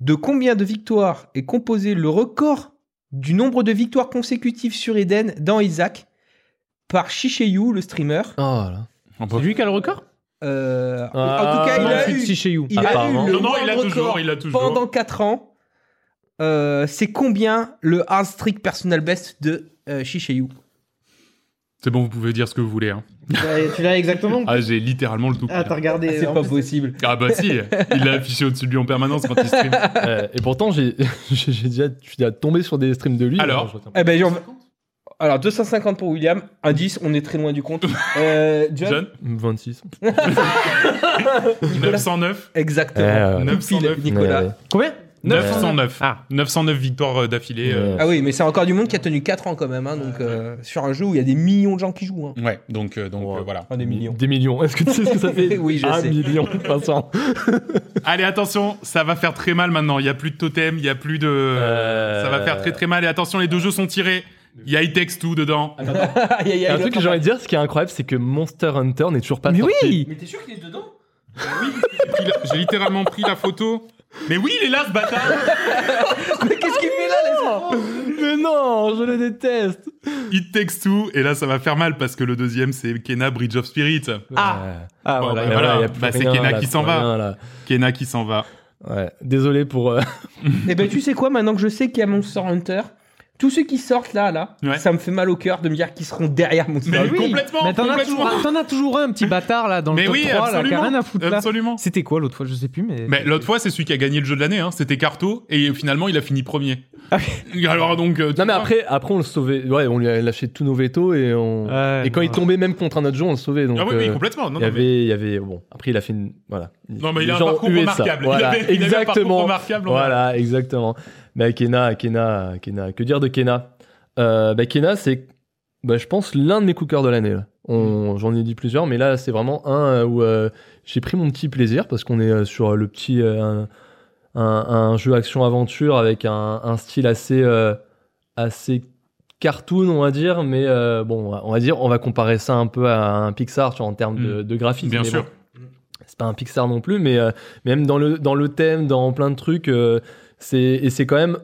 De combien de victoires est composé le record du nombre de victoires consécutives sur Eden dans Isaac par Shishayu, le streamer
Oh là.
On peut-
C'est lui qui a le record
Euh,
Ah,
En tout cas, il a
Ensuite,
eu,
si chez You.
il a eu
Apparemment.
le
Non, non, il a
moindre
toujours,
record
il a toujours.
pendant 4 ans. Euh, C'est combien le hard streak personal best de euh, Shishayu
C'est bon, vous pouvez dire ce que vous voulez. hein.
Bah, Tu l'as exactement
Ah, j'ai littéralement le tout. pris.
regardé.
C'est pas possible.
Ah bah si, il l'a affiché au-dessus de lui en permanence quand il stream.
Euh, et pourtant, j'ai, j'ai, j'ai déjà, je suis déjà tombé sur des streams de lui.
Alors
mais je retiens pas.
Eh ben, j'en- Alors 250 pour William, indice, on est très loin du compte. Euh, John,
John,
26.
909.
Exactement.
Euh,
Coup de fil,
909.
Nicolas.
Ouais, ouais.
Combien
909. Ah. 909 victoires euh, d'affilée. euh.
Ah oui, mais c'est encore du monde qui a tenu 4 ans quand même, hein, donc euh, sur un jeu où il y a des millions de gens qui jouent. hein.
Ouais, donc, euh, donc
Ouais.
euh, voilà.
Enfin, des millions.
Des millions. Est-ce que tu sais ce que ça fait
Oui, je
Un
sais.
million, Vincent.
Allez, attention, ça va faire très mal maintenant. Il y a plus de totem, il y a plus de.
Euh.
Ça va faire très très mal. Et attention, les deux jeux sont tirés. Il y a It Takes Two dedans.
Aïe, aïe, aïe,
Et un truc que j'ai envie de dire, ce qui est incroyable, c'est que Monster Hunter n'est toujours pas
Mais
sorti.
oui
Mais t'es sûr qu'il est dedans
Ah,
J'ai pris la- J'ai littéralement pris la photo. Mais oui, il est là ce bâtard.
Mais qu'est-ce qu'il fait là, laisse-moi
Mais non, Oh, je le déteste.
It Takes Two. Et là, ça va faire mal parce que le deuxième, c'est Kena Bridge of Spirit.
Ah, ah
Bon,
voilà,
bah, voilà.
il y a plus
Bah, c'est
rien,
Kena
là,
qui
plus
s'en va.
rien, là.
Kena qui s'en va.
Ouais. Désolé pour. euh,
Eh ben tu sais quoi, maintenant que je sais qu'il y a Monster Hunter, tous ceux qui sortent là, là,
Ouais.
ça me fait mal au cœur de me dire qu'ils seront derrière Monster
Mais
Hunter.
oui. Complètement,
Bah Mais t'en as,
complètement.
toujours, un- t'en as toujours un petit bâtard là dans le
Mais
top
oui,
3 là, qui a
absolument.
rien à foutre là.
Absolument.
C'était quoi l'autre fois Je sais plus, mais.
Mais l'autre fois, c'est celui qui a gagné le jeu de l'année. Hein. C'était Carto. Et finalement, il a fini premier.
Ah
Alors donc. euh, tu
Non mais
vois.
après, après on le sauvait. Ouais, on lui a lâché tous nos vétos et on.
Ouais,
et quand
non.
il tombait même contre un autre jeu, on le sauvait. Donc.
Ah oui, oui,
euh,
complètement. Non,
il y
non, mais-
avait, il y avait, bon, après il a fait une, voilà.
Non, mais il
Les
a un
gens
parcours
huaient ça.
remarquable. Il
Voilà,
avait- il avait un parcours
exactement.
remarquable, on
Voilà, exactement. Mais Kena, Kena, Kena, que dire de Kena euh, bah, Kena, c'est, bah, je pense, l'un de mes coups de cœur de l'année. là.
Mm.
On- J'en ai dit plusieurs, mais là, c'est vraiment un euh, où euh, j'ai pris mon petit plaisir parce qu'on est euh, sur euh, le petit, euh, un, un- un jeu action-aventure avec un, un style assez, euh, assez cartoon, on va dire, mais euh, bon, on va dire, on va comparer ça un peu à un Pixar tu vois, en termes de, de graphisme.
Mm. Bien
mais
sûr.
bon, c'est pas un Pixar non plus, mais euh, même dans le, dans le thème, dans plein de trucs, euh, c'est, et c'est quand même,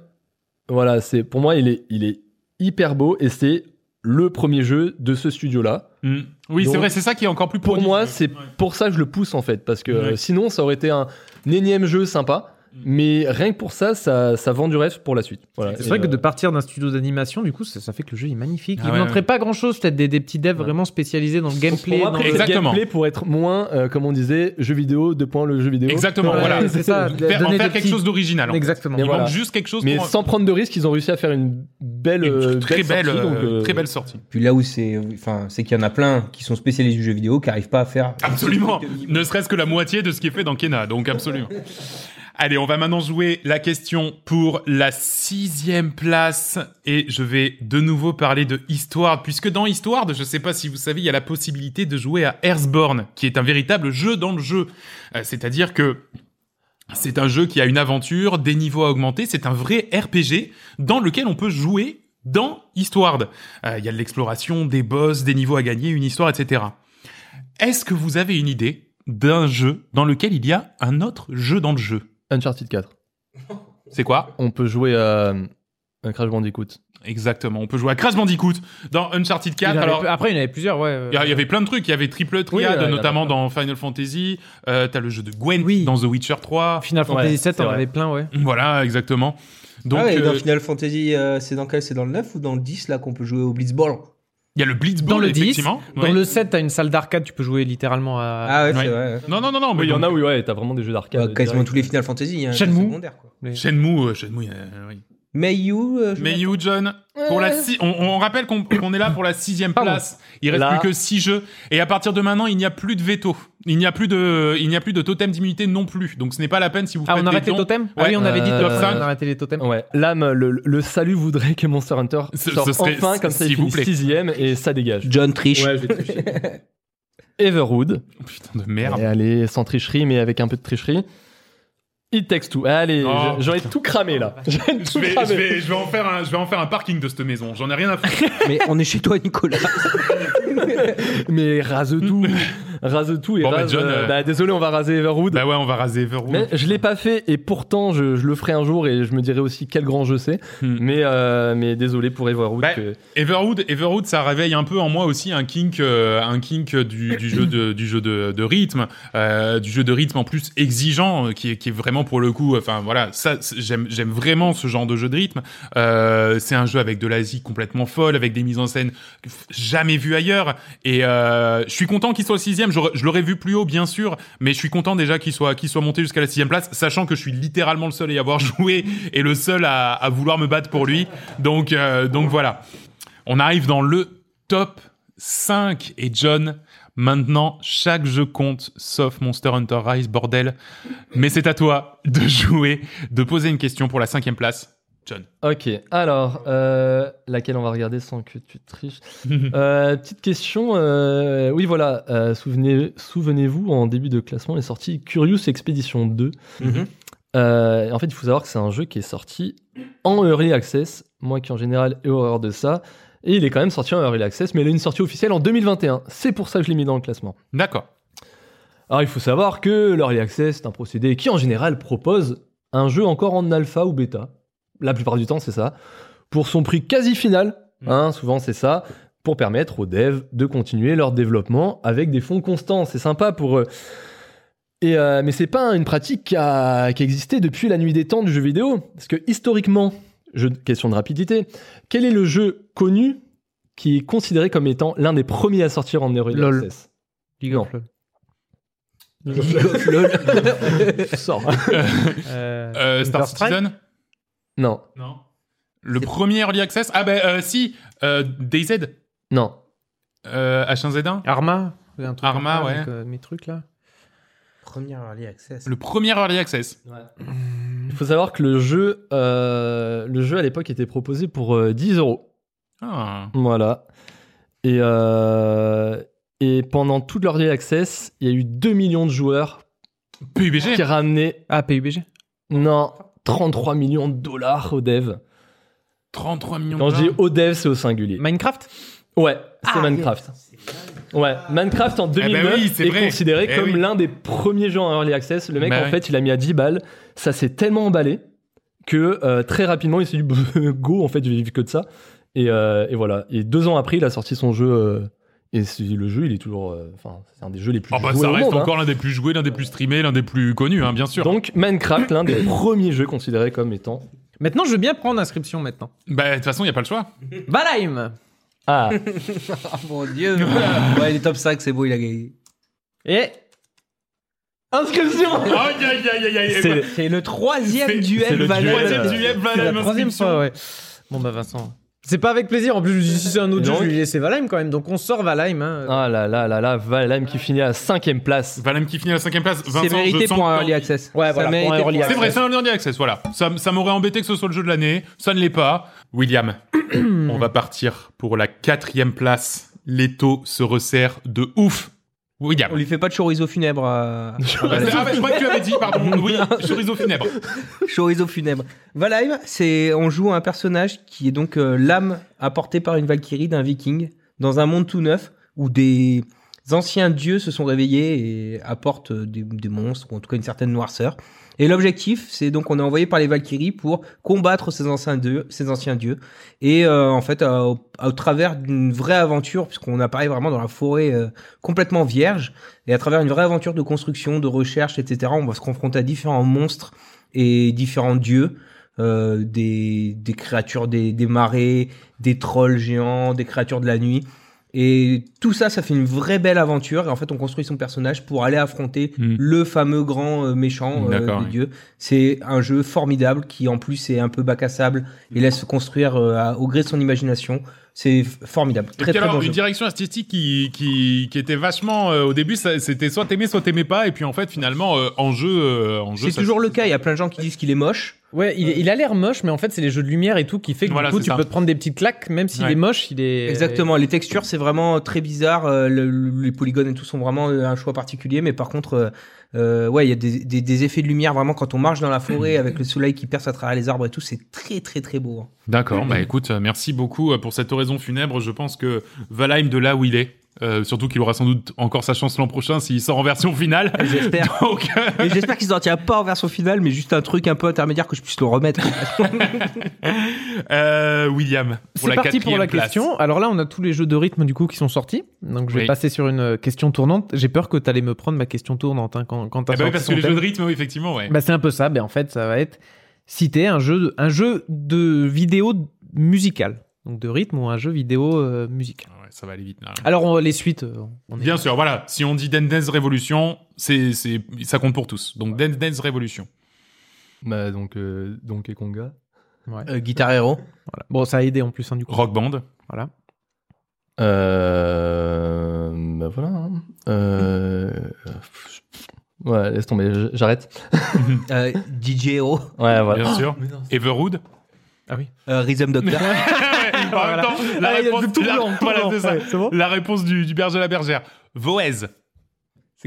voilà, c'est, pour moi, il est, il est hyper beau et c'est le premier jeu de ce studio-là.
Mm. Oui,
Donc,
c'est vrai, c'est ça qui est encore plus
Pour
prodigieux.
moi, c'est
Ouais.
pour ça que je le pousse en fait, parce que euh,
Ouais.
sinon, ça aurait été un, un énième jeu sympa, mais rien que pour ça, ça, ça vend du rêve pour la suite. Voilà.
C'est
Et,
vrai que
euh,
de partir d'un studio d'animation, du coup, ça, ça fait que le jeu est magnifique.
Ah
il
ouais,
n'entrait
ouais.
pas grand chose, peut-être des, des petits devs vraiment spécialisés dans le gameplay.
euh, Pour moi,
dans
après,
le-
c'est le
Exactement.
gameplay pour être moins, euh, comme on disait, jeu vidéo, deux points le jeu vidéo.
Exactement,
Ouais,
voilà.
c'est ça,
Faire-
donner
en
des
faire quelque
petits-
chose d'original. en fait.
Exactement.
Mais
Il
voilà.
manque juste quelque chose
Mais
pour un-
sans prendre de risque, ils ont réussi à faire une belle, euh,
une très belle,
sortie, donc,
euh,
euh,
très belle sortie.
Puis là où c'est, enfin, c'est qu'il y en a plein qui sont spécialisés du jeu vidéo, qui arrivent pas à faire.
Ah, Absolument. Ne serait-ce que la moitié de ce qui est fait dans Kena, donc absolument. Allez, on va maintenant jouer la question pour la sixième place. Et je vais de nouveau parler de Histoire, puisque dans Histoire, je ne sais pas si vous savez, il y a la possibilité de jouer à Earthborn, qui est un véritable jeu dans le jeu. Euh, C'est-à-dire que c'est un jeu qui a une aventure, des niveaux à augmenter. C'est un vrai RPG dans lequel on peut jouer dans Histoire. Euh, Il y a de l'exploration, des boss, des niveaux à gagner, une histoire, etc. Est-ce que vous avez une idée d'un jeu dans lequel il y a un autre jeu dans le jeu
Uncharted 4.
C'est quoi
On peut jouer à euh, Un Crash Bandicoot.
Exactement. On peut jouer à Crash Bandicoot dans Uncharted 4.
Il en avait-
Alors,
Après, il y en avait plusieurs, ouais.
il y a- il y avait plein de trucs. Il y avait Triple Triad,
il y en a
notamment
plein.
dans Final Fantasy. Euh, T'as le jeu de Gwen
Oui.
dans The Witcher 3.
euh, Final
Ouais,
Fantasy
c'est
VII, on en
vrai.
avait plein, ouais.
Voilà, exactement. Donc,
ah ouais, et dans
euh,
Final Fantasy, euh, c'est dans quel C'est dans le 9 ou dans le 10 là qu'on peut jouer au Blitzball
il y a le Blitzball,
Dans le 10,
effectivement.
dans
Ouais.
le 7, t'as une salle d'arcade, tu peux jouer littéralement à.
Ah ouais,
ouais.
c'est vrai. ouais.
Non, non, non, non.
Oui,
mais
il y en
donc,
a, oui, ouais, t'as vraiment des jeux d'arcade.
Bah, quasiment
direct.
tous les Final Fantasy, il y a un jeu
Shenmue.
secondaire. Quoi.
Shenmue, euh, Shenmue, euh, oui.
Mayu, euh, je-
Mayu John, pour la si- on, on rappelle qu'on qu'on est là pour la sixième
Pardon.
place. Il reste
Là.
plus que six jeux et à partir de maintenant, il n'y a plus de veto. Il n'y a plus de, il n'y a plus de totem d'immunité non plus. Donc ce n'est pas la peine si vous
Ah,
faites
on
des
arrête les
dons.
totems Ah
Ouais. Oh,
oui, on avait dit
Euh,
top
top
5,
cinq.
on arrêtait les totems.
Ouais, l'âme, le, le salut voudrait que Monster Hunter
Ce-
sorte
ce serait-
enfin comme ça il
s'il vous
finit
plaît.
sixième et ça dégage.
John Trish.
Ouais, je vais tricher. Everwood.
Putain de merde.
Et allez, sans tricherie, mais avec un peu de tricherie. It Takes Two. Allez,
Oh,
je- j'aurais tout cramé là. J'aurais
Je
tout
vais,
cramé.
je vais- je vais en faire un, je vais en faire un parking de cette maison. J'en ai rien à faire.
Mais on est chez toi, Nicolas.
Mais rase tout. rase tout et
Bon, bah,
rase,
John,
euh,
euh,
bah, désolé, on va raser Everwood.
bah ouais, on va raser Everwood.
mais je l'ai pas fait et pourtant je, je le ferai un jour et je me dirai aussi quel grand jeu c'est.
Hmm.
Mais, euh, mais désolé pour Everwood.
Bah,
que-
Everwood, Everwood, ça réveille un peu en moi aussi un kink, euh, un kink du, du jeu de, du jeu de, de rythme, euh, du jeu de rythme en plus exigeant, euh, qui est, qui est vraiment pour le coup, enfin voilà, ça c'est- j'aime, j'aime vraiment ce genre de jeu de rythme. Euh, c'est un jeu avec de l'Asie complètement folle, avec des mises en scène jamais vues ailleurs. Et euh, je suis content qu'il soit sixième. J'aurais- Je l'aurais vu plus haut, bien sûr, mais je suis content déjà qu'il soit, qu'il soit monté jusqu'à la sixième place, sachant que je suis littéralement le seul à y avoir joué et le seul à, à vouloir me battre pour lui. Donc, euh, donc voilà. On arrive dans le top 5. Et John, maintenant, chaque jeu compte, sauf Monster Hunter Rise, bordel. Mais c'est à toi de jouer, de poser une question pour la cinquième place. John.
Ok, alors, euh, laquelle on va regarder sans que tu triches Euh, Petite question, euh, oui voilà, euh, souvenez- souvenez-vous, en début de classement est sorti Curious Expedition 2. Euh, en fait, il faut savoir que c'est un jeu qui est sorti en Early Access, moi qui en général ai horreur de ça, et il est quand même sorti en Early Access, mais il a une sortie officielle en 2021, c'est pour ça que je l'ai mis dans le classement.
D'accord.
Alors, Ah, il faut savoir que l'Early Access, c'est un procédé qui, en général, propose un jeu encore en alpha ou bêta. La plupart du temps, c'est ça. Pour son prix quasi final, hein, souvent c'est ça, pour permettre aux devs de continuer leur développement avec des fonds constants. C'est sympa pour eux. Et euh, mais c'est pas une pratique qui a, qui a existé depuis la nuit des temps du jeu vidéo. Parce que historiquement, jeu, de- question de rapidité, quel est le jeu connu qui est considéré comme étant l'un des premiers à sortir en Early
LOL.
Access
League of Legends.
Sors.
Euh,
Euh, Star
Counter-Strike
Citizen
Non,
Non. Le premier Early Access Ah ben euh, si, euh, DayZ,
non.
euh, H1Z1.
Arma un truc
Arma,
comme ça,
ouais.
avec, euh, mes trucs là.
Premier early access.
Le premier Early Access.
Il faut savoir que le jeu, euh, le jeu à l'époque était proposé pour euh, 10 euros.
Ah.
Voilà. Et, euh, et pendant toute leur Early Access, il y a eu 2 millions de joueurs
PUBG
qui ramenaient,
Ah, PUBG.
non, 33 millions de dollars aux devs.
33 millions
Quand
de
je dis
dollars.
aux devs, c'est au singulier.
Minecraft
Ouais, c'est Minecraft. Ouais, Minecraft en 2009
Eh ben oui, c'est
est
vrai.
considéré
Eh
comme
oui.
l'un des premiers jeux en early access. Le mec,
Bah
en
oui.
fait, il a mis à 10 balles. Ça s'est tellement emballé que euh, très rapidement, il s'est dit go, en fait, je vais vivre que de ça. Et, euh, et voilà. Et deux ans après, il a sorti son jeu. euh, et c'est- le jeu, il est toujours. euh, Enfin, c'est un des jeux les plus
Oh, bah,
joués
ça
au
reste
monde, hein.
encore l'un des plus joués, l'un des plus streamés, l'un des plus connus, hein, bien sûr.
Donc, Minecraft, l'un des premiers jeux considérés comme étant.
Maintenant, je veux bien prendre inscription maintenant.
Bah de toute façon, il n'y a pas le choix.
Valheim
Ah,
Ah mon dieu. ouais, il est top 5, c'est beau, il a gagné.
Et. Inscription
Aïe aïe aïe aïe Eh ben, aïe.
c'est
C'est le troisième
C'est-
duel
c'est le
Valhalla.
duel,
Troisième
euh,
duel,
C'est la
Valheim
troisième
Inscription.
fois, ouais. Bon, bah, Vincent. C'est pas avec plaisir. En plus, je me suis dit, si c'est un autre jeu,
Donc-
je vais lui laisser Valheim quand même. Donc, on sort Valheim. hein.
ah là là là là, Valheim qui finit à cinquième place.
Valheim qui finit à la cinquième place. Vincent,
C'est
je
mérité
sens
pour un
que-
early access.
Ouais, voilà, pour un early
C'est vrai, c'est un early access, voilà. Ça, ça m'aurait embêté que ce soit le jeu de l'année. Ça ne l'est pas. William, on va partir pour la quatrième place. L'étau se resserre de ouf. William.
On lui fait pas de chorizo funèbre. euh, Valheim.
Ah, bah, je crois que tu avais dit, pardon. Oui, chorizo funèbre.
chorizo funèbre. Valheim, c'est on joue un personnage qui est donc euh, l'âme apportée par une Valkyrie d'un Viking dans un monde tout neuf où des les anciens dieux se sont réveillés et apportent euh, des, des monstres, ou en tout cas une certaine noirceur. Et l'objectif, c'est donc on est envoyé par les Valkyries pour combattre ces anciens dieux, ces anciens dieux. Et euh, en fait, à- au- à- au travers d'une vraie aventure, puisqu'on apparaît vraiment dans la forêt euh, complètement vierge, et à travers une vraie aventure de construction, de recherche, etc., on va se confronter à différents monstres et différents dieux. euh, des, des créatures des, des marées, des trolls géants, des créatures de la nuit. Et tout ça, ça fait une vraie belle aventure. Et en fait, on construit son personnage pour aller affronter
Hmm.
le fameux grand euh, méchant euh,
D'accord,
des
oui.
dieux. C'est un jeu formidable qui, en plus, est un peu bac à sable et laisse se construire euh, à- au gré de son imagination. C'est f- formidable.
Et
Très,
puis
très
alors,
bon
une
jeu.
direction artistique qui, qui, qui était vachement euh, au début, ça- c'était soit t'aimais, soit t'aimais pas, et puis en fait finalement euh, en jeu, euh, en jeu,
C'est
ça-
toujours le cas. Il y a plein de gens qui disent qu'il est moche.
Ouais, il, il a l'air moche, mais en fait, c'est les jeux de lumière et tout qui fait que
Voilà,
du coup,
c'est
tu
ça.
peux te prendre des petites claques, même s'il
Ouais.
est moche, il est.
Exactement. Les textures, c'est vraiment très bizarre. Euh, le- le- les polygones et tout sont vraiment euh, un choix particulier. Mais par contre, euh, euh, ouais, il y a des, des- des effets de lumière vraiment quand on marche dans la forêt avec le soleil qui perce à travers les arbres et tout. C'est très, très, très beau. hein.
D'accord, bah écoute, euh, merci beaucoup euh, pour cette oraison funèbre. Je pense que Valheim de là où il est, euh, surtout qu'il aura sans doute encore sa chance l'an prochain s'il sort en version finale.
J'espère.
Donc, euh,
Mais J'espère qu'il sortira pas en version finale, mais juste un truc un peu intermédiaire que je puisse le remettre.
euh, William, pour
C'est
la
parti pour
quatrième
la
place.
question. Alors là, on a tous les jeux de rythme du coup qui sont sortis. Donc je vais
Oui.
passer sur une euh, question tournante. J'ai peur que t'allais me prendre ma question tournante hein, quand, quand t'as
Eh bah oui,
sorti
parce
son
que les
thème.
jeux de rythme, oui, effectivement, ouais.
Bah, c'est un peu ça. Ben, en fait, ça va être citer un jeu, un jeu de vidéo musical. Donc de rythme ou un jeu vidéo euh, musical.
Ouais, ça va aller vite. là.
Alors on- les suites, euh, on est-
Bien sûr, voilà. Si on dit Dance Dance Revolution, c'est, c'est, ça compte pour tous. Donc Dance Dance Revolution.
Bah, donc, euh, Donkey Konga.
Guitar Hero.
Voilà. Bon, ça a aidé en plus hein, du coup.
Rock Band.
Euh. Bah voilà. hein. Euh. pff, Ouais, laisse tomber, j- j'arrête.
Euh, DJ Hero.
Ouais, voilà.
Bien
Ah,
sûr. Everwood.
euh, Rhythm Doctor.
En même temps, la
Ah, il y a
réponse,
tout
la-
blanc, tout
voilà,
blanc.
c'est ça.
Ouais, c'est bon
La réponse du, du berger à la bergère. Voez.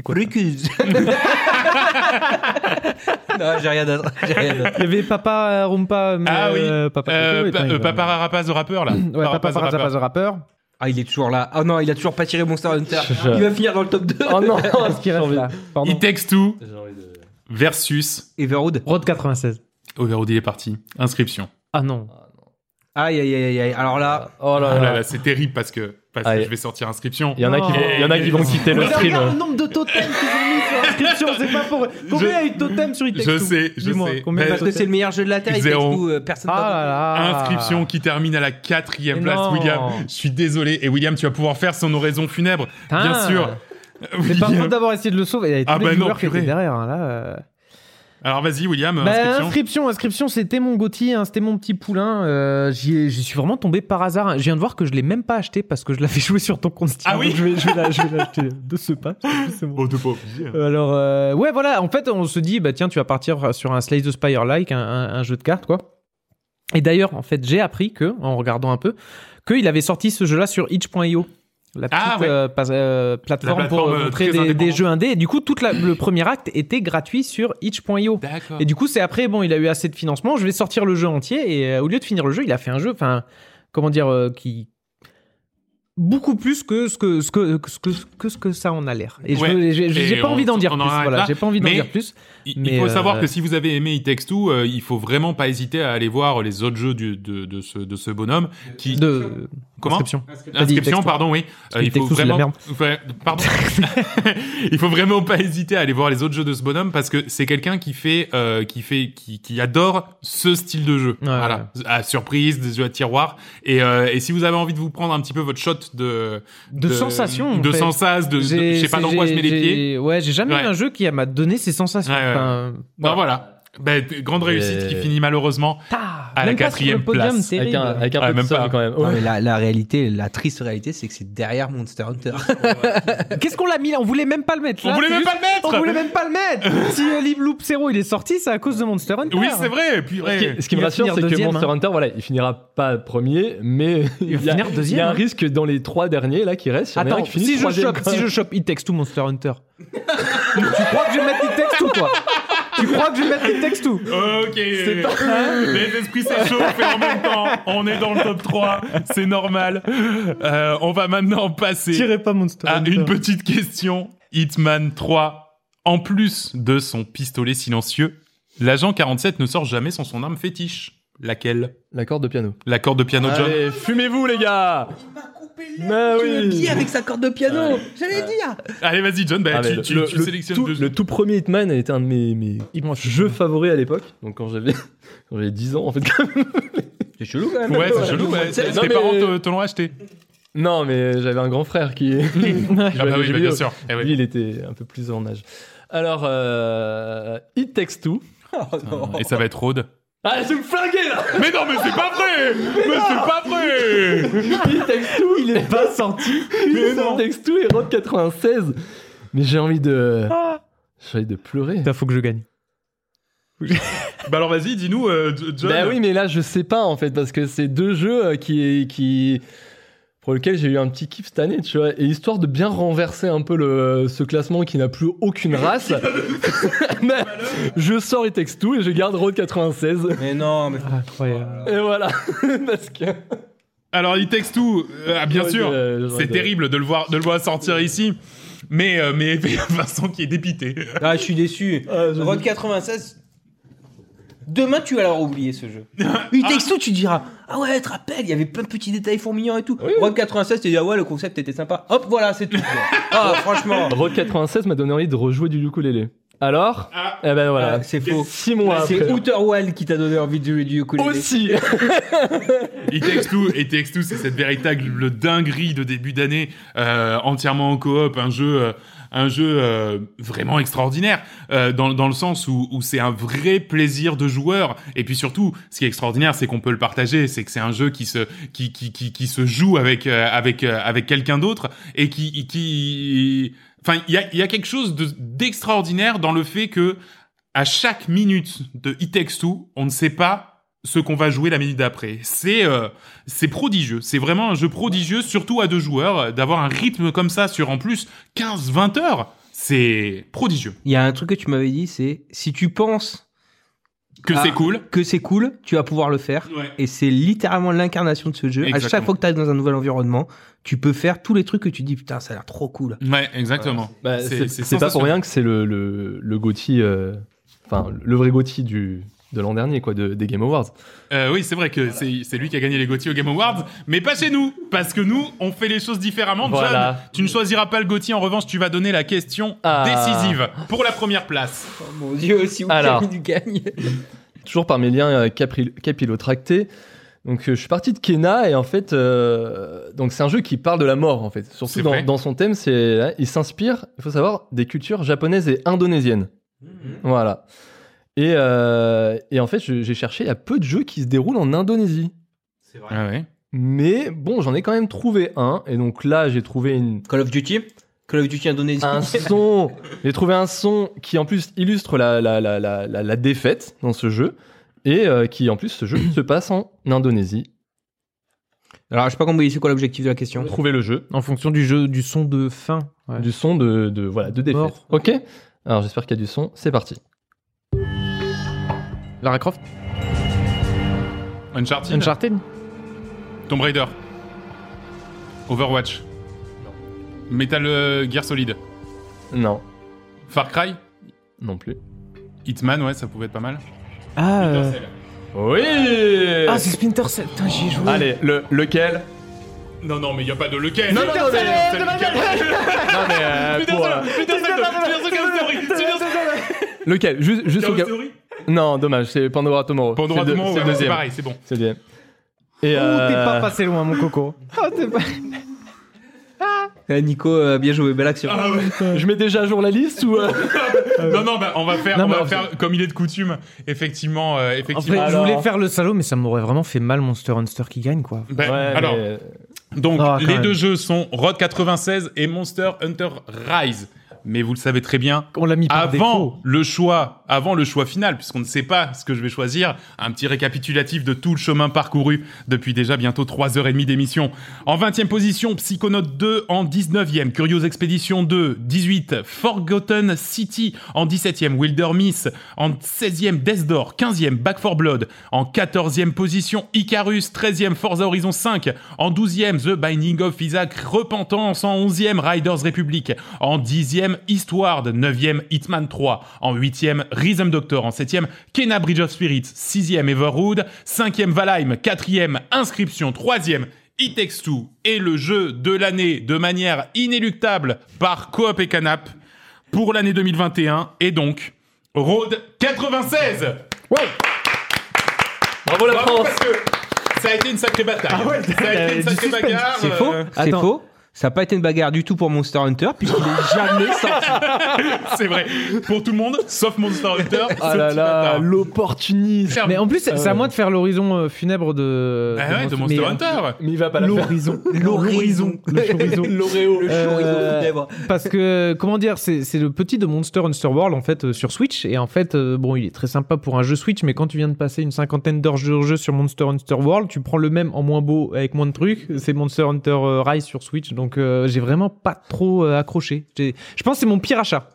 Recuse. non, j'ai rien d'autre. J'ai rien d'autre.
Il y avait Papa euh, Rumpa. mais,
Ah oui.
euh, Papa.
Euh,
Oui,
pa-
putain, il
euh,
va-
Papa Rapaz, le rappeur, là.
Ouais, Papa
Rapaz, le
Rapaz,
rappeur.
Rapaz, rappeur.
Ah, il est toujours là. Ah non, il a toujours pas tiré Monster Hunter.
Je-
Il va finir dans le top 2.
Oh non
Qu'est-ce qui reste là Pardon.
It Takes Two versus
Everwood.
Road 96.
Overwood, il est parti. Inscription.
Ah non.
Aïe, aïe, aïe, aïe, aïe. Alors là,
Oh
Oh
là
là
là.
là, c'est terrible parce que, parce
Allez.
que je vais sortir inscription.
Il y en a qui vont, il y en a qui vont quitter le stream. euh,
nombre de totems qu'ils ont mis sur l'inscription, c'est pas pour.
Combien Je-
a eu de totems sur It
Takes je Two sais, je Dis-moi, sais. Ben, combien Mais-
parce que c'est le meilleur jeu de la Terre, il
Zéro.
tout, euh, personne
Ah
d'autre.
là là.
Inscription qui termine à la quatrième
Mais
place,
non.
William. Je suis désolé. Et William, tu vas pouvoir faire son oraison funèbre. Bien
Putain.
sûr.
C'est pas
William.
faute d'avoir essayé de le sauver. Il y avait tous
Ah
les
bah non,
joueurs qui étaient
purée.
derrière. hein, là, euh.
Alors vas-y, William,
Bah,
inscription.
inscription, inscription, c'était mon Gauthier, hein, c'était mon petit poulain. euh, J'y ai- j'y suis vraiment tombé par hasard. hein. Je viens de voir que je l'ai même pas acheté parce que je l'avais joué sur ton compte Steam.
Ah oui
Donc je vais, je vais la- je vais l'acheter de ce pas. parce que c'est mon-
Oh, t'es pas obligé.
Euh, Alors, euh, ouais, voilà, en fait, on se dit, bah tiens, tu vas partir sur un Slay the Spire-like, un, un- un jeu de cartes, quoi. Et d'ailleurs, en fait, j'ai appris que, en regardant un peu, qu'il avait sorti ce jeu-là sur itch.io. La petite
Ah, ouais.
euh, pas- euh, plateforme,
La plateforme,
pour euh,
euh, très
montrer des,
indépendante.
des jeux indés. Et du coup, tout le premier acte était gratuit sur itch.io.
D'accord.
Et du coup, c'est après, bon, il a eu assez de financement, je vais sortir le jeu entier. Et euh, au lieu de finir le jeu, il a fait un jeu, enfin, comment dire, euh, qui. Beaucoup plus que ce que, ce que, que ce que, que ce que ça en a l'air. Et je-
Ouais.
je- j'ai j'ai
Et
pas
on-
envie d'en dire
on en
plus.
arrête là.
Voilà, j'ai pas envie d'en
Mais-
dire plus.
Il,
Mais,
il faut
euh,
savoir que si vous avez aimé It Takes Two, euh, il faut vraiment pas hésiter à aller voir les autres jeux du- de, de ce, de ce bonhomme. Qui...
De.
Comment
Inscription. T'as dit It Takes
Inscription,
Two.
pardon, oui. Euh,
Parce que It Takes Two, c'est de la merde.
Ouais, pardon. il faut vraiment pas hésiter à aller voir les autres jeux de ce bonhomme parce que c'est quelqu'un qui fait, euh, qui fait, qui, qui adore ce style de jeu. voilà. À surprise, des jeux à tiroir. Et, euh, et si vous avez envie de vous prendre un petit peu votre shot de,
De sensations, en
de
fait.
sensations, de, de-
J'ai-
je sais pas
c'est-
dans quoi je mets les
j'ai-
pieds.
Ouais, j'ai jamais
Ouais.
eu un jeu qui m'a donné ces sensations.
Ouais, ouais.
Enfin,
Ben voilà. Ben, t- grande réussite qui
Et-
finit malheureusement.
tah,
À la
même pas sur
quatrième
le podium,
place.
Avec
terrible.
un, avec un
Ah,
peu
même
de somme
pas.
quand même.
Non,
Ouais.
mais la, la réalité, la triste réalité, c'est que c'est derrière Monster Hunter.
Qu'est-ce qu'on l'a mis là On voulait même pas le mettre.
On
Là,
voulait
c'est
même
juste-
pas le mettre
On voulait même pas le mettre. Si euh, Live Loop Zero il est sorti, c'est à cause de Monster Hunter.
Oui, c'est vrai. Et puis, ouais.
Ce qui- Ce qui
Il
me
va
rassure,
finir
c'est que
deuxième,
Monster
hein.
Hunter, voilà, il finira pas premier, mais
Il va
y a-
finir
Il
deuxième,
y a un
hein.
risque dans les trois derniers là qui restent. il y en a un
Attends,
qui finit
si je
troisième,
chope,
quoi.
si je chope It Takes Two Monster Hunter, tu crois que je vais mettre It Takes Two, toi tu crois que je vais mettre les textes tout
Ok. Euh, Les esprits s'échauffent et en même temps, on est dans le top 3. C'est normal. Euh, on va maintenant passer
Tirez pas Monster
à
Hunter.
une petite question. Hitman 3, en plus de son pistolet silencieux, l'agent 47 ne sort jamais sans son arme fétiche. Laquelle
La corde de piano.
La corde de piano John
Allez, fumez-vous les gars Ah oui.
avec sa corde de piano, j'allais dire.
Allez, vas-y, John, bah,
Ah, mais
tu, tu-
le, le-
tu
le
sélectionnes
tout,
deux.
le tout premier Hitman était un de mes, mes jeux favoris à l'époque. Donc quand j'avais quand j'avais 10 ans en fait. quand même.
C'est chelou quand même.
Ouais, c'est chelou. ouais.
C'est-
Tes
non, mais-
parents te, te l'ont acheté.
non mais j'avais un grand frère qui.
Ah, bah oui, bah, bien sûr. Eh oui.
Lui il était un peu plus en âge. Alors euh, It Takes Two.
Et ça va être Rode.
Ah je vais me flinguer là
Mais non, mais c'est pas vrai Mais c'est pas vrai
It Takes Two il est pas sorti. It Takes Two est rentre 96. Mais j'ai envie de j'ai envie de pleurer.
Putain, faut que je gagne.
Bah alors vas-y, dis-nous, euh, J- John.
Bah oui, mais là, je sais pas en fait, parce que c'est deux jeux euh, qui, qui pour lesquels j'ai eu un petit kiff cette année, tu vois. Et histoire de bien renverser un peu le, ce classement qui n'a plus aucune race, bah, je sors It Takes Two et je garde Road 96.
Mais non, mais
Incroyable.
Et voilà, parce que
Alors, il texte tout, euh, ah, bien
Ouais,
sûr.
euh, j'aurais
c'est
adoré.
terrible de le voir, de le voir sortir ici. Mais, euh, mais Vincent qui est dépité.
ah, je suis déçu. Road 96. Demain, tu vas l'avoir oublié ce jeu. Une texto, tu diras Ah ouais, te rappelles, il y avait plein de petits détails fourmillants et tout. Road 96, tu dis Ah ouais, le concept était sympa. Hop, voilà, c'est tout. ah, franchement.
Road 96 m'a donné envie de rejouer du ukulélé. Alors, eh ben voilà,
Ah, c'est faux. Ah,
Six mois
C'est
après.
Outer Wild qui t'a donné envie de jouer du ukulélé.
Aussi.
Il texte tout, et texte tout, c'est cette véritable dinguerie de début d'année, euh, entièrement en coop, un jeu, euh, un jeu euh, vraiment extraordinaire, euh, dans, dans le sens où, où c'est un vrai plaisir de joueur. Et puis surtout, ce qui est extraordinaire, c'est qu'on peut le partager, c'est que c'est un jeu qui se, qui, qui, qui, qui se joue avec, euh, avec, euh, avec quelqu'un d'autre et qui, qui, enfin, il y a, il y a quelque chose de- d'extraordinaire dans le fait que à chaque minute de It Takes Two, on ne sait pas ce qu'on va jouer la minute d'après. C'est euh, c'est prodigieux. C'est vraiment un jeu prodigieux, surtout à deux joueurs, euh, d'avoir un rythme comme ça sur en plus 15-20 heures. C'est prodigieux.
Il y a un truc que tu m'avais dit c'est si tu penses
Que
Ah.
c'est cool.
que c'est cool, tu vas pouvoir le faire. Et c'est littéralement l'incarnation de ce jeu. À chaque
Exactement.
fois que tu dans un nouvel environnement, tu peux faire tous les trucs que tu dis putain, ça a l'air trop cool.
Ouais, exactement.
Bah, c'est c'est pas
sensationnel.
pour rien que c'est le, le, le GOTY, euh, enfin le vrai GOTY du de l'an dernier quoi, de- des Game Awards.
Euh, oui, c'est vrai que c'est c'est lui qui a gagné les Gauthier au Game Awards, mais pas chez nous, parce que nous, on fait les choses différemment.
Voilà.
John, tu ne choisiras pas le Gauthier, en revanche, tu vas donner la question
Ah.
décisive pour la première place.
Oh mon dieu, si vous
Alors.
du gagne.
toujours par mes liens euh, capri- capillotractés. Donc euh, je suis parti de Kena et en fait euh, donc c'est un jeu qui parle de la mort en fait.
C'est
Surtout
vrai.
dans, dans son thème, c'est hein, il s'inspire, il faut savoir des cultures japonaises et indonésiennes.
Mhm.
Voilà. Et, euh, et en fait, je- j'ai cherché, il y a peu de jeux qui se déroulent en Indonésie.
Ah ouais.
Mais bon, j'en ai quand même trouvé un. Et donc là, j'ai trouvé une,
Call of Duty Call of Duty Indonésie.
un son. J'ai trouvé un son qui en plus illustre la, la, la, la, la, la défaite dans ce jeu et euh, qui en plus ce jeu se passe en Indonésie.
Alors, je sais pas compris, c'est quoi l'objectif de la question
Trouver le jeu
En fonction du jeu, du son de fin. Ouais.
du son de, de voilà de défaite.
Mort.
Ok. Alors j'espère qu'il y a du son. C'est parti.
Lara Croft
Uncharted,
Uncharted
Tomb Raider, Overwatch, Metal euh, Gear Solid,
Non,
Far Cry,
non plus.
Hitman, ouais, ça pouvait être pas mal.
Ah, euh,
Oui.
ah c'est Splinter Cell. Putain, j'y ai joué.
Ah,
Allez,
Euh,
le, lequel
Non, non, mais il n'y a pas de lequel
Non, non, non, mais- Non, mais, euh, pour, euh, lequel Juste, juste au cas. Non, dommage, c'est Pandora Tomorrow.
Pandora
C'est le-
Tomorrow,
c'est
ouais,
le
c'est
deuxième.
pareil, c'est bon.
C'est bien. Et
Oh,
euh,
t'es pas passé loin, mon coco. Oh, t'es pas...
Eh, Nico, euh, bien joué, belle action.
je mets déjà à jour la liste ou euh
Non, non, bah, on va faire,
Ah Non,
on
mais
va
en
faire comme il est de coutume. Effectivement, euh,
En
effectivement.
fait, je
alors-
voulais faire le salaud, mais ça m'aurait vraiment fait mal Monster Hunter qui gagne, quoi.
Bah,
Ouais,
alors,
mais- euh,
donc,
Ah, quand
les
même.
deux jeux sont Road 96 et Monster Hunter Rise. Mais vous le savez très bien,
On l'a mis par
avant
défaut.
le choix choix avant le choix final, puisqu'on ne sait pas ce que je vais choisir. Un petit récapitulatif de tout le chemin parcouru depuis déjà bientôt 3h30 d'émission. En 20e position, Psychonaut 2 en 19e, Curious Expedition 2, 18, Forgotten City en 17e, Wilder Miss en 16e, Death Door, 15e, Back 4 Blood en 14e position, Icarus, 13e, Forza Horizon 5 en 12e, The Binding of Isaac, Repentance en 11e, Riders Republic en 10e, Eastward, 9e, Hitman 3 en 8e, Rhythm Doctor en 7e, Kena Bridge of Spirits, 6e, Everwood, 5e, Valheim, 4e, Inscription, 3e, It Takes Two est le jeu de l'année de manière inéluctable par Coop et Canap pour l'année 2021 et donc Road 96
Bravo la
Bravo
France
parce que ça a été une sacrée bataille. ça a été une sacrée bagarre.
C'est
euh,
faux, c'est
Attends.
faux. Ça n'a pas été une bagarre du tout pour Monster Hunter, puisqu'il est jamais sorti.
C'est vrai. Pour tout le monde, sauf Monster Hunter. ce
Ah là
petit
là,
bâtard.
l'opportunisme
Ferme.
Mais en plus, c'est c'est à moi de faire l'horizon euh, funèbre de.
Ah ouais, de Monster
mais, euh,
Hunter.
Mais il va pas la faire.
L'horizon. L'horizon. Le chorizo.
L'Oreo.
Euh, parce que comment dire, c'est c'est le petit de Monster Hunter World en fait euh, sur Switch et en fait euh, bon il est très sympa pour un jeu Switch mais quand tu viens de passer une cinquantaine d'heures de jeu sur Monster Hunter World, tu prends le même en moins beau avec moins de trucs, c'est Monster Hunter euh, Rise sur Switch donc euh, j'ai vraiment pas trop euh, accroché. J'ai- Je pense que c'est mon pire achat.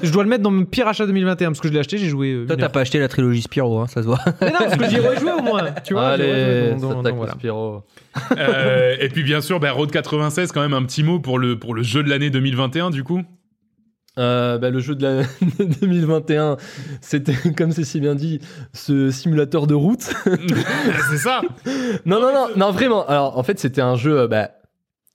Je dois le mettre dans mon pire achat 2021 parce que je l'ai acheté, j'ai joué. euh,
Toi,
une
t'as
heure.
pas acheté la trilogie Spyro, hein, ça se voit.
Mais non, parce que j'y ai rejoué au moins. Tu vois, j'y ai rejoué,
Allez,
donc-
ça
donc-
attaque
donc
le
voilà.
Spiro.
Euh, et puis bien sûr, bah, Road 96, quand même un petit mot pour le, pour le jeu de l'année 2021 du coup.
Euh, bah, le jeu de la 2021, c'était, comme c'est si bien dit, ce simulateur de route.
Ah, c'est ça.
non, non, non, non, vraiment. Alors, en fait, c'était un jeu euh, bah,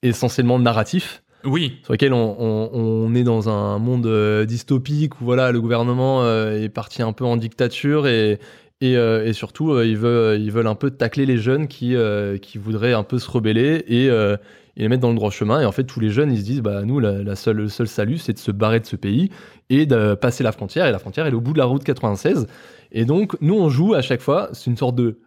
essentiellement narratif.
Oui.
sur lequel on, on- on est dans un monde euh, dystopique où voilà le gouvernement euh, est parti un peu en dictature et et, euh, et surtout euh, ils veulent ils veulent un peu tacler les jeunes qui euh, qui voudraient un peu se rebeller et euh, et les mettre dans le droit chemin et en fait tous les jeunes ils se disent bah nous la, la seule le seul salut c'est de se barrer de ce pays et de passer la frontière et la frontière elle est au bout de la route 96 et donc nous on joue à chaque fois c'est une sorte de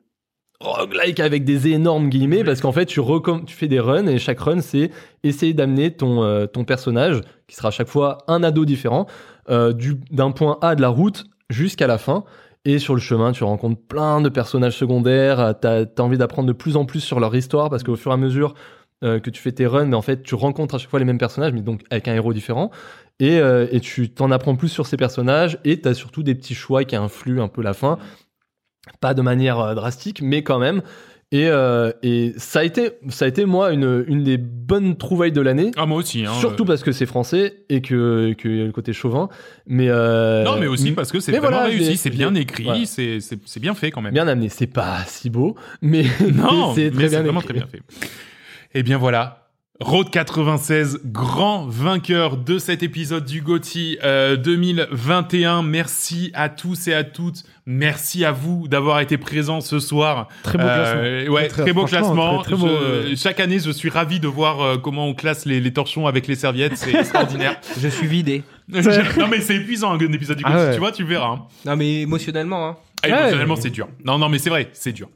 roguelike avec des énormes guillemets parce qu'en fait tu recomm- tu fais des runs et chaque run c'est essayer d'amener ton, euh, ton personnage, qui sera à chaque fois un ado différent, euh, du- d'un point A de la route jusqu'à la fin. Et sur le chemin, tu rencontres plein de personnages secondaires, euh, t'as as envie d'apprendre de plus en plus sur leur histoire, parce qu'au fur et à mesure euh, que tu fais tes runs, mais en fait, tu rencontres à chaque fois les mêmes personnages, mais donc avec un héros différent. Et, euh, et tu t'en apprends plus sur ces personnages, et t'as surtout des petits choix qui influent un peu la fin. Pas de manière euh, drastique, mais quand même. Et, euh, et ça, a été, ça a été, moi, une, une des bonnes trouvailles de l'année.
Ah moi aussi. Hein,
Surtout
euh.
parce que c'est français et que que y a le côté chauvin, mais euh,
Non mais aussi parce que c'est
mais
vraiment
voilà, j'ai-
réussi, c'est bien
j'ai-
écrit,
voilà.
c'est c'est- c'est bien fait quand même.
bien amené. C'est pas si beau, mais
Non,
mais c'est
mais
très bien
vraiment
écrit.
très bien fait. Eh bien voilà. Road 96, grand vainqueur de cet épisode du GOTY euh, 2021. Merci à tous et à toutes. Merci à vous d'avoir été présents ce soir.
Très beau
Euh, ouais, très,
Très-
beau
franchement,
classement.
très- très beau,
Je-
euh.
Chaque année, je suis ravi de voir euh, comment on classe les, les torchons avec les serviettes. C'est extraordinaire.
Je suis vidé.
non mais c'est épuisant un épisode du GOTY.
Ah ouais.
Tu vois, tu verras. hein.
Non, mais émotionnellement, hein.
Et
Ouais.
émotionnellement, c'est dur. Non, non, mais c'est vrai, c'est dur.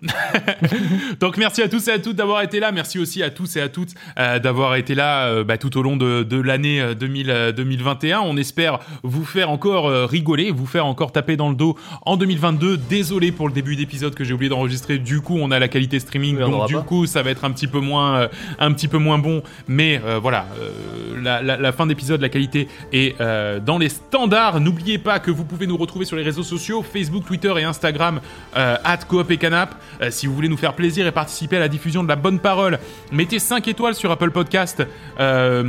Donc, merci à tous et à toutes d'avoir été là. Merci aussi à tous et à toutes euh, d'avoir été là euh, bah, tout au long de, de l'année euh, 2000, euh, 2021. On espère vous faire encore euh, rigoler, vous faire encore taper dans le dos en 2022. Désolé pour le début d'épisode que j'ai oublié d'enregistrer. Du coup, on a la qualité streaming,
Oui, on
donc
n'aura
du
pas.
coup, ça va être un petit peu moins, euh, un petit peu moins bon. Mais euh, voilà, euh, la, la- la fin d'épisode, la qualité est euh, dans les standards. N'oubliez pas que vous pouvez nous retrouver sur les réseaux sociaux, Facebook, Twitter et Instagram, euh, at coop et canap. Euh, si vous voulez nous faire plaisir et participer à la diffusion de la bonne parole, mettez 5 étoiles sur Apple Podcast, euh,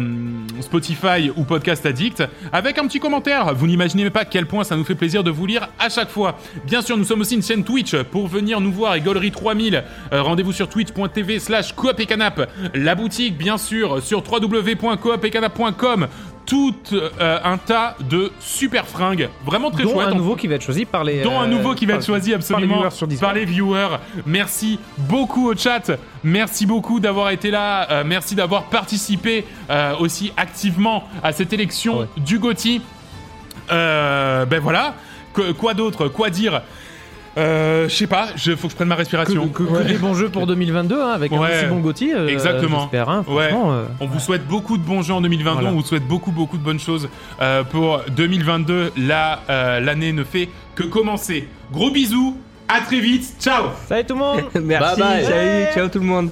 Spotify ou Podcast Addict, avec un petit commentaire. Vous n'imaginez même pas à quel point ça nous fait plaisir de vous lire à chaque fois. Bien sûr, nous sommes aussi une chaîne Twitch pour venir nous voir et Gollery 3000. Euh, Rendez-vous sur twitch.tv slash coop et canap. La boutique, bien sûr, sur www.coopetcanap.com. Tout euh, un tas de super fringues. Vraiment très
Dont
chouette.
un
On-
nouveau qui va être choisi par les.
dont un
euh,
nouveau qui va
par-
être choisi absolument
viewers sur Discord.
par les viewers. Merci beaucoup au chat. Merci beaucoup d'avoir été là. Euh, merci d'avoir participé euh, aussi activement à cette
Ah
élection du GOTY. Euh, ben voilà. Que- quoi d'autre Quoi dire Euh, je sais pas, je, faut que je prenne ma respiration.
Que, que- que des bons jeux pour 2022 hein, avec un
Ouais.
aussi bon Gauthier. euh,
Exactement.
J'espère, hein,
Ouais.
franchement. euh,
On vous souhaite beaucoup de bons jeux en 2022.
Voilà.
On vous souhaite beaucoup, beaucoup de bonnes choses euh, pour 2022. Là, euh, l'année ne fait que commencer. Gros bisous. À très vite. Ciao.
Salut tout le monde
Merci,
Bye bye.
salut, ciao tout le monde.